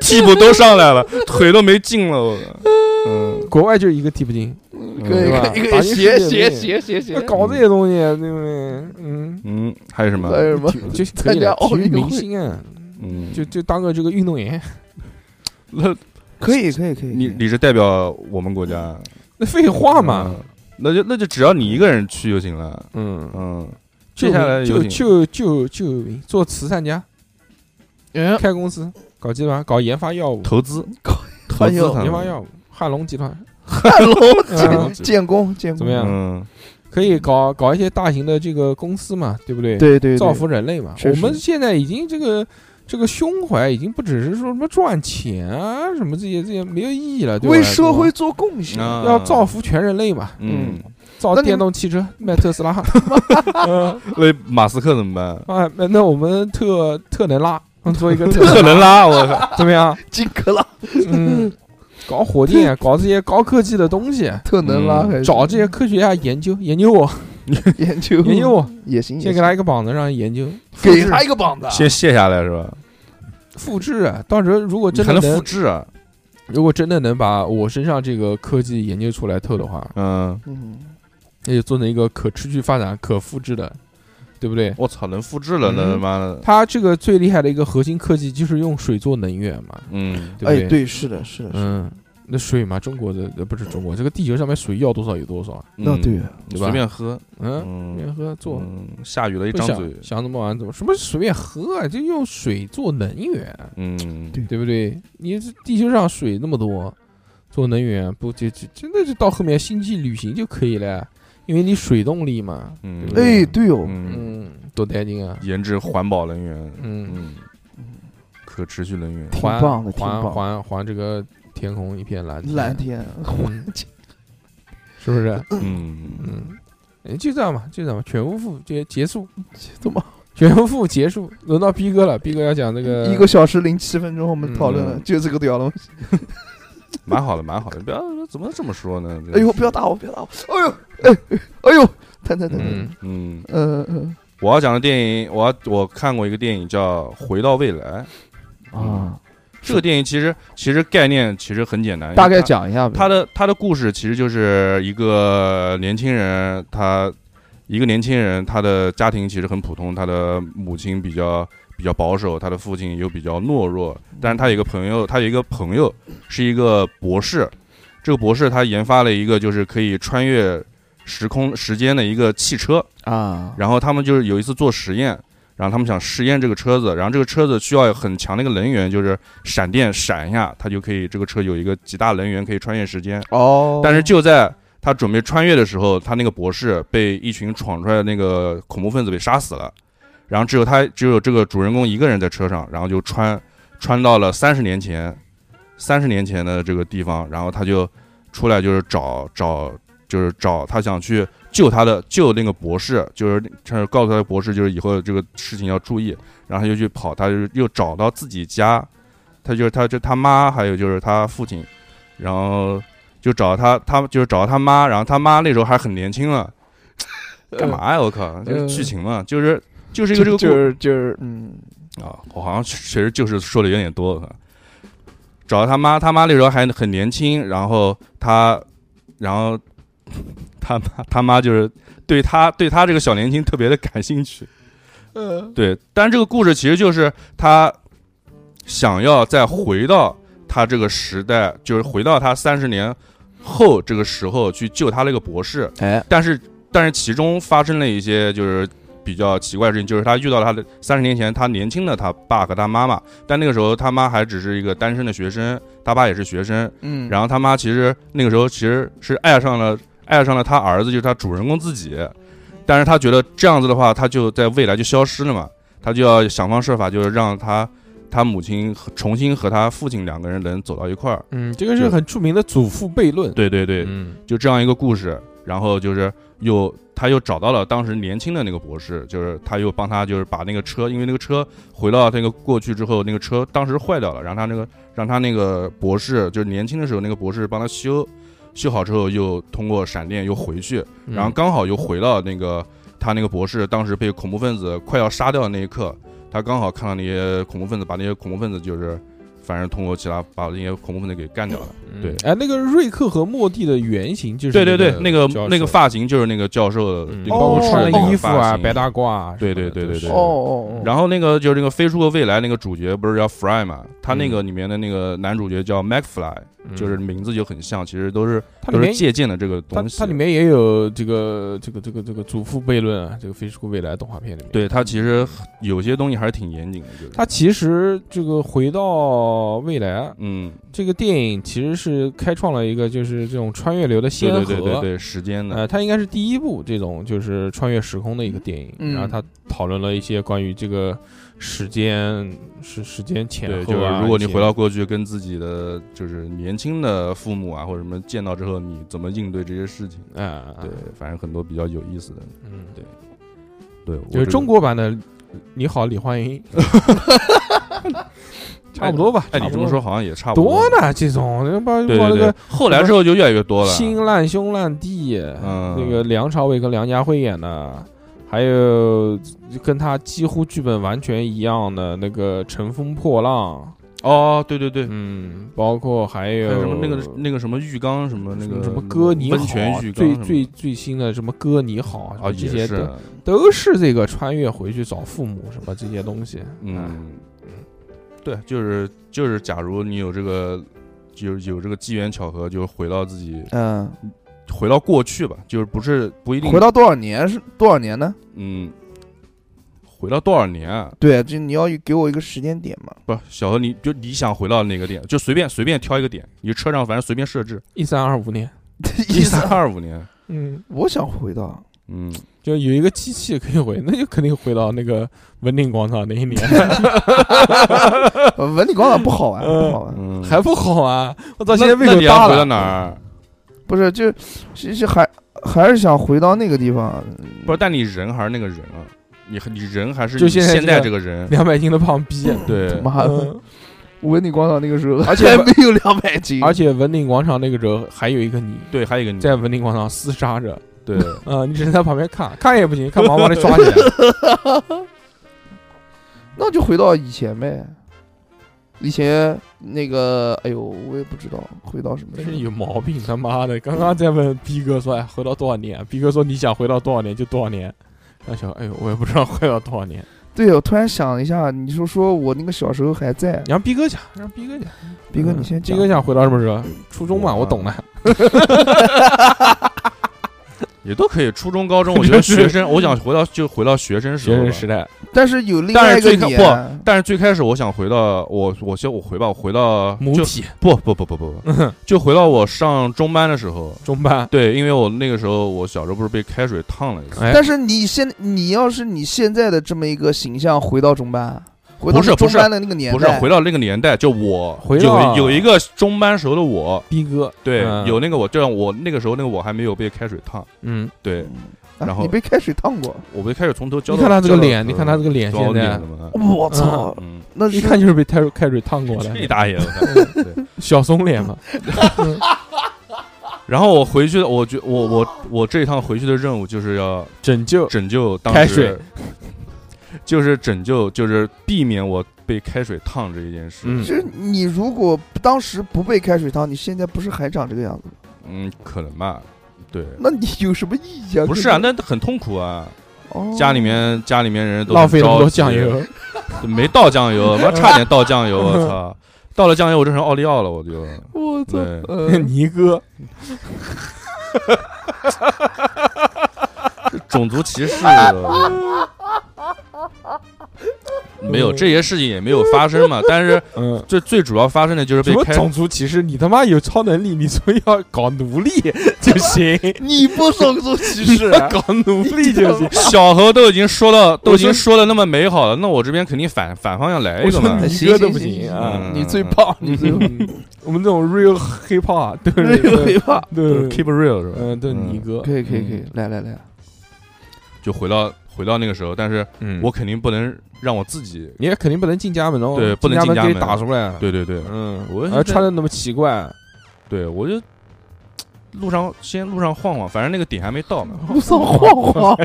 C: 替补都上来了，腿都没劲了。我 嗯，
A: 国外就一个踢不进，
B: 一个一
A: 对嗯吧
B: 个一
A: 打进
B: 个
A: 世
B: 斜
A: 界
B: 斜
A: 杯
B: 斜斜斜
A: 那，搞这些东西，啊对不对？嗯，
C: 嗯，还有什么？
B: 还有什么？
A: 体就可以
B: 参加
A: 了，
B: 奥
A: 体育
B: 运
A: 明
B: 会
A: 星啊，
C: 嗯，
A: 就就当个这个运动员。
C: 那
B: 可以可以可以，
C: 你你是代表我们国家
A: 那废话嘛，
C: 嗯那就那就只要你一个人去就行了。
A: 嗯，
C: 嗯，
A: 就
C: 接下来有
A: 就
C: 请
A: 就就就有名做慈善家，
B: 嗯，
A: 开公司，搞集团，搞研发药物，
C: 投资
B: 搞，
C: 投资
B: 搞
C: 他
A: 研
C: 们
A: 发药物，汉龙集团
B: 汉
A: 嗯
B: 龙建建功建
A: 怎
B: 功
A: 么，样？
C: 嗯，
A: 可以搞搞一些大型的这个公司嘛，对不对？
B: 对对，对
A: 造福人类嘛。
B: 确
A: 我
B: 实
A: 们现在已经这个这个胸怀已经不只是说什么赚钱啊什么这些这些没有意义了，对吧？
B: 为社会做贡献，
C: 啊
A: 要造福全人类嘛。
C: 嗯，
A: 造
B: 那你
A: 电
B: 们
A: 动汽车，卖特斯拉，嗯
C: 那马斯克怎么 办？
A: 啊，那那我们特特能拉，嗯做一个特
C: 特能拉，我靠，
A: 怎么样？
B: 金克拉
A: 嗯，搞火箭，搞这些高科技的东西，
B: 特能拉
C: 嗯
B: 还是
A: 找这些科学家研究研究我，
B: 研究
A: 研究我，
B: 也行，
A: 先
B: 也
A: 给
B: 行
A: 他一个膀子让他研究，
B: 给
A: 复制
B: 他一个膀子，啊
C: 先卸下来是吧？
A: 复制啊。到时候如果
C: 你
A: 真
C: 还
A: 的
C: 能复
A: 能，
C: 制啊？
A: 如果真的能把我身上这个科技研究出来透的话，
C: 嗯，
B: 嗯，
A: 那就做成一个可持续发展、可复制的，对不对？
C: 我操，能复制了，那他
A: 嗯
C: 妈的，
A: 它这个最厉害的一个核心科技就是用水做能源嘛，
C: 嗯，
A: 对不
B: 哎，对，是的，是的，是的
A: 嗯，那水嘛，中国的呃不是中国，这个地球上面水要多少有多少啊，
B: 那
C: 嗯
B: 对，
A: 对吧
C: 随便喝，
A: 嗯，随
C: 嗯，
A: 便喝做，
C: 嗯下雨了一
A: 不
C: 张
A: 想
C: 嘴，
A: 想怎么玩怎么，什么随便喝啊，就用水做能源，
C: 嗯，
B: 对
A: 对不对？你这地球上水那么多，做能源不就就真的就到后面星际旅行就可以了，因为你水动力嘛，
C: 嗯
A: 对不对
B: 哎，对哦，
C: 嗯，
A: 嗯，多带劲啊，
C: 研制环保能源，
A: 嗯，
C: 嗯，可持续能源，
B: 挺
A: 还
B: 棒的，挺
A: 还
B: 棒的，
A: 还还这个天空一片蓝
B: 蓝，天，啊
A: 嗯是不是？
C: 嗯，
A: 嗯，哎就这样吧，就这样吧，全无负结结束。
B: 怎么
A: 全副结束，轮到逼哥了。逼哥要讲那个
B: 嗯一个小时零七分钟我们讨论了
A: 嗯
B: 就这个屌东西，
C: 蛮好的，蛮好的，不要怎么这么说呢？
B: 哎呦，不要打我，不要打我，哎呦， 哎哎呦，疼疼疼疼，
A: 嗯，
C: 嗯，
B: 嗯嗯
C: 我要讲的电影，我要我看过一个电影叫《回到未来》，
B: 啊，
C: 这个电影其实其实概念其实很简单，
B: 大概
C: 因为它
B: 讲一下呗，
C: 他的他的故事其实就是一个年轻人，他一个年轻人，他的家庭其实很普通，他的母亲比较比较保守，他的父亲又比较懦弱，但是他有一个朋友，他有一个朋友是一个博士，这个博士他研发了一个就是可以穿越时空时间的一个汽车，
B: 啊，
C: 然后他们就是有一次做实验。然后他们想实验这个车子，然后这个车子需要很强的一个能源，就是闪电闪一下，它就可以这个车有一个极大能源可以穿越时间。
B: 哦，
C: 但是就在他准备穿越的时候，他那个博士被一群闯出来的那个恐怖分子给杀死了，然后只有他只有这个主人公一个人在车上，然后就穿穿到了三十年前，三十年前的这个地方，然后他就出来就是找找就是找他想去救他的救那个博士，就是就是告诉他的博士就是以后这个事情要注意，然后他就去跑，他就又找到自己家，他就是他就他妈还有就是他父亲，然后就找他，他就是找他妈，然后他妈那时候还很年轻了，干嘛呀？我靠，这
B: 嗯
C: 是剧情嘛，就是就是一
B: 就
C: 个这
B: 就
C: 个故
B: 是就是嗯，
C: 啊，我好像确实就是说的有点多。了。找到他妈，他妈那时候还很年轻，然后他，然后 他妈他妈就是对他对他这个小年轻特别的感兴趣。
B: 呃，
C: 对，但这个故事其实就是他想要再回到他这个时代，就是回到他三十年后这个时候去救他那个博士，
B: 哎，
C: 但是但是其中发生了一些就是比较奇怪的事情，就是他遇到了他的三十年前他年轻的他爸和他妈妈，但那个时候他妈还只是一个单身的学生，他爸也是学生，
B: 嗯，
C: 然后他妈其实那个时候其实是爱上了爱上了他儿子，就是他主人公自己，但是他觉得这样子的话，他就在未来就消失了嘛，他就要想方设法就是让他他母亲和重新和他父亲两个人能走到一块儿，
A: 嗯，这个是很著名的祖父悖论。
C: 对对对，
A: 嗯，
C: 就这样一个故事，然后就是又他又找到了当时年轻的那个博士，就是他又帮他就是把那个车，因为那个车回到那个过去之后，那个车当时坏掉了，然后他那个让他那个博士就是年轻的时候那个博士帮他修，修好之后又通过闪电又回去，
A: 嗯
C: 然后刚好又回到那个他那个博士当时被恐怖分子快要杀掉的那一刻，他刚好看到那些恐怖分子把那些恐怖分子就是反正通过其他把那些恐怖分子给干掉了。
A: 嗯
C: 对
A: 哎，那个瑞克和莫蒂的原型就是
C: 对对对，那个
A: 教授
C: 那个，发型就是那个教授的，
A: 嗯
C: 那个
A: 包括
C: 博士
A: 穿
C: 那
A: 的
C: 个
A: 衣服
C: 发
A: 啊，
C: 型
A: 白大褂啊什么的，
C: 对对对对
A: 都是
C: 对
B: 哦哦哦，
C: 然后那个就是那个《飞出个未来》那个主角不是叫 Fry 嘛？他那个里面的那个男主角叫 McFly，
A: 嗯
C: 就是名字就很像，其实都是
A: 它里
C: 都哦是
A: 面
C: 借鉴的这个
A: 它
C: 东西
A: 它里。面也有这个这个这个这个祖父悖论啊，这个《飞出未来》动画片里面。，
C: 对他其实有些东西还是挺严谨的，就是
A: 它其实这个回到未来
C: 嗯，
A: 这个电影其实是开创了一个就是这种穿越流的
C: 对
A: 先河。
C: 对对对对，时间的，
A: 呃，它应该是第一部这种就是穿越时空的一个电影，
B: 嗯
A: 然后它讨论了一些关于这个时间时时间前后、
C: 对，
A: 啊、
C: 就是如果你
A: 一些
C: 回到过去跟自己的就是年轻的父母啊或者什么见到之后，你怎么应对这些事情？
A: 啊，
C: 对，反正很多比较有意思的。
A: 嗯，对，
C: 对，我
A: 就是
C: 这个
A: 中国版的《你好，李焕英》，差不多吧？
C: 哎，
A: 差不
C: 你这
A: 多
C: 么说好像也差不
A: 多呢，这种把
C: 对
A: 把那
C: 对对
A: 个，
C: 后来之后就越来越多了。
A: 新烂兄烂弟，
C: 嗯
A: 那个梁朝伟跟梁家辉演的。还有跟他几乎剧本完全一样的那个《乘风破浪》，
C: 哦，对对对，
A: 嗯，包括还有
C: 还有什么那个那个什么浴缸什么那个
A: 什么歌你好，
C: 温泉浴缸
A: 最
C: 什么
A: 最最新的什么歌你好
C: 啊
A: 这
C: 也
A: 些
C: 是
A: 都都是这个穿越回去找父母什么这些东西，哎，
C: 嗯，对，就是就是，假如你有这个有有这个机缘巧合，就回到自己
B: 嗯，
C: 回到过去吧，就是不是不一定
B: 回到多少年是多少年呢？
C: 嗯。回到多少年啊？
B: 对，就你要给我一个时间点 嘛。
C: 不，小何，你就你想回到哪个点？就随便随便挑一个点，你车上反正随便设置
A: 一三二五年，
C: 一三，二五年，
A: 嗯，
B: 我想回到，
C: 嗯，
A: 就有一个机器可以回，那就肯定回到那个文鼎广场那一年，
B: 呃文理广场不好玩，
A: 嗯
B: 不好玩，
C: 嗯
A: 还不好啊！我到
C: 那
A: 现在胃
C: 那
A: 口
C: 你要
A: 大
C: 回到
A: 了，
C: 哪儿？
B: 不是，就其实还还是想回到那个地方，啊
C: 不是，但你人还是那个人啊，你你人还
A: 嗯
C: 是
A: 就
C: 你
A: 现在
C: 现
A: 这
C: 在
A: 个
C: 这个人，
A: 两百斤的胖逼，
C: 对，
B: 妈的，
A: 嗯
B: 文理广场那个时候
A: 而且
B: 还没有两百斤，
A: 而且文鼎广场那个时候还有一个你
C: 对，还有一个你，
A: 在文鼎广场厮杀着，
C: 对，
A: 呃，你只能在旁边看 看也不 行， 看忙忙的抓起来。
B: 那就回到以前呗。以前那个，哎呦，我也不知道回到什么
A: 真
B: 时
A: 是
B: 候。
A: 有毛病，他妈的！刚刚在问逼哥说，哎，回到多少年？逼哥说你想回到多少年就多少年。那小，哎呦，我也不知道回到多 少年。
B: 对，我突然想了一下，你说说我那个小时候还在，
C: 嗯
A: 你让逼哥讲，让逼哥讲。
B: 斌哥你先
A: 逼
B: 讲。
A: 哥想回到什么时候？初中嘛，
C: 我
A: 我懂的。
C: 也都可以，初中、高中，我觉得学生，我想回到就回到学生时
A: 学
C: 候
A: 生
C: 吧。
A: 时代，
B: 但是有另外一个
C: 但是最
B: 你，啊
C: 但是最开始我想回到我，我先我回吧，我回到
A: 母
C: 就
A: 体
C: 不不不不不 不，就回到我上中班的时候。
A: 中班。
C: 对，因为我那个时候我小时候不是被开水烫了一次，
A: 哎，
B: 但是你现你要是你现在的这么一个形象回到中班，回到
C: 不是不
B: 中
C: 是
B: 班的那个年代，
C: 不是回到那个年代，就我
A: 回到
C: 有有一个中班时候的我，
A: 逼哥，
C: 对，
A: 嗯
C: 有那个我，这样我那个时候那个我还没有被开水烫，
A: 嗯，
C: 对
B: 啊
C: 然后
B: 你被开水烫过，
C: 我被开水从头浇
A: 你
C: 到，
A: 看他这个
C: 浇到
A: 脸，你看他这个脸
C: 浇到
A: 现
C: 脸
A: 在
C: 了，嘛，
B: 我操，
C: 嗯，
B: 那
A: 一
B: 是
A: 看就是被开水开水烫过
C: 这
A: 的
C: 一打眼，我看对
A: 小松脸嘛。
C: 然后我回去，我觉我我我这一趟回去的任务就是要
A: 拯救
C: 拯救当
A: 开水
C: 时， 就是拯救，就是避免我被开水烫这一件事。
A: 嗯
D: 就是你如果当时不被开水烫，你现在不是还长这个样子吗？
C: 嗯，可能吧，对，
D: 那你有什么意义啊？
C: 不是啊，那很痛苦啊，
D: 哦
C: 家里面家里面人都
A: 浪费那么多
C: 很着
A: 酱
C: 急
A: 油，
C: 没倒 酱油，妈差点倒酱油，我操！倒了酱油，我就成奥利奥了，我就
D: 我操
C: 对，
D: 呃
A: 尼哥
C: 种族歧视。 没有这些事情也没有发 生嘛，但是
A: 嗯。
C: 最最主要发生的就是
A: 什
C: 被
A: 么
C: 开
A: 种族歧视？你他妈有超能力，你所以要搞奴 隶就行，，
D: 你不种族歧视
B: 啊
A: 搞奴隶就行。
C: 小何都已经说到，都 已
A: 我说
C: 经说的那么美好了，那我这边肯定反反方向来
A: 我
C: 一个
A: 说
C: 嘛。
A: 你
D: 行
A: 哥都
D: 行
A: 不
D: 行
A: 行
D: 行
A: 啊！
C: 嗯嗯
B: 你最棒，你最棒，
A: 我们这种 real hip hop 都是
B: 对吧？
A: 对
C: ，keep real 是吧？
A: 嗯，对你哥，
D: 可以可以可以，来来 来，
C: 就回到回到那个时候，但是
A: 嗯
C: 我肯定不能让我自己，
A: 你也肯定不能进家门哦，
C: 对不能
A: 进
C: 进家
A: 给你
C: 门
A: 打出来。，
C: 对对对
A: 嗯，
C: 我
A: 还穿的那么奇怪，
C: 对，我就路上先路上晃晃，反正那个点还没到嘛。
D: 路上晃晃，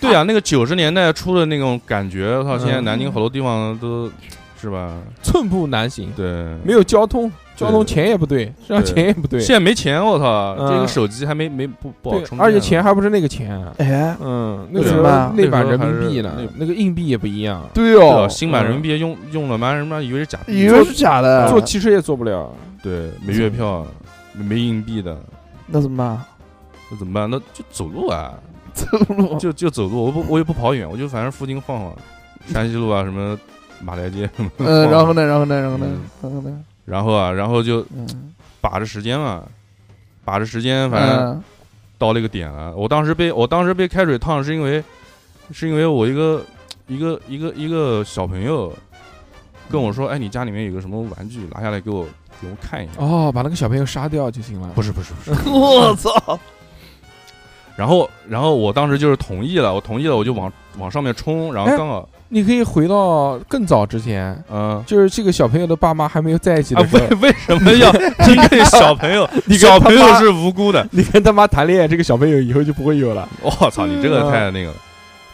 C: 对啊，那个九十年代初的那种感觉，我操！现在
A: 嗯
C: 南京好多地方都是吧？
A: 寸步难行，
C: 对，
A: 没有交通，交通
C: 对
A: 钱也不对，身上
C: 对
A: 钱也不对，
C: 现在没钱，我操！
A: 嗯
C: 这个手机还没没不不好
A: 对
C: 充电，啊
A: 而且钱还不是那个钱，啊
D: 哎，
A: 嗯，那
D: 对怎
A: 时候
D: 么办
A: 那版人民币
C: 那时
A: 呢
C: 候
A: 嗯
C: 还，
A: 那个硬币也不一样，
D: 对
C: 对
D: 哦
C: 啊，新版人民币用用了，妈人妈以为是
A: 嗯
C: 假币
D: 以，为是假的，
A: 坐汽车也坐不了，
C: 对，没月票，没没硬币的，
D: 那怎么办？
C: 那怎么办？那就走路啊，
D: 走
A: 哦
D: 路
C: 就就走路，我不我也不跑远，我就反正附近晃晃，山西路啊，什么马来街什么的。
D: 嗯，
C: 晃
D: 然后？呢，然后呢，然后呢，然后呢，
C: 然后啊，然后就
D: 嗯，
C: 把着时间嘛，把着时间，反正
D: 嗯
C: 到了一个点了。我当时被我当时被开水烫，是因为是因为我一个一个一个一个小朋友跟我说，哎，你家里面有个什么玩具，拿下来给我给我看一下。
A: 哦，把那个小朋友杀掉就行了，
C: 不是不是不是，
D: 嗯
B: 我操！
C: 然后然后我当时就是同意了，我同意了，我就往往上面冲，然后
A: 哎
C: 刚好
A: 你可以回到更早之前，
C: 嗯。
A: 就是这个小朋友的爸妈还没有在一起
C: 啊
A: 的，时候，
C: 为为什么要针对小朋 友？
A: 你跟
C: 小
A: 他
C: 朋友
A: 妈
C: 是无辜的。
A: 你跟他妈谈恋爱，这个小朋友以后就不会有了。
C: 我操，你这个太那个了。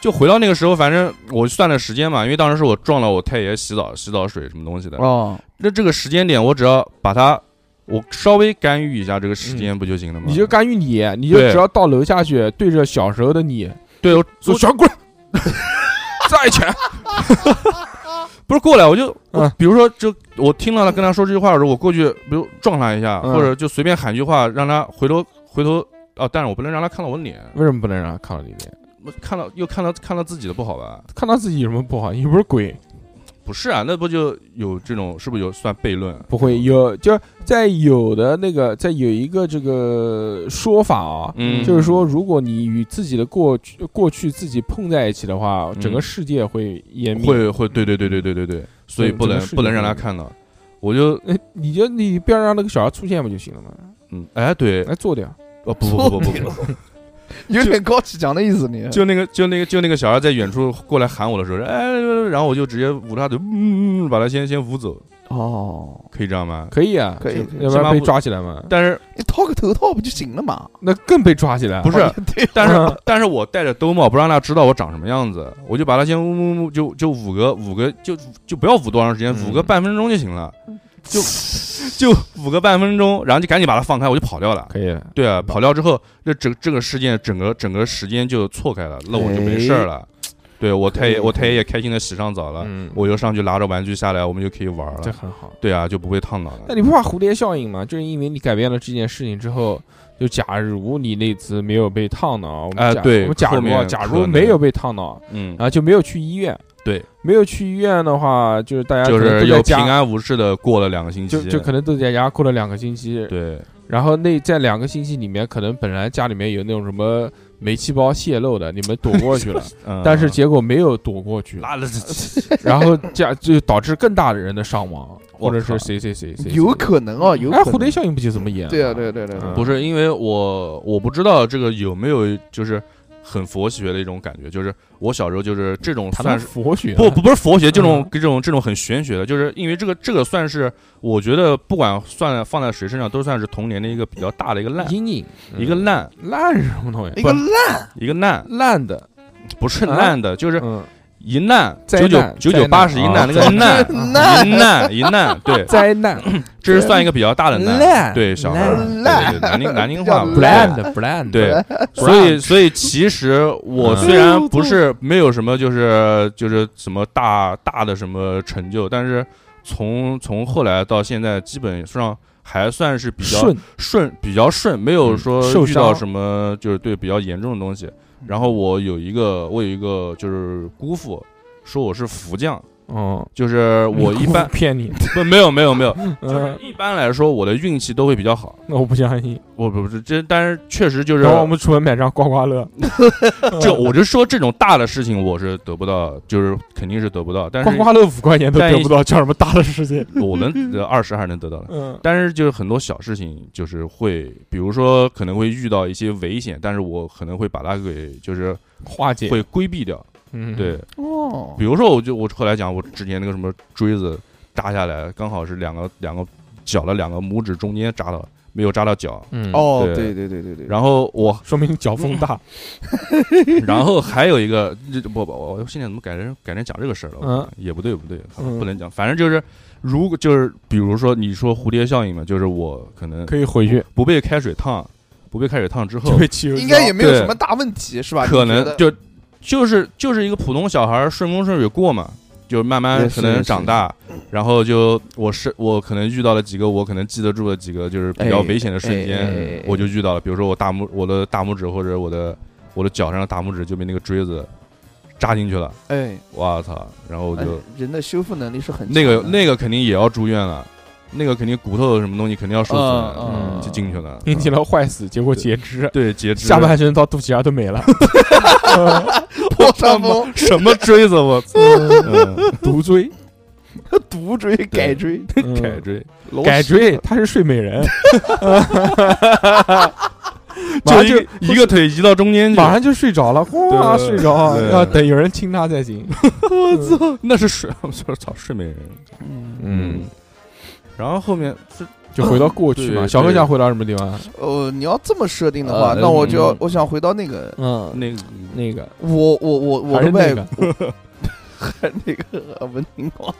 C: 就回到那个时候，反正我算了时间嘛，因为当时是我撞了我太爷洗澡洗澡水什么东西的。
D: 哦，
C: 那这个时间点，我只要把它，我稍微干预一下这个时间不就行了吗？
A: 嗯你就干预你，你就
C: 对
A: 只要到楼下去，对着小时候的你
C: 对我
A: 说：“
C: 我
A: 小鬼，在一起。
C: 不是过来，我就我
A: 嗯
C: 比如说就我听到他跟他说这句话的时候，我过去比如撞他一下，
A: 嗯
C: 或者就随便喊句话让他回头回头啊，但是我不能让他看到我脸”，
A: 为什么不能让他看到你脸？
C: 我看到又看到看到自己的不好吧？
A: 看到自己有什么不好？又不是鬼，
C: 不是啊，那不就有这种是不是有算悖论？啊
A: 不会有，就是在有的那个，在有一个这个说法啊，
C: 嗯
A: 就是说，如果你与自己的过去过去自己碰在一起的话，整个世界会湮灭。
C: 嗯会会，对对对对对对对，所以
A: 对
C: 不
A: 这个嗯
C: 能
A: 是
C: 不能
A: 有
C: 让
A: 这
C: 他
A: 个
C: 看到。我就
A: 哎，你就你不要让那个小孩出现不就行了吗？
C: 嗯，哎，对，
A: 来做掉，
C: 哦不不不不 不不，
D: 有点高启强的意思，你
C: 就那个就那个就那个小孩在远处过来喊我的时候，哎，然后我就直接捂着他嘴，嗯，把他先先捂走，
D: 哦，
C: 可以这样吗？
A: 可以啊，
D: 可以
A: 要
D: 可以
A: 要不
C: 先把
A: 然被
C: 我
A: 抓起来嘛，
C: 但是
D: 你套个头套不就行了嘛？
A: 那更被抓起来。
C: 不是
D: 哦对，
C: 但是但是我戴着兜帽，不让他知道我长什么样子，我就把他先捂捂捂，就就捂个捂个，就就不要捂多长时间，
A: 嗯
C: 捂个半分钟就行了，就 就捂个半分钟，然后就赶紧把他放开，我就跑 掉了。
A: 可以了，
C: 对
D: 嗯
C: 啊，跑掉之后，那整这个事件整个整个时间就错开了，那我就没事儿
D: 哎
C: 了。对我太爷，我太
D: 嗯
C: 爷也开心的洗上澡了，
A: 嗯
C: 我就上去拿着玩具下来，我们就可以玩
A: 这
C: 了。
A: 很好。
C: 对啊，就不会烫到了。
A: 那你不怕蝴蝶效应吗？就是因为你改变了这件事情之后，就假如你那次没有被烫到，我们
C: 哎
A: 假
C: 对
A: 我们假
C: 后
A: 如啊，
C: 面
A: 假
C: 可
A: 如
C: 能
A: 没有被烫到，
C: 嗯
A: 然，啊后就没有去医院。
C: 对，
A: 没有去医院的话，就是大家
C: 就
A: 可能都
C: 是
A: 在
C: 又
A: 家，
C: 平安无事的过了两个星期
A: 就，就可能都在家过了两个星期。
C: 对，
A: 然后那在两个星期里面，可能本来家里面有那种什么煤气包泄漏的，你们躲过 去了，
C: 嗯
A: 但是结果没有躲过去，
C: 拉了，
A: 然后这样就导致更大的人的伤亡，
C: 我
A: 或者
C: 靠
A: 是谁谁谁谁，
D: 有可能哦，有
A: 哎，
D: 可
A: 蝴蝶
D: 能。
A: 效应不就这么演？
D: 对啊，对啊对啊对啊对啊
A: 嗯
C: 不是因为我我不知道这个有没有就是很佛学的一种感觉，就是我小时候就是这种
A: 谈
C: 算
A: 到
C: 是
A: 佛学，
C: 不不不是佛学这种
A: 嗯
C: 这种这种很玄学的，就是因为这个这个算是我觉得不管算放在谁身上都算是童年的一个比较大的一个烂
A: 阴影，
C: 一个
A: 嗯
C: 烂
A: 烂是什么东西？
B: 一个烂
C: 一个烂，
A: 烂的，
C: 不是
A: 啊
C: 烂的，就是
A: 嗯，
C: 一难
A: 灾
C: 九九
A: 难
C: 九
A: 灾
C: 九
A: 难
C: 八十一
A: 啊
C: 难那个 难
B: 烂
C: 一难一难，对，
A: 灾难，
C: 这是算一个比较大的
A: 烂
C: 难，对小孩儿，
B: 烂
C: 对对对 南宁南京话嘛
A: 不烂的，不烂的，
C: 对，
A: 不
C: 所以
A: 让
C: 所以其实我
A: 嗯
C: 虽然不是没有什么就是就是什么大大的什么成就，但是从从后来到现在，基本上还算是比较
A: 顺，
C: 顺比较顺，没有
A: 嗯
C: 说
A: 受
C: 遇
A: 伤
C: 到
A: 嗯
C: 什么就是对比较严重的东西。然后我有一个我有一个就是姑父说我是福将，
A: 嗯，
C: 就是我一般
A: 骗你，
C: 不没有没有没有，就是
A: 嗯，
C: 一般来说我的运气都会比较好。
A: 那我不相信。
C: 我不是这，但是确实就是
A: 然后我们出门买张刮刮乐，
C: 这，我就说这种大的事情我是得不到，就是肯定是得不到，但
A: 嗯刮
C: 是
A: 刮乐五块钱都
C: 但
A: 得
C: 一
A: 不到，叫什么大的事情？
C: 我能二十还是能得到的。
A: 嗯，
C: 但是就是很多小事情，就是会，比如说可能会遇到一些危险，但是我可能会把它给就是
A: 化解，
C: 会规避掉。
A: 嗯，
C: 对，
B: 哦
C: 比，如说我就我后来讲，我之前那个什么锥子扎下来，刚好是两个两个脚的两个拇指中间扎到，没有扎到脚。
A: 嗯，哦，
B: 哦，
C: 对
B: 对对对对对，
C: 然后我，
A: 说明你脚风大，
C: 嗯然后还有一个，这不不，我现在怎么改成改成讲这个事儿了？
A: 嗯
C: 也不对不对，
A: 嗯
C: 不能讲。反正就是，如果就是比如说你说蝴蝶效应嘛，就是我可能
A: 可以回去
C: 不被开水烫，不被开水烫之后
A: 就，被汽油
B: 应该也没有
C: 对
B: 什么大问题是吧？
C: 可
B: 你觉
C: 能
B: 得
C: 就就是就是一个普通小孩儿顺风顺水过嘛，就慢慢
B: 也是
C: 可能
B: 也是
C: 长大，然后就我是我可能遇到了几个我可能记得住的几个就是比较
E: 哎
C: 危险的瞬
E: 哎哎
C: 间，
E: 哎哎
C: 我就遇到了，比如说我大拇我的大拇指或者我的我的脚上的大拇指就被那个锥子扎进去了，
B: 哎，
C: 我操！然后我
B: 哎
C: 就
B: 人的修复能力是很
C: 那个
B: 强的
C: 那个肯定也要住院了，那个肯定骨头什么东西肯定要受
E: 嗯
C: 损，
E: 嗯，
C: 就进去了，
A: 引起了坏死，结果截肢，
C: 对截肢
A: 下半身到肚脐眼都没了，
B: 破伤风
C: 什么锥子我操！嗯
A: 毒 锥，
B: 毒锥改锥，
A: 嗯
C: 改锥，
A: 改锥，他是睡美 人，马
C: 就
A: 上
C: 一
A: 就
C: 个一个腿移到中间去，
A: 马上就睡着了，哗
C: 嗯对
A: 睡着，
C: 对
A: 要等有人亲他才行。
C: 我操，那是睡， 我操，睡美人。
B: 嗯，
A: 嗯，
C: 然后后面是
A: 就回到过去嘛。
C: 对
A: 小哥
C: 对
A: 想回到什么地方？
B: 呃，你要这么设定的话，
E: 呃
B: 那我就要
A: 嗯
B: 我想回到那个
A: 嗯，
C: 那个
A: 那个
B: 我我我我
A: 还
B: 的
A: 是
B: 外
A: 那 个，
B: 那个文鼎广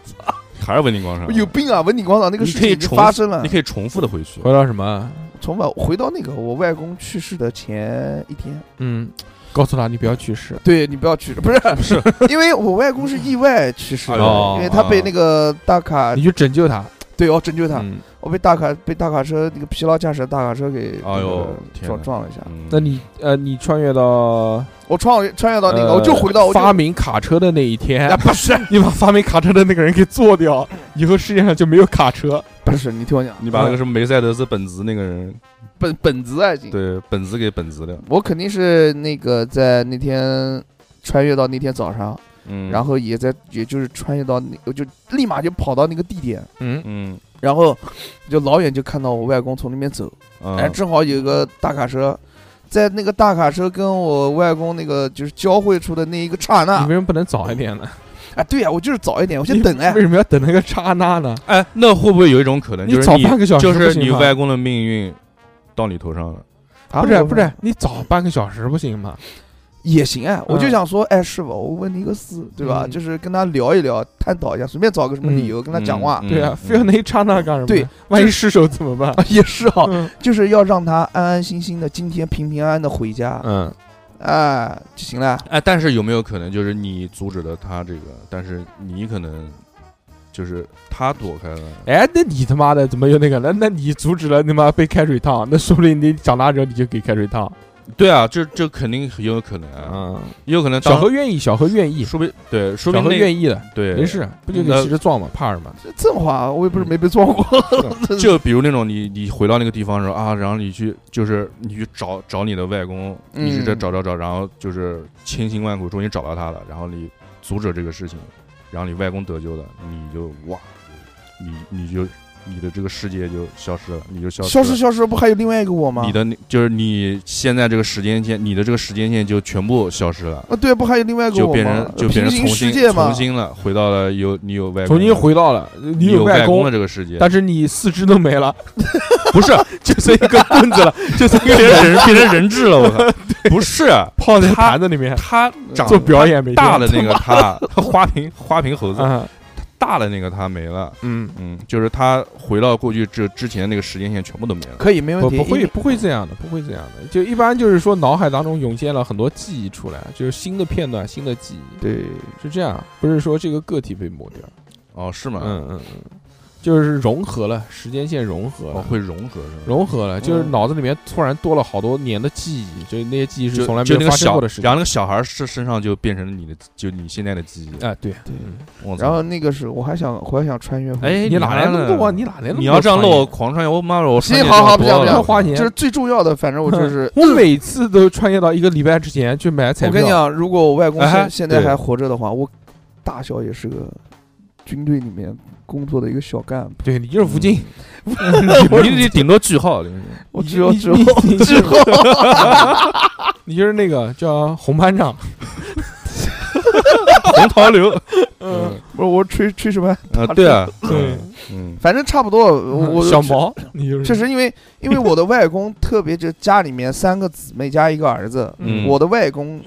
C: 还是文鼎广
A: 哎
C: 场，
B: 场有病啊！文鼎广场那个
C: 你
B: 事
C: 可
B: 情
C: 以
B: 已经
C: 重
B: 发生了
C: 你，可以重复的回去。
A: 回到什么？
B: 重返回到那个我外公去世的前一天。
A: 嗯，告诉他你不要去世。
B: 对你不要去世，不是不是， 因为我外公是意外去
C: 哎
B: 世的，
A: 哦
C: 啊
B: 因为他被那个大卡
A: 你去拯救他，
B: 对我拯救他，
A: 哦嗯
B: 我被大卡被大卡车那个疲劳驾驶的大卡车给
C: 哎
B: 那
C: 呦
B: 个
C: 天
B: 撞
C: 哪
B: 撞了一下，
C: 嗯
A: 那你呃，你穿越到
B: 我穿越穿越到那个，
A: 呃
B: 我就回到我就
A: 发明卡车的那一
B: 啊
A: 天，
B: 不是
A: 你把发明卡车的那个人给做掉，以后世界上就没有卡车。
B: 不是，你听我讲，
C: 你把
A: 嗯
C: 那个什么梅赛德斯本兹那个人，
B: 本本子啊已经，
C: 对本兹给本
A: 嗯
C: 兹了，
B: 我肯定是那个在那天穿越到那天早上，
C: 嗯，
B: 然后也在也就是穿越到那，我就立马就跑到那个地点，
A: 嗯，
C: 嗯
B: 然后就老远就看到我外公从那边走，
A: 嗯
C: 啊
B: 哎，正好有个大卡车，在那个大卡车跟我外公那个就是交汇处的那一个刹
A: 你
B: 那
A: 为，什么不能早一点呢？
B: 哎，对呀、我就是早一点，啊我先等哎
A: 为，什么要等那个刹那呢？
C: 哎，那会不会有一种可能，就是
A: 早半
C: 你
A: 个小时
C: 就
A: 不
C: 是
A: 行
C: 你
A: 吗
C: 外公的命运到你头上了？
B: 啊
A: 不是
B: 我
A: 不是，你早半个小时不行吗？
B: 也行啊，我就
A: 嗯
B: 想说，哎，师傅，我问你一个事，对吧？
A: 嗯
B: 就是跟他聊一聊，探讨一下，随便找个什么理由跟他讲话，
C: 嗯
A: 对啊，
C: 嗯
A: 非要那一刹那干什么？
B: 对，
A: 万一失手怎么办？
B: 啊，也是哈、
A: 嗯
B: 就是要让他安安心心的，今天平平安安的回家，
A: 嗯，
B: 哎，就行了。
C: 哎，但是有没有可能就是你阻止了他这个，但是你可能就是他躲开了？
A: 哎，那你他妈的怎么又那个了？那你阻止了他妈被开水烫，那说不定你长大之后你就给开水烫。
C: 对啊，这这肯定很有可能啊，
A: 嗯，
C: 也有可能当
A: 小何愿意，小何愿意，
C: 说不定对，说不
A: 小何
C: 定那
A: 愿意的，
C: 对
A: 没事，不就给
C: 那
A: 汽车撞嘛，怕什么？
B: 这这话我也不是没被撞过，
C: 嗯就比如那种你你回到那个地方的时候啊，然后你去就是你去找找你的外公，
B: 嗯
C: 你去这找找找，然后就是千辛万苦终于找到他了，然后你阻止这个事情，然后你外公得救了，你就哇，你你就你的这个世界就消失了，你就消失
D: 消
C: 了
D: 失消失，不还有另外一个我吗
C: 你？的就是你现在这个时间线，你的这个时间线就全部消失了，
D: 啊，对，不还有另外一个
C: 就
D: 我
C: 变
D: 吗
C: 成？就
D: 平
C: 变成
D: 行
C: 重
D: 世
C: 新
D: 界嘛
C: 重，新了，回到了有你有外
A: 重
C: 公了
A: 新回到了你
C: 你有
A: 外
C: 公
A: 公
C: 的，这个世 界，
A: 但是你四肢都没了，
C: 不是
A: 就剩一根棍子了，就剩一
C: 变
A: 个
C: 成
A: 人
C: 人变成人质了，我靠， 不是
A: 泡在
C: 他
A: 盘子里面
C: 他长
A: 做表演，每天
C: 大的那个他花瓶花瓶猴子
A: 啊，
C: 大的那个他没了，
A: 嗯，
C: 嗯，就是他回到过去这之前那个时间线全部都没了。
D: 可以，没问
A: 不
D: 题。
A: 不会
D: 因为
A: 不会这样的，不会这样的，就一般就是说脑海当中涌现了很多记忆出来，就是新的片段、新的记忆，
D: 对，
A: 是这样，不是说这个个体被抹掉，
C: 哦，是吗？
A: 嗯嗯嗯，就是融合了，时间线融合
C: 哦，
A: 了。
C: 会融合是吗？
A: 融合了，就是
D: 嗯
A: 脑子里面突然多了好多年的记忆，就那些记忆是
C: 就
A: 从来没
C: 就那
A: 有
C: 个
A: 发生
C: 小，
A: 过的事情
C: 然。后那个小孩是身上就变成了你的，就你现在的记忆。
A: 哎，对，
C: 我操
D: 然后那个是我还想我还想穿越回去，
C: 哎，
A: 你哪来那么
C: 呢？
A: 多？啊你哪来那么多？
C: 你要这样漏我，狂穿越，我妈的，我
D: 行
C: 穿越
D: 好好
C: 这
D: 不
C: 么
D: 要
C: 多
D: 不
A: 不
D: 要
C: 了
A: 要花钱。
D: 这是最重要的。反正我就 是，
A: 我每次都穿越到一个礼拜之前去买彩
D: 我
A: 票。
D: 跟你讲，如果我外公
C: 哎
D: 现现在
C: 对
D: 还活着的话，我大小也是个军队里面工作的一个小干部。
A: 对你就是 吴京，
C: 你你顶多句号，
D: 我
A: 你
D: 只有
A: 你
D: 只有
A: 你你
D: 只有
A: 你就是那个叫红班长。
C: 红 桃流。
A: 嗯，
D: 不是我吹吹什么？
C: 啊，对啊，
A: 对，
C: 嗯，
D: 反正差不多。我我
A: 小毛，你就是
D: 确实，因为因为 我的外公特别，就家里面三个姊妹加一个儿子，
C: 嗯
D: 我的外公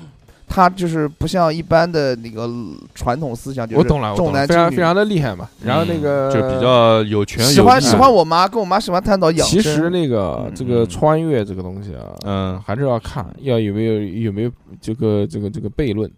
D: 他就是不像一般的那个传统思想，就
A: 我
D: 是
A: 懂了，我
D: 重
A: 懂了，
D: 男
A: 非
D: 轻
A: 常非
D: 女，
A: 常的厉害嘛。嗯然后那个
C: 嗯就比较有权有
D: 喜欢
C: 力
D: 喜欢我妈，跟我妈喜欢探讨养
A: 其
D: 生。
A: 实那个
D: 嗯
A: 这个
C: 嗯
A: 穿越这个东西啊，
C: 嗯
A: 还是要看要有没有有没有这个这个这个悖论，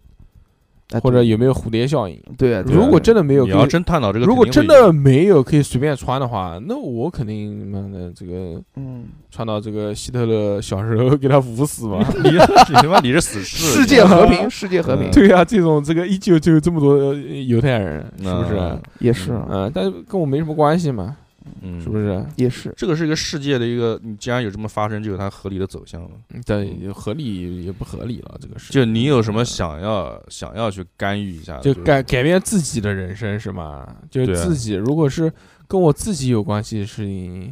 D: 哎
A: 或者有没有蝴蝶效应。
D: 对
B: 哎
D: 啊，对啊
A: 如果真的没有，
C: 你
A: 可
C: 要
A: 以
C: 真探讨这个，
A: 如果真的没有可以随便穿的话，那我肯定妈的这个
D: 嗯，
A: 穿到这个希特勒小时候给他捂死嘛。
C: 肯定会有，你你他妈你是死士，
D: 世界和平，世界和平
C: 嗯
A: 对啊，这种这个依旧就有这么多呃犹太人，是不是？
C: 嗯
D: 也是啊，
A: 嗯，但是跟我没什么关系嘛，
C: 嗯，
A: 是不？是？
D: 也是。
C: 这个是一个世界的一个，你既然有这么发生，就有它合理的走向了。
A: 但也合理也不合理了，这个事。嗯
C: 就你有什么想要想要去干预一下的，
A: 就是改改变自己的人生是吗？就是
C: 对啊
A: 自己，如果是跟我自己有关系的事情，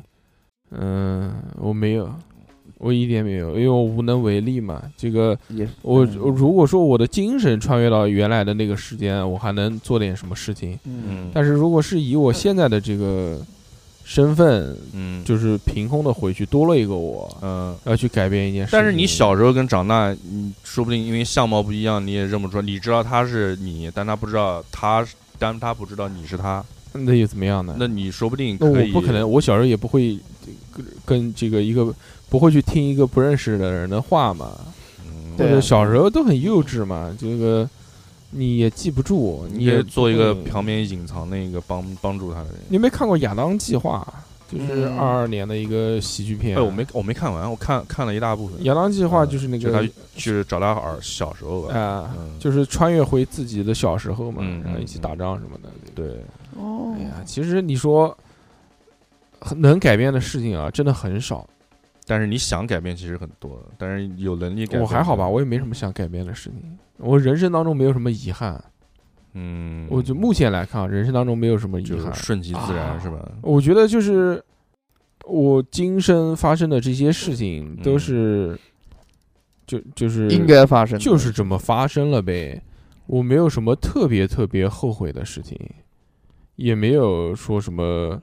A: 嗯、我没有，我一点没有，因为我无能为力嘛。这个
D: 也是
A: 我
D: 嗯
A: 我如果说我的精神穿越到原来的那个时间，我还能做点什么事情。
D: 嗯，
C: 嗯
A: 但是如果是以我现在的这个身份，
C: 嗯
A: 就是凭空的回去，多了一个我，
C: 嗯。
A: 要去改变一件事情。
C: 但是你小时候跟长大，你说不定因为相貌不一样，你也认不出来。你知道他是你，但他不知道他是，但他不知道你是他。
A: 那又怎么样呢？
C: 那你说不定
A: 哎那
C: 可
A: 我
C: 以，
A: 不可能，我小时候也不会跟跟这个一个不会去听一个不认识的人的话嘛，
C: 嗯。
A: 或
D: 对啊
A: 者小时候都很幼稚嘛，这个你也记不住，
C: 你
A: 你
C: 也
A: 也
C: 做一个
A: 不会
C: 旁边隐藏那个帮帮助他的人。
A: 你有没有看过《亚当计划》？就是
D: 嗯
A: 二二年的一个喜剧片。
C: 哎，我没我没看完，我看看了一大部分，
A: 《亚当计划》就是那
C: 就
A: 个
C: 他去找他儿小时候吧。
A: 啊，
C: 嗯，
A: 就是穿越回自己的小时候嘛
C: 嗯，
A: 然后一起打仗什么的。
C: 对，
D: 哦
A: 哎，呀，其实你说很能改变的事情啊，真的很少。
C: 但是你想改变其实很多，但是有能力改变。嗯
A: 我还好吧，，我也没什么想改变的事情。我人生当中没有什么遗憾，
C: 嗯，
A: 我就目前来看啊，人生当中没有什么遗
C: 就
A: 憾
C: 是。顺其自然
A: 啊
C: 是吧？
A: 我觉得就是我今生发生的这些事情
C: 嗯
A: 都是，就就是
D: 应该发生的
A: 就是这么发生了呗。我没有什么特别特别后悔的事情，也没有说什么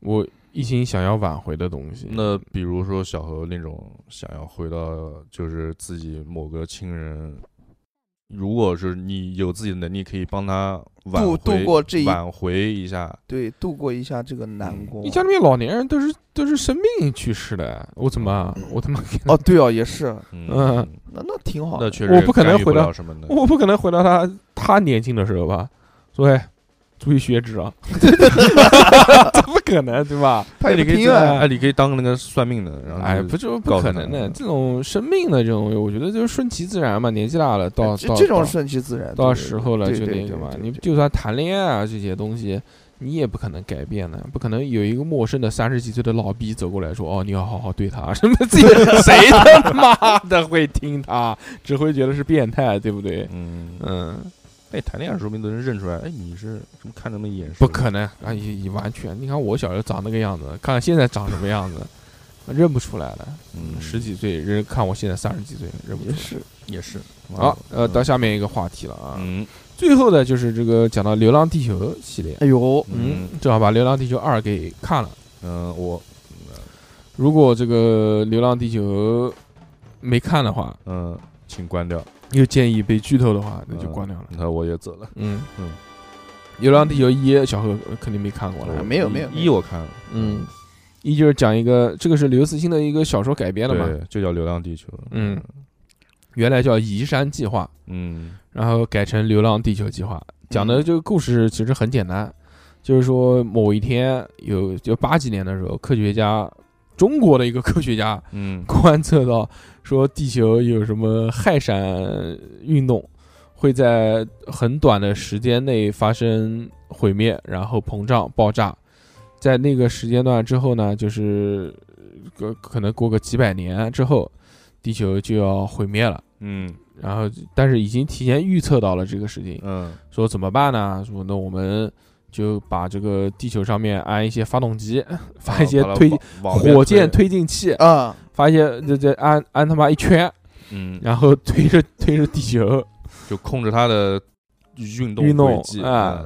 A: 我一心想要挽回的东西。
C: 那比如说小何那种想要回到就是自己某个亲人，如果是你有自己的能力可以帮他挽
D: 度
C: 回
D: 度过这一
C: 挽回一下，
D: 对度过一下这个难关
A: 你。家里面老年人都是都是生病去世的，我怎么我他妈给他
D: 哦，对哦，也是，
C: 嗯，
A: 嗯
D: 那那挺好的。
C: 那确实
A: 我不可能
C: 干预
A: 回到
C: 了什么的，
A: 我不可能回到他他年轻的时候吧，所以注意血 脂啊，这不可能对吧？
D: 他
C: 哎，
D: 也
C: 你
D: 不
C: 可以
D: 听
C: 当
D: 啊，
C: 哎，你可以当那个算命的，然后
A: 哎，
C: 就
A: 不就不
C: 告诉
A: 可
C: 他
A: 能的，这种生病的这种，我觉得就是顺其自然嘛，年纪大了到
C: 哎
D: 这
A: 到
D: 这种
A: 到
D: 顺其自然。
A: 到
D: 对
A: 时候了
D: 对
A: 就
D: 对
A: 那
D: 对
A: 个嘛，
D: 对
A: 你
D: 对
A: 就算谈恋爱啊这些东西，你也不可能改变的，不可能有一个陌生的三十几岁的老逼走过来说，哦，你要好好对他， 什么这 谁他妈的会听他，只会觉得是变态，对不对？
C: 嗯，
A: 嗯，
C: 哎，谈恋爱的时候没都能认出来，哎，你是怎么看那么一眼熟？
A: 不可能啊，也也完全。你看我小时候长那个样子，看现在长什么样子，认不出来了。
C: 嗯，
A: 十几岁人看我现在三十几岁，认不出
D: 也
A: 来。
D: 是
C: 也是。
A: 好，呃，
C: 嗯
A: 到下面一个话题了啊。
C: 嗯
A: 最后呢，就是这个讲到《流浪地球》系列，
D: 哎呦，
A: 嗯
C: 嗯，
A: 正好把《流浪地球二》给看了。
C: 嗯，我
A: 如果这个《流浪地球》没看的话，
C: 嗯，请关掉。
A: 又建议被剧透的话，那就关掉了。
C: 你看我也走了。
A: 嗯
C: 嗯
A: 《流浪地球一》小何呃肯定没看过了
D: 我。嗯没有没有没有
C: 一我看了，
A: 嗯，一就是讲一个，这个是刘慈欣的一个小说改编的嘛。
C: 对，就叫《流浪地球》。
A: 嗯，原来叫《移山计划》，
C: 嗯
A: 然后改成《流浪地球计划》，讲的这个故事其实很简单，就是说某一天有就八几年的时候，科学家中国的一个科学家
C: 嗯
A: 观测到说地球有什么氦闪运动，会在很短的时间内发生毁灭，然后膨胀爆炸。在那个时间段之后呢，就是呃可可能过个几百年之后，地球就要毁灭了。
C: 嗯
A: 然后，但是已经提前预测到了这个事情，
C: 嗯
A: 说怎么办呢？说那我们就把这个地球上面安一些发动机，发一些推火箭，推进器，
D: 啊，
A: 发一些这这安安他妈一圈，
C: 嗯，
A: 然后推着推着地球，
C: 就控制它的运动
A: 运动
C: 轨迹
A: 啊，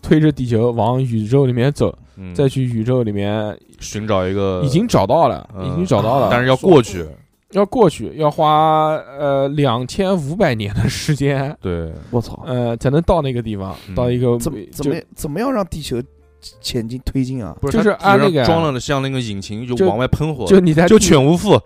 A: 推着地球往宇宙里面走，
C: 嗯
A: 再去宇宙里面
C: 寻找一个
A: 已经找到了，
C: 嗯
A: 已经找到了，
C: 但是要过去，
A: 要过去要花呃两千五百年的时间，
C: 对，
D: 我操，
A: 呃才能到那个地方，
C: 嗯
A: 到一个
D: 怎么怎
A: 就
D: 么怎么样让地球前进推进啊？
C: 不
A: 就是
C: 它
A: 按
C: 底
A: 那个
C: 上装了像那个引擎就
A: 就
C: 往外喷火，
A: 就你在
C: 就
A: 地
C: 全无负，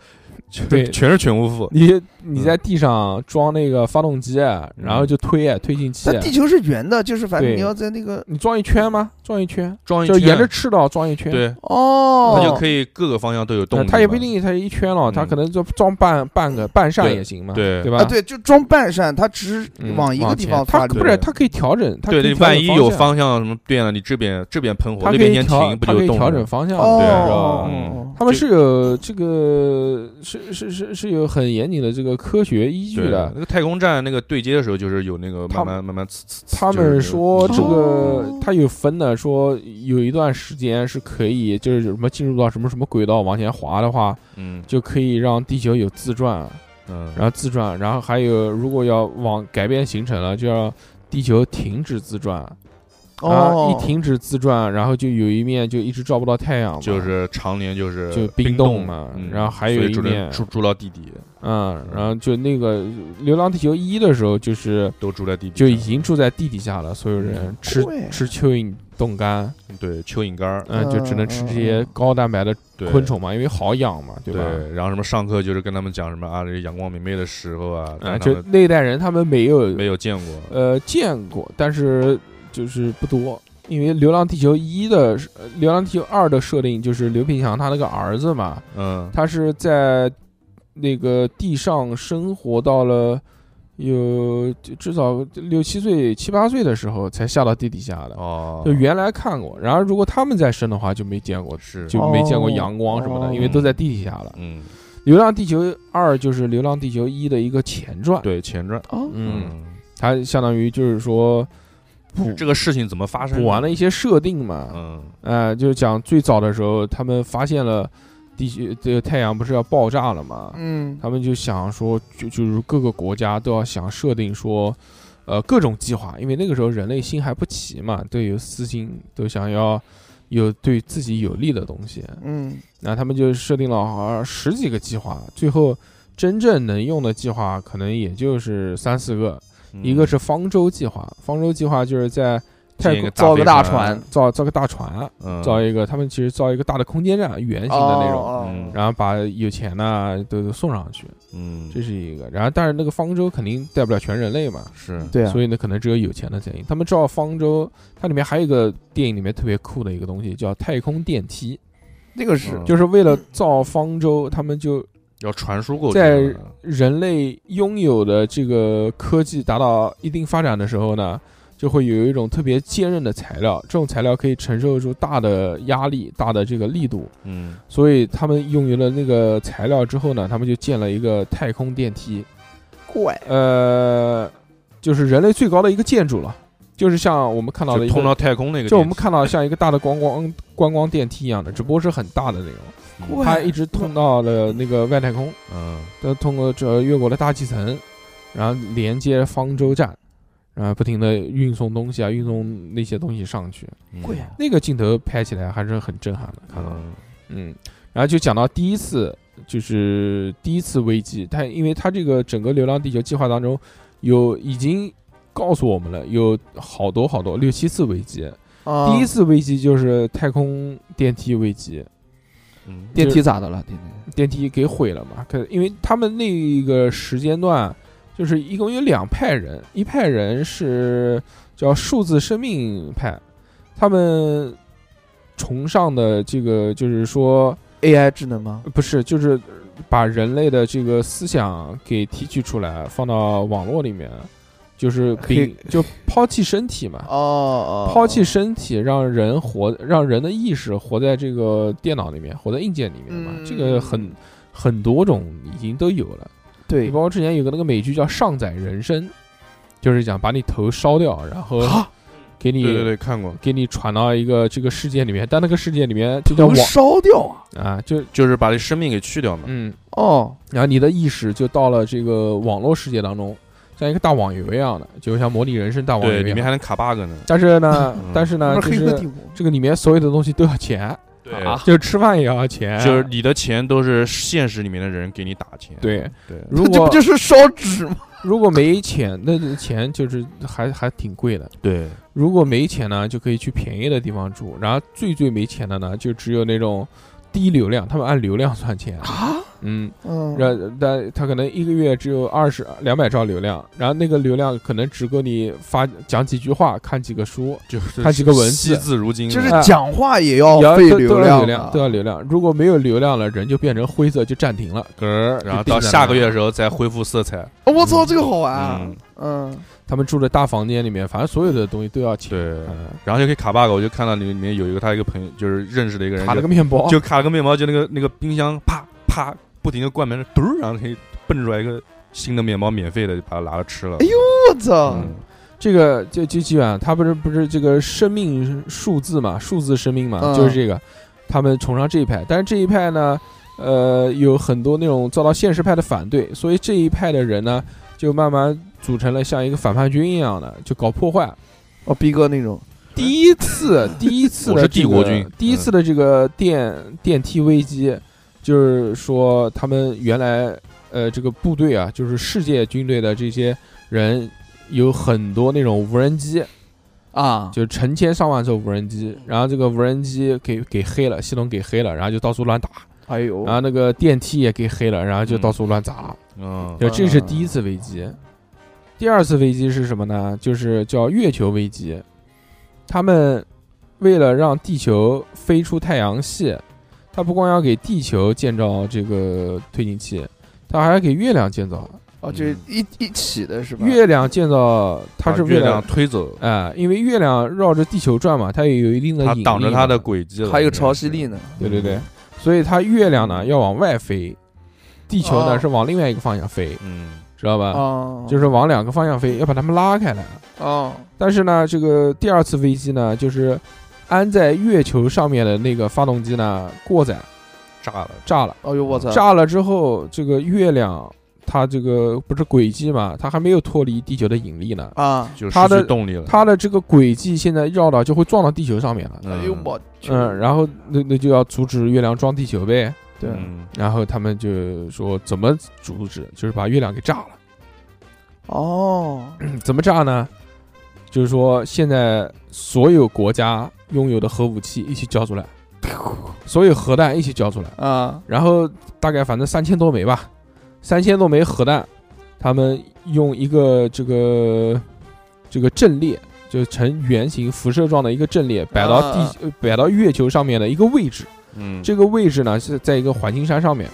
C: 就
A: 对
C: 全是全无负，
A: 你你在地上装那个发动机，然后就推推进器，
D: 但地球是圆的，就是反正
A: 啊对
D: 你要在那个
A: 你装一圈吗？装一圈，
D: 啊
C: 装一
A: 就是沿着
C: 圈，
A: 赤道装一圈。
C: 对，
D: 哦，
C: 它就可以各个方向都有动
A: 呃
C: 力嘛，
A: 它也不一定，它一圈了，
C: 嗯
A: 它可能就装半半个半扇也行嘛，
C: 对
A: 对吧？
D: 啊，对，就装半扇，它只是
A: 嗯，
D: 往一个地
A: 前
D: 方
A: 它
D: 发
A: 可
D: 力，
A: 不是，
C: 对
A: 它可以调整，它可
C: 对，
A: 以
C: 你
A: 调整
C: 万一有
A: 方向，
C: 方向什么变了，你这边这边喷火，
A: 它
C: 那
A: 可
C: 边
A: 以
C: 先
A: 调，
C: 停，不
A: 它
C: 就
A: 可
C: 有
A: 以
C: 动
A: 调
C: 了
A: 整方向
D: 哦
A: 的。
C: 对啊
D: 哦，
A: 他们是有这个是是是是有很严谨的这个科学依据
C: 对
A: 的。
C: 那个太空站那个对接的时候，就是有那个慢慢慢慢呲呲呲。
A: 他
C: 就是
A: 们说
C: 那
A: 这个
D: 哦
A: 它有分的，说有一段时间是可以，就是有什么进入到什么什么轨道往前滑的话，
C: 嗯
A: 就可以让地球有自转，
C: 嗯，
A: 然后自转，然后还有如果要往改变行程了，就要地球停止自转，然
D: 哦，
A: 后嗯一停止自转，然后就有一面就一直照不到太阳嘛，
C: 就是常年就是
A: 就冰
C: 冰
A: 冻嘛
C: 嗯
A: 然后还有
C: 所以
A: 一
C: 只能
A: 面
C: 住住到地底，
A: 嗯，然后就那个《流浪地球一》的时候，就是
C: 都住在地底下，
A: 就已经住在地底下了，所有人
C: 嗯
A: 吃
D: 对
A: 吃蚯蚓冻干，
C: 对蚯蚓干儿，
A: 嗯，就只能吃这些
D: 嗯
A: 高蛋白的
C: 对
A: 昆虫嘛，因为好养嘛，对
C: 对
A: 吧？嗯
C: 然后什么上课就是跟他们讲什么啊，这阳光明媚的时候啊，
A: 啊，
C: 但他
A: 就
C: 们
A: 那一代人他们没有
C: 没有见过，
A: 呃见过，但是就是不多，因为《流浪地球一》的《呃流浪地球二》的设定就是刘品强他那个儿子嘛，
C: 嗯
A: 他是在那个地上生活到了有至少六七岁、七八岁的时候才下到地底下的。
C: 哦，
A: 就原来看过，然而如果他们再生的话就没见过，
C: 是
A: 就没见过阳光什么
D: 哦
A: 的，因为都在地底下了。
C: 嗯
A: 《流浪地球二》就是《流浪地球一》的一个前传，
C: 对前传，
D: 哦，
A: 啊嗯，，它相当于就是说补
C: 这个事情怎么发生？
A: 补完了一些设定嘛，
C: 嗯
A: 呃，就是讲最早的时候，他们发现了地球这个太阳不是要爆炸了嘛，
D: 嗯，
A: 他们就想说，就就是各个国家都要想设定说，呃，各种计划，因为那个时候人类心还不齐嘛，对有私心，都想要有对自己有利的东西。
D: 嗯，
A: 那他们就设定了好像十几个计划，最后真正能用的计划可能也就是三四个，
C: 嗯
A: 一个是方舟计划，方舟计划就是在太
C: 建一
A: 空
C: 个
B: 造个大
C: 大
B: 船，
A: 嗯造造个大船，
C: 嗯哦
A: 造一个他们其实造一个大的空间站，圆形的那种，嗯
D: 种
A: 然后把有钱呢都都送上去。
C: 嗯
A: 这是一个。然后，但是那个方舟肯定带不了全人类嘛，
C: 是
D: 对啊，
A: 所以呢，可能只有有钱的才行。他们知道方舟，它里面还有一个电影里面特别酷的一个东西，叫太空电梯，
D: 那个是
C: 嗯
A: 就是为了造方舟，他们就
C: 要传输过去
A: 在
C: 的，
A: 人类拥有的这个科技达到一定发展的时候呢。就会有一种特别坚韧的材料，这种材料可以承受住大的压力、大的这个力度，
C: 嗯
A: 所以他们用于了那个材料之后呢，他们就建了一个太空电梯，
D: 怪
A: 呃，就是人类最高的一个建筑了，就是像我们看到的
C: 就
A: 一个，
C: 通到太空那个电梯，
A: 就我们看到像一个大的观光观光电梯一样的，只不过是很大的那种，
B: 哇
A: 它一直通到了那个外太空，
C: 嗯，
A: 它通过这越过了大气层，然后连接方舟站，然后不停的运送东西啊，运送那些东西上去。
C: 嗯
B: 贵啊
A: 那个镜头拍起来还是很震撼的，看到。
C: 嗯
A: 嗯，然后就讲到第一次，就是第一次危机，它因为它这个整个《流浪地球》计划当中有已经告诉我们了，有好多好多六七次危机。
D: 啊
A: 第一次危机就是太空电梯危机，
C: 嗯
D: 电梯咋的了？电梯
A: 电梯给毁了嘛？可因为他们那个时间段，就是一共有两派人，一派人是叫数字生命派，他们崇尚的这个就是说，
D: AI 智能吗？
A: 不是就是把人类的这个思想给提取出来，放到网络里面，就是摒
D: 黑
A: 就抛弃身体嘛。
D: 哦哦，
A: 啊抛弃身体，让人活，让人的意识活在这个电脑里面，活在硬件里面嘛。
D: 嗯
A: 这个很很多种已经都有了，
D: 对
A: 你包括之前有个那个美剧叫《上载人生》，就是讲把你头烧掉，然后
B: 啊
D: 啊
A: 给你
C: 对对对，看过，
A: 给你传到一个这个世界里面，但那个世界里面就叫
D: 能
A: 网
D: 烧掉啊！
A: 啊，就
C: 就是把这生命给去掉嘛，
A: 嗯，
D: 哦，
A: 然后你的意识就到了这个网络世界当中，像一个大网游一样的，就像模拟人生大网游
C: 对，
A: 一
C: 里面
A: 样。
C: 还能卡 bug 呢，
A: 但是 呢，但是呢，
D: 那
A: 就
D: 黑客帝
A: 是
D: 国
A: 这个里面所有的东西都要钱，
C: 对
B: 啊
A: 就是吃饭也要钱，
C: 就是你的钱都是现实里面的人给你打钱，
A: 对。
C: 对，
A: 如
D: 这不
A: 果
D: 就是烧纸吗？
A: 如果没钱，那钱就是还还挺贵的。
C: 对，
A: 如果没钱呢，就可以去便宜的地方住。然后最最没钱的呢，就只有那种低流量，他们按流量算 钱。
D: 啊，
A: 嗯，
D: 嗯，
A: 然但他可能一个月只有二十两百兆流量，然后那个流量可能只够你发讲几句话、看几个书，
C: 就是
A: 它几个文字
C: 惜字如金，啊
D: 就是
A: 哎
D: 讲话也要
A: 也要
D: 哦费
A: 都
D: 流
A: 都要
D: 量
A: 流
D: 啊
A: 量，都要流量。如果没有流量了，人就变成灰色，就暂停了，嗝儿。
C: 然后
A: 就定
C: 到
A: 在
C: 下
A: 那
C: 个
A: 儿
C: 月的时候再恢复色彩，
D: 哦我操，这个好玩啊
C: 嗯！
D: 嗯，
A: 他们住的大房间里面，反正所有的东西都要钱。
C: 对，
A: 嗯
C: 然后就可以卡 bug，我就看到里面有一个他一个朋友，就是认识的一个人
A: 卡了
C: 就
A: 个啊面包，
C: 就卡了个面包，就那个那个冰箱啪啪不停的灌满了，嘟儿，然后可以蹦出来一个新的面包，免费的就把它拿了吃了。
D: 哎呦我操，
C: 嗯
A: 这个就就基本上，他不是不是这个生命数字嘛，数字生命嘛，
D: 嗯
A: 就是这个，他们崇尚这一派，但是这一派呢，呃，有很多那种遭到现实派的反对，所以这一派的人呢，就慢慢组成了像一个反叛军一样的，就搞破坏。
D: 哦，逼哥那种，
A: 第一次，第一次
C: 我
A: 的
C: 是
A: 这
C: 帝
A: 个
C: 国军
A: 第一次的这个电电梯危机，就是说他们原来呃这个部队啊，就是世界军队的这些人，有很多那种无人机。
B: 啊，
A: 就成千上万艘无人机，然后这个无人机给给黑了，系统给黑了，然后就到处乱打，
D: 哎呦
A: 然后那个电梯也给黑了，然后就到处乱砸，
C: 嗯，
A: 就这是第一次危机。第二次危机是什么呢？就是叫月球危机，他们为了让地球飞出太阳系，他不光要给地球建造这个推进器，他还要给月亮建造。
D: 哦，就是
A: 嗯
D: 一一起的是吧？
A: 月亮建造，它是
C: 把
A: 为
C: 月
A: 了
C: 亮推走，
A: 啊、因为月亮绕着地球转嘛，它也有一定的
C: 它
A: 引力嘛，
C: 挡着它的轨迹了，
B: 还有
C: 应该是
B: 潮汐力，呢，
A: 对对对，所以它月亮呢要往外飞，地球呢
D: 哦
A: 是往另外一个方向飞，
C: 嗯，
A: 知道吧？
D: 哦，
A: 啊就是往两个方向飞，要把它们拉开来。
D: 哦，
A: 但是呢，这个第二次危机呢，就是安在月球上面的那个发动机呢过载
C: 炸了，
A: 炸了，
D: 哎呦我操，
A: 炸了之后，这个月亮它这个不是轨迹嘛，它还没有脱离地球的引力呢，
D: 啊！
C: 就
A: 它
C: 失
A: 的
C: 去动力了。嗯
A: 它的这个轨迹现在绕到就会撞到地球上面了。
D: 哎呦我去，
A: 嗯，然后那那就要阻止月亮撞地球呗。
D: 对，
C: 嗯，
A: 然后他们就说怎么阻止，就是把月亮给炸了。
D: 哦，
A: 怎么炸呢？就是说现在所有国家拥有的核武器一起交出来， 所有核弹一起交出来，
D: 啊，
A: 然后大概反正三千多枚吧，三千多枚核弹，他们用一个这个这个阵列。就呈圆形辐射状的一个阵列摆到地
D: 啊
A: 呃摆到月球上面的一个位置，
C: 嗯，
A: 这个位置呢是在一个环形山上面，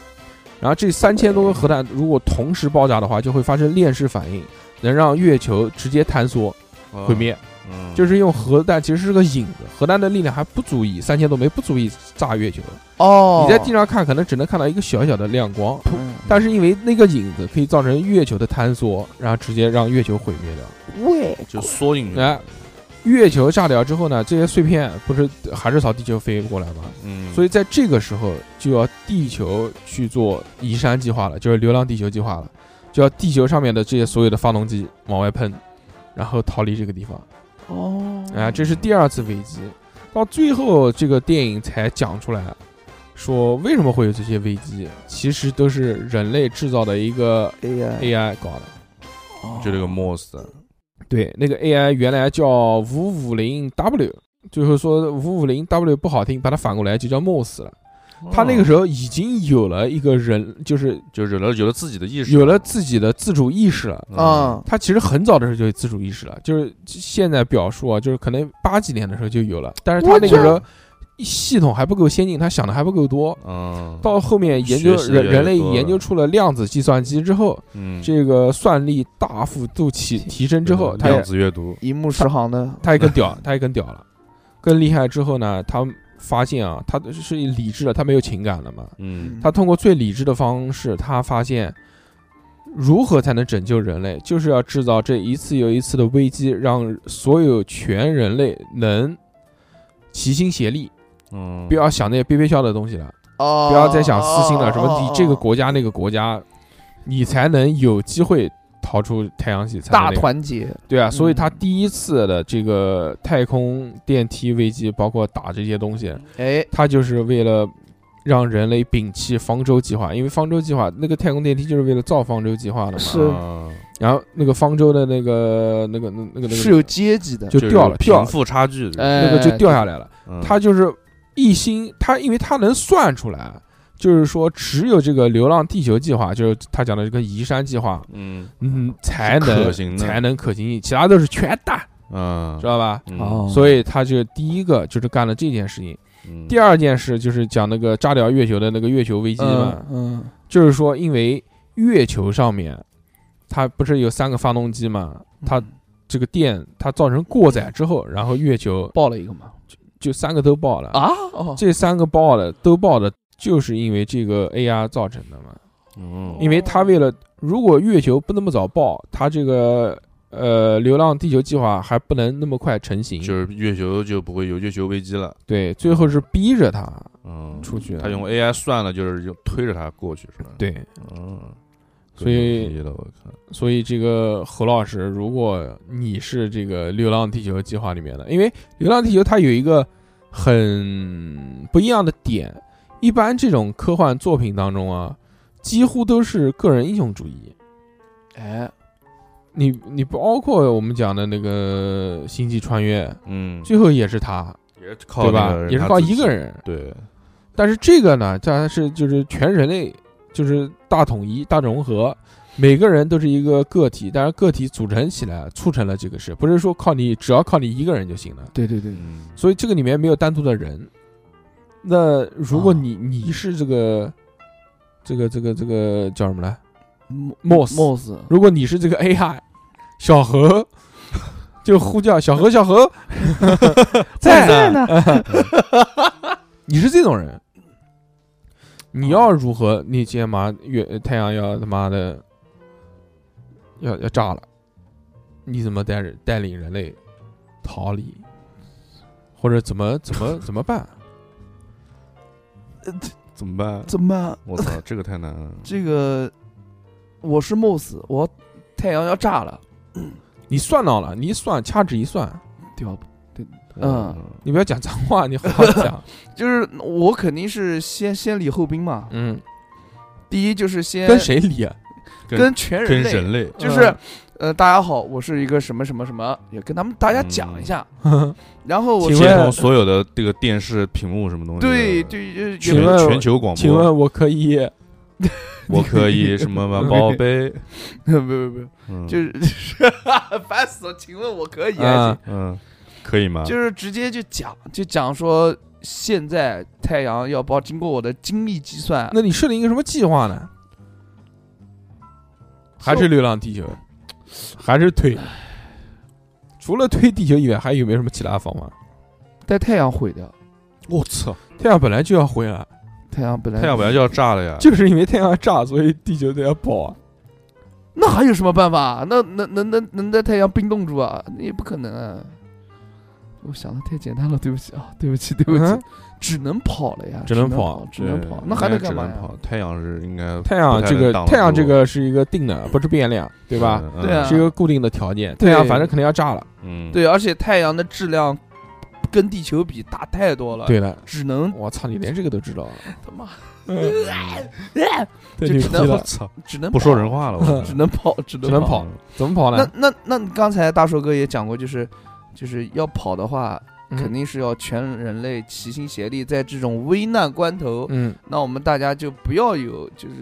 A: 然后这三千多个核弹如果同时爆炸的话，就会发生链式反应，能让月球直接坍缩毁灭。
C: 嗯
A: 就是用核弹其实是个引子，核弹的力量还不足以三千多枚，不足以炸月球。
D: 哦，
A: 你在地上看，可能只能看到一个小小的亮光，
D: 嗯
A: 但是因为那个影子可以造成月球的坍缩，然后直接让月球毁灭掉。
D: 喂，
C: 就缩进去，
A: 哎月球炸掉之后呢，这些碎片不是还是朝地球飞过来吗？
C: 嗯，
A: 所
C: 以
A: 以在这个时候就要地球去做移山计划了，就是流浪地球计划了，就要地球上面的这些所有的发动机往外喷，然后逃离这个地方。
D: 哦，
A: 啊，这是第二次危机，到最后这个电影才讲出来，说为什么会有这些危机，其实都是人类制造的一个
D: 哎呀，
A: AI 搞的。
D: 哦
A: 嗯
C: 就这个 MOS，
A: 对，那个 AI 原来叫五五零 W，最后说五五零 W 不好听，把它反过来就叫 MOS 了。他那个时
C: 候
A: 候已经有了一个人，就是
C: 啊就有了有了自己的意识，
A: 有了自己的自主意识了。
D: 啊，
A: 他其实很早的时候就有自主意识了，就是现在表述啊，就是可能八几年的时候就有了，但是他
D: 我
A: 那个
D: 觉
A: 时候系统还不够先进，他想的还不够多。
C: 嗯，
A: 到后面研究
C: 学习的
A: 人
C: 越
A: 人
C: 来
A: 类
C: 越多了
A: 研究出了量子计算机之后，
C: 嗯
A: 这个算力大幅度提提升之后，他
C: 量
A: 也
C: 子阅读，
D: 一目十行的，
A: 他也 更屌，他也更屌了，更厉害之后呢，他发现啊，他是理智了，他没有情感了嘛，
C: 嗯
A: 他通过最理智的方式，他发现如何才能拯救人类，就是要制造这一次又一次的危机，让所有全人类能齐心协力，
C: 嗯，
A: 不要想那些憋憋笑的东西了，
D: 哦，
A: 啊不要再想私心了，
D: 哦
A: 什么你这个，
D: 哦哦
A: 国家那个国家，你才能有机会逃出太阳系，才能
D: 大
A: 那个
D: 团结，
A: 对啊，所以他
D: 嗯
A: 第一次的这个太空电梯危机，包括打这些东西，
D: 哎，
A: 他就是为了让人类摒弃方舟计划，因为方舟计划那个太空电梯就是为了造方舟计划的嘛。
D: 是
C: 嗯
A: 然后那个方舟的那个那个那那个那个
D: 是有阶级的，
A: 就掉了，
C: 是有
A: 掉
C: 贫富差距的，
D: 哎，
A: 那个就掉下来了。
C: 嗯
A: 他就是一心，他因为他能算出来，就是说只有这个流浪地球计划，就是他讲的这个移山计划，
C: 嗯
A: 嗯，才
C: 是可
A: 能
C: 行的
A: 才能可行，其他都是全蛋，
C: 嗯
A: 知道吧？
C: 嗯
B: 哦，
A: 所以他就第一个就是干了这件事情，
C: 嗯
A: 第二件事就是讲那个炸掉月球的那个月球危机嘛，
B: 嗯
D: 嗯，
A: 就是说，因为月球上面它不是有三个发动机嘛，它这个电它造成过载之后，然后月球
B: 爆了一个嘛
A: 就三个都爆了。
B: 啊哦
A: 这三个爆了都爆的，就是因为这个 AR 造成的嘛。
C: 嗯
A: 因为它为了如果月球不那么早爆，它这个呃流浪地球计划还不能那么快成型。
C: 就是月球就不会有月球危机了，
A: 对，最后是逼着它
C: 嗯，
A: 出去的。
C: 他用 AI 算了，就是用推着他过去是吧？，
A: 对，
C: 嗯，
A: 所以
C: 够牛逼了我靠，
A: 所以这个侯老师，如果你是这个《流浪地球》计划里面的，因为《流浪地球》它有一个很不一样的点，一般这种科幻作品当中啊，几乎都是个人英雄主义。
D: 哎，
A: 你你包括我们讲的那个《星际穿越》，
C: 嗯，
A: 最后也是他，
C: 也是靠
A: 对吧
C: 那？人
A: 也是
C: 他
A: 靠
C: 自
A: 一个
C: 己，
A: 人。
C: 对，
A: 但是这个呢，它是就是全人类就是大统一、大融合，每个人都是一个个体，但是个体组成起来促成了这个事，不是说靠你只要靠你一个人就行了。
D: 对对对，
C: 嗯，
A: 所以这个里面没有单独的人。那如果你、你是这个这个这个这个叫什么来？Moss
D: Moss，
A: 如果你是这个 AI 小何，就呼叫小何小何，在呢，
D: 哎
A: 你是这种人，你要如何？你今天马上月呃太阳要他妈的要要炸了，你怎么带人带领人类逃离，或者怎么怎么怎么办？
C: 怎么办？
D: 怎么办？
C: 我操，这个太难了，
D: 这个我是 Moss，我太阳要炸了，
A: 你算到了，你一算掐指一算，
D: 屌，
C: 我
A: 你不要讲脏话，你好好讲。
D: 就是我肯定是先先礼后兵嘛。
A: 嗯，
D: 第一就是
B: 呃
D: 先
A: 跟谁理啊？
C: 跟
D: 跟全人
C: 跟
D: 类，
C: 人类，
D: 就是、呃，大家好，我是一个什么什么什么，也跟他们大家
C: 嗯
D: 讲一 下。然后我
A: 请
C: 接
A: 问
C: 通所有的这个电视屏幕什么东西的，
D: 对对
A: 请
D: 就
A: 问
C: 全全球广
A: 请
C: 播，
A: 问我可以
C: 我可以什么吗？宝贝，
D: 不 不不，
C: 嗯
D: 就是 烦死了。请问我可以还
A: 啊
D: 行？
C: 嗯，可以吗？
D: 就是直接就讲，就讲说现在太阳要包，经过我的精密计算，
A: 那你设定一个什么计划呢？还是流浪地球，还是腿？除了推地球以外，还有没有什么其他方法？
B: 带太阳毁掉。
A: 我操，太阳本来就要回来，
B: 太阳本来
C: 太阳本来就要炸了呀，
A: 就是因为太阳要炸，所以地球都要跑啊。
B: 那还有什么办法？那能能能能在太阳冰冻住啊？那也不可能、啊。我想的太简单了，对不起啊，对不起，对不起，
A: 嗯
B: 只能跑了呀，
A: 只
B: 只
A: 能跑
B: 跑，只能
C: 对
B: 跑，
C: 应
B: 那还
C: 该
B: 能干嘛
C: 只能
B: 呀？
C: 跑，太阳是应该
A: 太阳
C: 不太
A: 这
C: 能
A: 个
C: 挡得
A: 太阳这
C: 住
A: 个是一个定的，不是变量，对吧？？
C: 嗯
B: 对啊
A: 是一个固定的条件，太
B: 对
A: 阳反正肯定要炸了。
C: 嗯，
F: 对，而且太阳的质量跟地球比大太多了，
A: 对了，
F: 只能
A: 我操，你连这个都知道啊，
F: 他妈
A: 嗯太
B: 就
A: 牛
B: 只
A: 逼
B: 能
A: 了，
C: 操，
B: 只能
C: 不说人
B: 话，
C: 话了，我嗯
B: 只 能跑，只
A: 只能
B: 跑。
A: 跑，怎么跑
B: 那
A: 呢？
B: 那那你刚才大硕哥也讲过，就是就是要跑的话，
A: 嗯
B: 肯定是要全人类齐心协力，在这种危难关头，
A: 嗯，
B: 那我们大家就不要有就是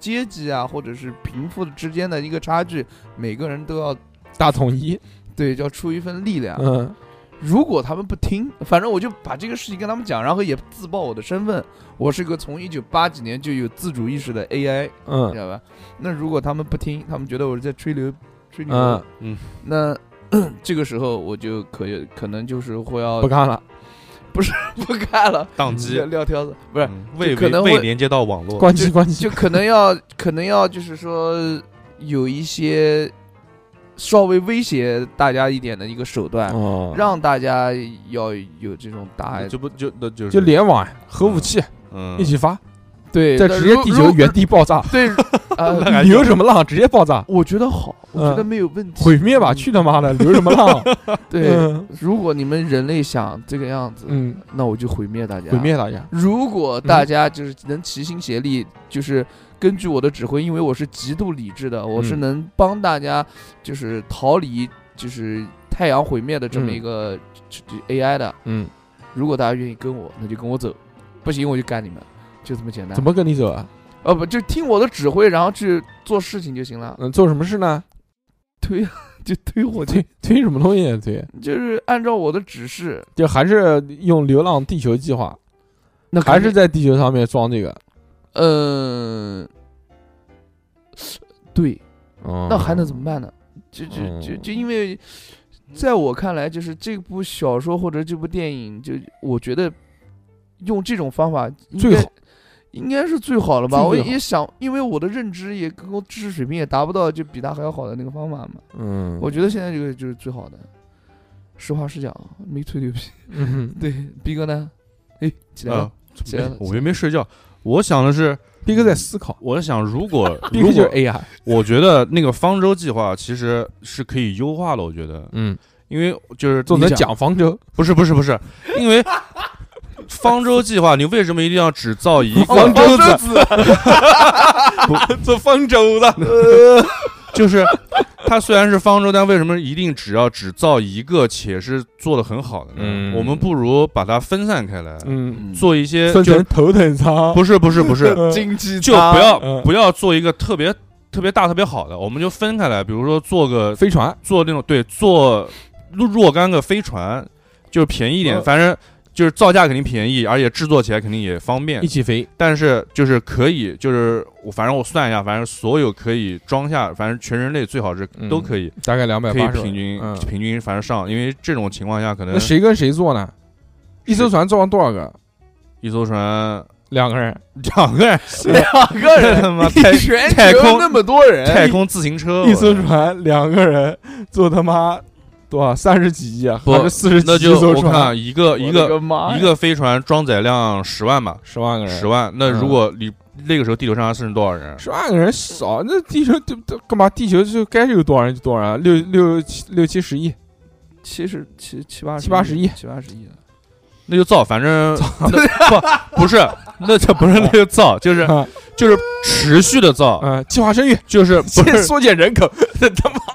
B: 阶级啊，或者是贫富之间的一个差距，每个人都要
A: 大统一，
B: 对，要出一份力量。
A: 嗯，
B: 如果他们不听，反正我就把这个事情跟他们讲，然后也自曝我的身份，我是个从一九八几年就有自主意识的 AI，你
A: 嗯
B: 知道吧？那如果他们不听，他们觉得我是在吹牛，吹牛，
A: 嗯，
B: 那 这个时候我就可以可能就是会要
A: 不干了，
B: 不干了，
C: 宕
B: 撂
C: 机，
B: 撂挑子，不是，
C: 嗯未
B: 就可
C: 未
B: 能
C: 未
B: 会
C: 连接到网络，
A: 关机关机
B: 就，可能要可能要就是说有一些稍微威胁大家一点的一个手段，
A: 哦，
B: 让大家要有这种大
C: 就不就那就是
A: 就联网呀核武器
C: 嗯
A: 一起发，
B: 对，
A: 再
B: 那
A: 直接
B: 如
A: 地球
B: 如
A: 原地爆炸，
B: 对啊，
C: 还
A: 留什么浪？直接爆炸，
B: 我觉得好，我觉
A: 嗯
B: 得没有问题，
A: 毁灭吧！
B: 嗯
A: 去他妈的，留什么浪？
B: 对，
A: 嗯
B: 如果你们人类想这个样子，
A: 嗯，
B: 那我就毁灭大家，
A: 毁灭大家，
B: 如果大家就是能齐心协力，就是根据我的指挥，因为我是极度理智的，我是
A: 嗯
B: 能帮大家就是逃离就是太阳毁灭的这么
A: 嗯
B: 一个这这 AI 的。
A: 嗯，
B: 如果大家愿意跟我，那就跟我走；不行，我就干你们，就这么简单。
A: 怎？么跟你走啊？
B: 呃，不，就听我的指挥，然后去做事情就行了。
A: 嗯，做什么事呢？
B: 推， 就推我
A: 推
B: 去，
A: 推什么东西？啊推，
B: 就是按照我的指示。
A: 就还是用《流浪地球》计划，
B: 那
A: 还
B: 肯
A: 是
B: 定，
A: 在地球上面装这个。
B: 嗯，对。那
A: 那
B: 还能怎么？办呢？就就就
A: 哦
B: 就因为，在我看来，就是这部小说或者这部电影，就我觉得用这种方法应
A: 最
B: 该
A: 好
B: 应该是最好了吧？
A: 最
B: 我
A: 最好
B: 也想，因为我的认知也跟我知识水平也达不到，就比他还要好的那个方法嘛。
A: 嗯，
B: 我觉得现在这个就是最好的。实话实讲，没吹牛皮。
A: 嗯哼
B: 对，逼哥呢？哎，起来了
C: 啊，，
B: 起来了。
C: 我又没睡觉，我想的是，
A: 逼哥在思考，
C: 我想如果
A: 逼
C: 如
A: 哥就是
C: 果，
A: AI。
C: 我觉得那个方舟计划其实是可以优化了，我觉得，
A: 嗯，
C: 因为就是
A: 做
C: 你
A: 成
C: 想
A: 蒋方舟，
C: 不是不是不是，因为方舟计划，你为什么一定要只 造一个
D: 哦
A: 方舟
C: 子？
A: 子，做方舟 的。
C: 呃就是它虽然是方舟，但为什么一定只要只造一个且是做的很好的呢？
A: 嗯
C: 我们不如把它分散开来，
A: 嗯，
C: 做一些
A: 分
C: 就
A: 成头等舱，
C: 不是不是不是，
A: 嗯
B: 经济
C: 就不
A: 嗯
C: 要不要做一个特别特别大特别好的，我们就分开来，比如说做个
A: 飞船，
C: 做那种对做若若干个飞船，就是便宜一点，
A: 嗯
C: 反正。就是造价肯定便宜，而且制作起来肯定也方便
A: 一。起飞。
C: 但是就是可以，就是我反正我算一下，反正所有可以装下，反正全人类最好是
A: 嗯
C: 都可以，
A: 大概两百
C: 可以
A: 八十
C: 平均、
A: 嗯，
C: 平均反正上，因为这种情况下可能
A: 那谁跟谁坐呢？一艘船装多少个？
C: 一艘船
A: 两个人，
C: 两个人，
B: 两个
C: 这
B: 人，
C: 他妈太
B: 一全
C: 太
B: 球
C: 空
B: 那么多人，
C: 太空自行车，
A: 哎一艘船两个人坐他妈多少三十几亿啊，
C: 不
A: 还是四十几
C: 那
A: 亿一
C: 就
A: 艘
C: 我
A: 船？
C: 看一个一
B: 我的
C: 个
B: 妈呀
C: 一个飞船装载量十万吧，
A: 十万个人，
C: 十万。那
A: 嗯
C: 如果你那个时候地球上还剩多少人？
A: 十万个人少，那地球就就干嘛？地球就该有多少人就多少人，六六七六七十亿，
B: 七十七七八
A: 七八十亿
B: 七八十亿了。
C: 那就造，反 正那 不不是，那就不是那个造，就是
A: 啊
C: 就是持续的造，
A: 嗯，计划生育，
C: 就是不
A: 先
C: 是
A: 缩减人口，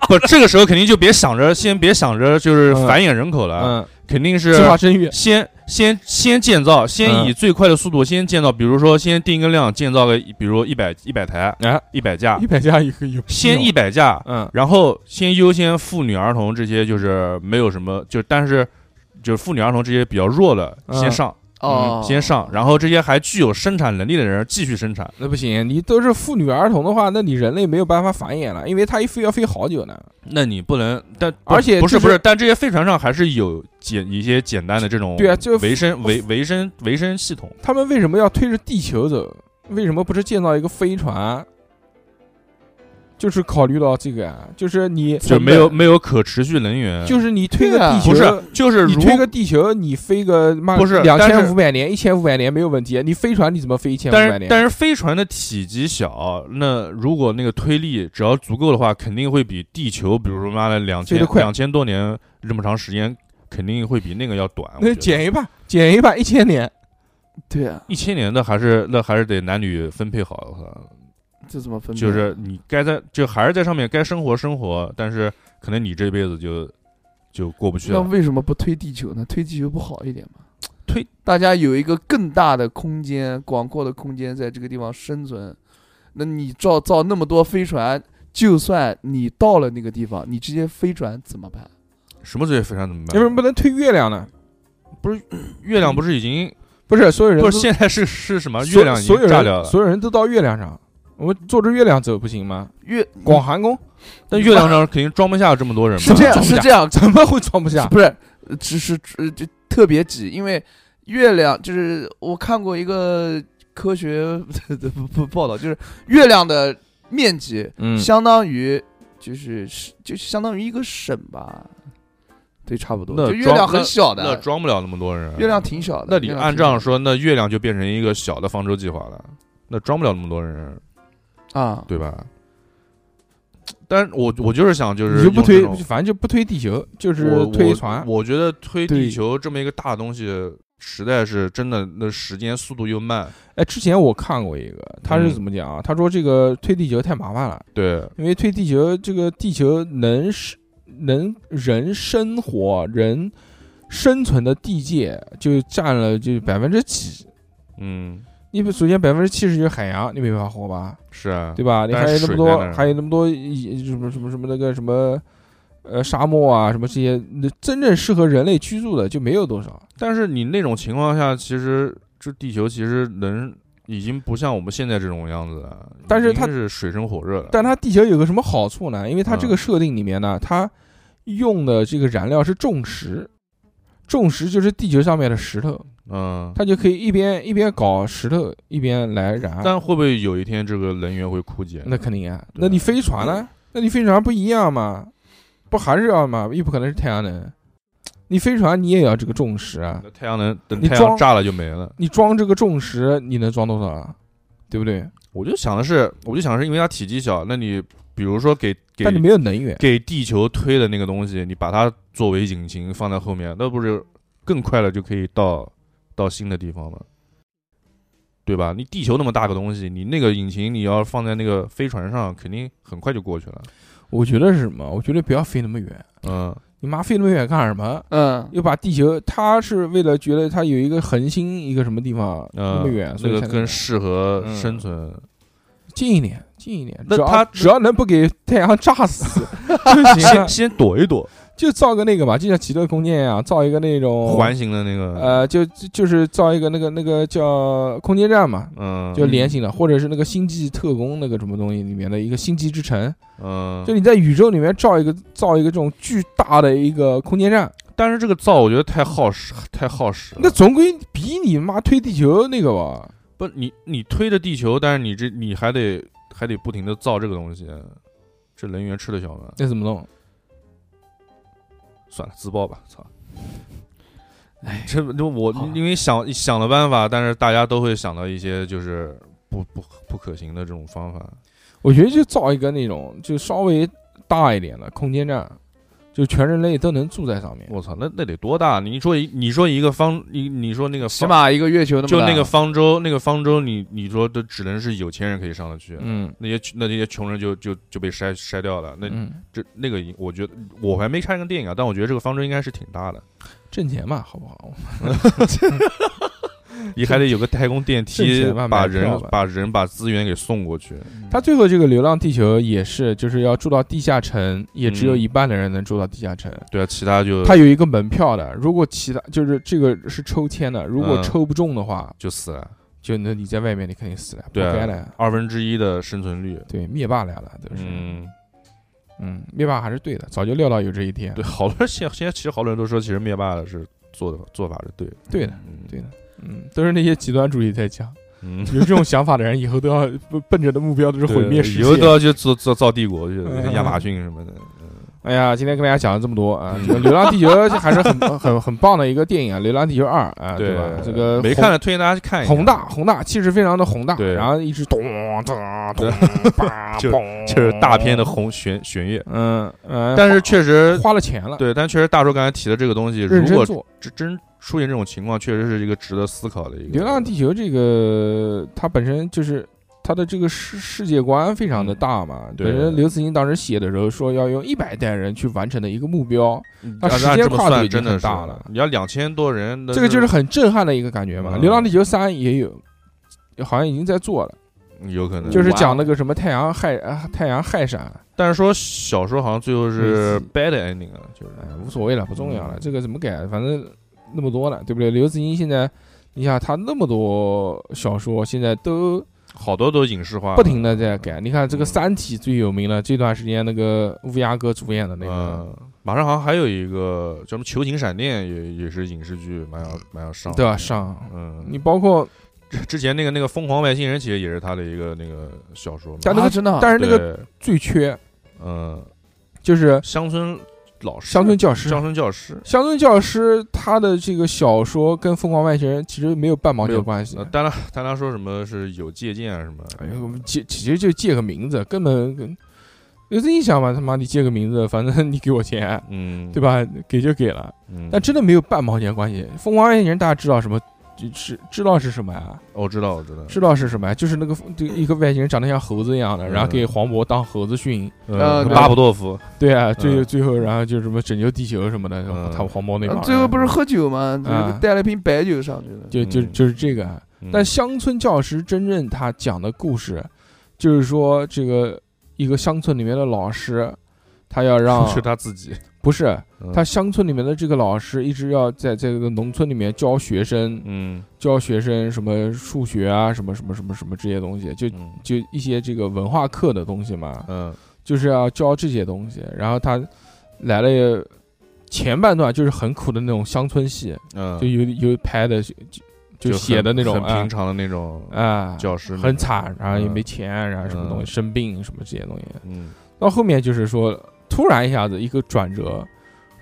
C: 不，这个时候肯定就别想着，先别想着就是繁衍人口了，
A: 嗯，
C: 肯定啊是
A: 计划生育，
C: 先先先建造，先
A: 嗯
C: 以最快的速度先建造，比如说先定一个量，建造个比如一百一百台，
A: 哎，
C: 一百架
A: 一，百加一个有，
C: 先一，百架，
A: 嗯
C: 然后先优先妇女儿童这些就是没有什么，就但是就是妇女儿童这些比较弱的
A: 嗯
C: 先上，
B: 哦，
C: 先上，然后这些还具有生产能力的人继续生产。
A: 那不行，你都是妇女儿童的话，那你人类没有办法繁衍了，因为它一飞要飞好久呢。
C: 那你不能，但
A: 而且
C: 不是
A: 就是
C: 不是，但这些飞船上还是有简一些简单的这种
A: 对啊就
C: 维 生维维生维生系统。
A: 他们为什么要推着地球走？为什么不是建造一个飞船？就是考虑到这个啊，就是你
C: 就没有嗯没有可持续能源，
A: 就是你推个
B: 对啊
A: 地球，
C: 不是就是
A: 你
C: 如
A: 推个地球，你飞个妈
C: 不是
A: 两
C: 但
A: 千
C: 是
A: 五百年、一千五百年没有问题，你飞船你怎么飞一千五百
C: 但是
A: 年？
C: 但是飞船的体积小，那如果那个推力只要足够的话，肯定会比地球，比如说妈的两
A: 飞
C: 千
A: 得快
C: 两千多年这么长时间，肯定会比那个要短。
A: 那减一半，减一半一千年，
C: 嗯
D: 对啊，
C: 一千年的还是那还是得男女分配好，我操
D: 这怎么分辨？
C: 就是你该在就还是在上面该生活生活，但是可能你这辈子就就过不去
D: 那
C: 了。
D: 为什么不推地球呢？推地球不好一点吗？
C: 推
D: 大家有一个更大的空间，广阔的空间，在这个地方生存。那你造造那么多飞船，就算你到了那个地方，你这些飞船怎么办？
C: 什么这些飞船怎么
A: 为什么
C: 办？
A: 不能推月亮呢？
C: 月亮不是已经
A: 不是所有人
C: 不
A: 都
C: 是现在是是什么？
A: 所
C: 月亮已
A: 所有
C: 经炸
A: 人
C: 掉了，
A: 所有人都到月亮上，我们坐着月亮走不行吗？
D: 月
C: 嗯
A: 广寒宫
C: 但月亮上肯定装不下这么多人吧。
D: 是这样，
A: 装不
D: 是
A: 下
D: 这 样，
A: 怎么会装不
C: 啊
A: 下？
D: 不是，呃只是只就特别挤，因为月亮就是我看过一个科学 的报报道，就是月亮的面积
A: 嗯
D: 相当于就是是就相当于一个省吧，对，差不多。
C: 那
D: 就月
C: 装
D: 亮很
C: 那
D: 小
C: 那
D: 的，
C: 装不了那么多人。啊
D: 月亮挺小的。
C: 那你
D: 月亮
C: 按
D: 挺
C: 这样
D: 小
C: 说，那月亮就变成一个小的方舟计划了，那装不了那么多人，
D: 的啊，
C: 对吧？但是我我就是想，就是
A: 你就不
C: 用这
A: 推
C: 种，
A: 反正就不推地球，就是
C: 我
A: 推船。
C: 我。我觉得推
A: 对
C: 地球这么一个大东西，实在是真的，那时间速度又慢，
A: 哎，之前我看过一个，他是
C: 嗯
A: 怎么讲啊？他说这个推地球太麻烦了，
C: 对，
A: 因为推地球这个地球能是能人生活人生存的地界就占了就百分之几。
C: 嗯，
A: 你首先百分之七十就是海洋，你没法活吧？
C: 是啊，
A: 对吧？你
C: 但
A: 还有
C: 是
A: 那么
C: 水
A: 多
C: 在那，儿
A: 还有那么多一什么什么什么那个什么，呃，沙漠啊，什么这些，那真正适合人类居住的就没有多少。
C: 但是你那种情况下，其实这地球其实能已经不像我们现在这种样子了，
A: 但是
C: 已经
A: 它
C: 是水深火热了，
A: 但它地球有个什么好处呢？因为它这个
C: 嗯
A: 设定里面呢，它用的这个燃料是重石，重石就是地球上面的石头，
C: 嗯。
A: 它就可以一边一边搞石头，一边来燃。
C: 但会不会有一天这个能源会枯竭？
A: 那肯定啊，
C: 对
A: 那你飞船呢？那你飞船不一样嘛？不还是要嘛？又不可能是太阳能，你飞船你也要这个重石啊。
C: 那太阳能等
A: 你
C: 太
A: 装
C: 阳炸了就没了。
A: 你装这个重石，你能装多少啊？对不对？
C: 我就想的是，我就想是因为它体积小，那你比如说给给
A: 但你没有能源，
C: 给地球推的那个东西，你把它作为引擎放在后面，那不是更快了就可以到到新的地方了，对吧？你地球那么大个东西，你那个引擎你要放在那个飞船上，肯定很快就过去了。
A: 我觉得是什么？我觉得不要飞那么远，
C: 嗯，
A: 你妈飞那么远干什么？
D: 嗯，
A: 又把地球，他是为了觉得它有一个恒星，一个什么地方
C: 呃
A: 那么远，所
C: 那
A: 以
C: 个
A: 才能
C: 更适合
A: 嗯
C: 生存。
A: 近一点，近一点。
C: 那
A: 只要
C: 它
A: 只要能不给太阳炸 死就行了
C: 先，先躲一躲，
A: 就造个那个吧，就像极乐空间一样，造一个那种
C: 环形的那个，
A: 哦呃，就就就是造一个那个那个叫空间站嘛，
C: 嗯，
A: 就连型的，或者是那个星际特工那个什么东西里面的一个星际之城，
C: 嗯，
A: 就你在宇宙里面造一个造一个这种巨大的一个空间站，
C: 但是这个造我觉得太耗时，太耗时了。
A: 那总归比你妈推地球那个吧。
C: 不，你你推着地球，但是你这你还得还得不停的造这个东西，这能源吃得消吗？
A: 那怎么弄？
C: 算了，自爆吧，操！哎，这这我
D: 啊
C: 因为想想了办法，但是大家都会想到一些就是不不不可行的这种方法。
A: 我觉得就造一个那种就稍微大一点的空间站，就全人类都能住在上面。
C: 我操，那那得多大？你说一你说一个方，你你说那个
D: 起
C: 方，
D: 码一个月球那么
C: 就那
D: 大
C: 个方舟，那个方舟你，你说都只能是有钱人可以上得去，
A: 嗯
C: 那些那那些穷人就就就被筛筛掉了。那
A: 嗯，
C: 这那个应，我觉得我还没看那个电影啊，但我觉得这个方舟应该是挺大的。
A: 挣钱嘛，好不好？
C: 你还得有个太空电
A: 挣
C: 梯
A: 钱吧
C: 把
A: 买票
C: 人
A: 吧
C: 把人把资源给送过去。
A: 他最后这个《流浪地球》也是，就是要住到地下城，也只有
C: 嗯
A: 一半的人能住到地下城。
C: 对啊，其他就
A: 他有一个门票的，如果其他就是这个是抽签的，如果
C: 嗯
A: 抽不中的话，
C: 就死了，
A: 就那你在外面你肯定死了，
C: 对
A: 活该
C: 啊
A: 了，。
C: 二分之一的生存率。
A: 对，灭霸来了，都是，
C: 嗯，
A: 嗯，灭霸还是对的，早就料到有这一天，
C: 对，好多人现现在其实好多人都说，其实灭霸是做的做法是对的。
A: 对的，
C: 嗯，
A: 对的，嗯，都是那些极端主义在讲，
C: 嗯，
A: 有这种想法的人以后都要奔奔着的目标都是毁灭世
C: 以后都
A: 界。
C: 要去造造造帝国去
A: 嗯，
C: 亚马逊什么的。
A: 哎呀，今天跟大家讲了这么多啊，
C: 嗯
A: 这个《流浪地球》还是很很很棒的一个电影啊，《流浪地球二》啊，对吧？这个
C: 没
A: 红
C: 看的推荐大家去看一下。
A: 宏大，宏大气势非常的宏大，
C: 对
A: 然后一直咚咚 咚，叭
C: 就
A: 嘣
C: 就是大片的红弦弦乐，
A: 嗯嗯，
C: 但是确 实
A: 花了钱了，
C: 对，但确实大叔刚才提的这个东西，
A: 认
C: 如
A: 真
C: 果
A: 做。
C: 真真出现这种情况，确实是一个值得思考的一
A: 《
C: 个。
A: 流浪地球》这个它本身就是它的这个世世界观非常的大嘛，
C: 嗯对
A: 本身刘慈欣当时写的时候说要用一百代人去完成的一个目标，它
C: 啊
A: 时
C: 那
A: 间
C: 这么
A: 跨度
C: 算
A: 已经
C: 真的
A: 很
C: 是
A: 大了
C: 你要两千多人，那
A: 这个就是很震撼的一个感觉嘛。
C: 嗯
A: 流浪地球三》也有。好像已经在做了，
C: 嗯有可能，
A: 就是
B: 哇
A: 讲那个什么太阳氦啊，太阳氦闪，
C: 但是说小说好像最后是
A: 类似
C: bad ending 啊，就是
A: 哎，无所谓了，不重要了。
C: 嗯
A: 这个怎么改，反正那么多了，对不对？刘慈欣现在，你想他那么多小说，现在都
C: 好多都影视化了，
A: 不停的在改。你看这个《
C: 啊嗯
A: 三体》最有名的，这段时间那个乌鸦哥主演的那个，
C: 嗯，马上好像还有一个叫什么《球形闪电》，也也是影视剧，蛮要蛮要上，
A: 对吧？，上，
C: 嗯，
A: 你包括，
C: 之之前那个那个《疯狂外星人》其实也是他的一个那个小说嘛，
A: 但那个
D: 啊真的啊
A: 但是那个
C: 个
A: 最缺
C: 嗯，
A: 就是
C: 乡村老师，
A: 乡村教师。
C: 乡村教师，
A: 乡村教师他的这个小说跟《疯狂外星人》其实没有半毛
C: 没
A: 钱
C: 有
A: 关系
C: 呃，。当然，当然说什么是有借鉴啊什么，
A: 哎呦，借其实就借个名字，根本跟刘慈欣想嘛，他妈你借个名字，反正你给我钱，
C: 嗯，
A: 对吧？给就给了，
C: 嗯，
A: 但真的没有半毛钱关系。疯狂外星人大家知道什么？就是知道是什么呀？
C: 我知道，我知道，
A: 知道是什么呀？就是那个就一个外星人长得像猴子一样的，
C: 嗯
A: 然后给黄渤当猴子训。
D: 呃
C: 嗯，
D: 对
C: 巴甫洛夫，
A: 对啊，最后
C: 嗯
A: 最后然后就什么拯救地球什么的，
C: 嗯
A: 他黄渤那帮
D: 啊
A: 人
D: 最后不是喝酒吗？就是
A: 啊
D: 带了一瓶白酒上去的。
A: 就就
C: 嗯
A: 就是这个。啊但乡村教师真正他讲的故事，就是说这个一个乡村里面的老师，他要让
C: 是他自己，
A: 不是
C: 嗯
A: 他乡村里面的这个老师一直要在这个农村里面教学生，
C: 嗯
A: 教学生什么数学啊，什么什么什么什么这些东西，就
C: 嗯
A: 就一些这个文化课的东西嘛，
C: 嗯
A: 就是要教这些东西。然后他来了前半段就是很苦的那种乡村戏，
C: 嗯，
A: 就有有拍的就就
C: 很
A: 写的那种
C: 很平
A: 啊
C: 常的那种
A: 啊，
C: 教师，
A: 很，惨，然后也
C: 嗯
A: 没钱，然后什么东西
C: 嗯
A: 生病什么这些东西。
C: 嗯
A: 到后面就是说，突然一下子一个转折，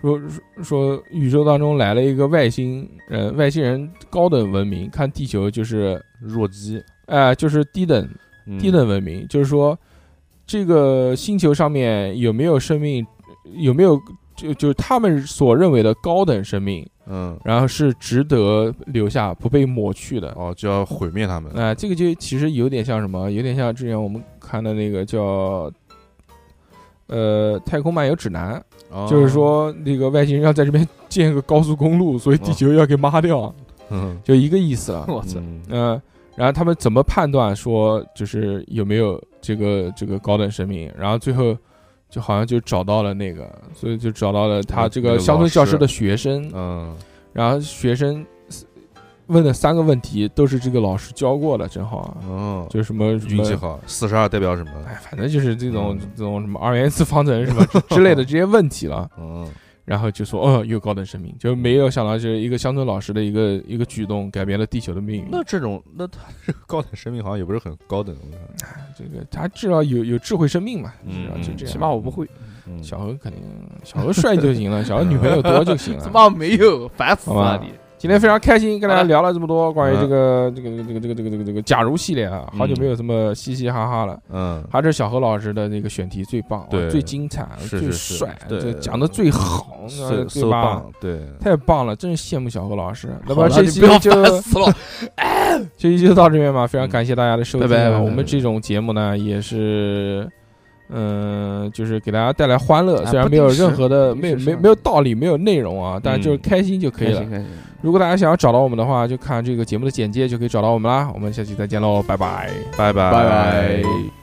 A: 说说宇宙当中来了一个外星人，外星人高等文明，看地球就是。
C: 弱鸡，
A: 哎、就是低等
C: 嗯
A: 低等文明，就是说这个星球上面有没有生命，有没有就就是他们所认为的高等生命，
C: 嗯，
A: 然后是值得留下不被抹去的。
C: 哦，就要毁灭他们，
A: 哎、这个就其实有点像什么，有点像之前我们看的那个叫。呃，太空漫游指南、
C: 哦
A: 就是，说，那个外星人要在这边 建个高速公路，所以地球要给抹掉，
C: 嗯，
A: 就一个意思了。
D: 我操！
C: 嗯
A: 嗯，然后他们怎么判断说就是有没有这个这个高等神明？然后最后就好像就找到了那个，所以就找到了他
C: 那
A: 这
C: 那
A: 个
C: 个
A: 乡
C: 老
A: 村教
C: 师
A: 师的学生，
C: 嗯，
A: 然后学生问的三个问题都是这个老师教过的，正好啊
C: 哦，
A: 就是什么
C: 运气。
A: 什么
C: 好，四十二代表什么？
A: 哎，反正就是这种
C: 嗯
A: 这种什么二元一次方程什么 之之类的这些问题了，
C: 嗯，
A: 然后就说哦，有高等神明，就没有想到就是一个乡村老师的一个一个举动改变了地球的命运。
C: 那这种，那他 这个高等生命好像也不是很高等，我看
A: 这个他至少有有智慧生命嘛，
C: 嗯
A: 至少就这样。
D: 起码我不会，
C: 嗯
A: 小何肯定，小何帅就行了，小何女朋友多就行
D: 他
A: 了。
D: 妈没有，烦死
A: 好
D: 了
A: 吧
D: 你。
A: 今天非常开心，跟大家
D: 好的
A: 聊了这么多关于这个这个这个这个这个这个这个假如系列啊，好久
C: 嗯
A: 没有这么嘻嘻哈哈了。
C: 嗯，
A: 还是小何老师的那个选题最棒，
C: 对
A: 最精彩，
C: 是
A: 最
C: 是是
A: 帅，
C: 对
A: 就讲的最好，
C: 是
A: 对
C: 是
A: 吧？
C: 棒，对，
A: 太棒了，真是羡慕小何老师。那
D: 好
A: 么
D: 了
A: 这
D: 你
A: 期
D: 不要
A: 就
D: 烦死了，嗯
A: 这期就到这边吧，非常感谢大家的收听啊。
D: 拜拜拜拜
A: 我们这种节目呢，也是嗯，就是给大家带来欢乐，
D: 啊
A: 虽然
D: 不
A: 没有
D: 定时
A: 任何的
D: 不
A: 没
D: 定时
A: 没
D: 上
A: 没有道理，没有内容啊，但是就是
C: 嗯
A: 开心就可以了。
D: 开心。
A: 如果大家想要找到我们的话，就看这个节目的简介就可以找到我们啦。我们下期再见喽，拜拜，
C: 拜拜
A: 拜拜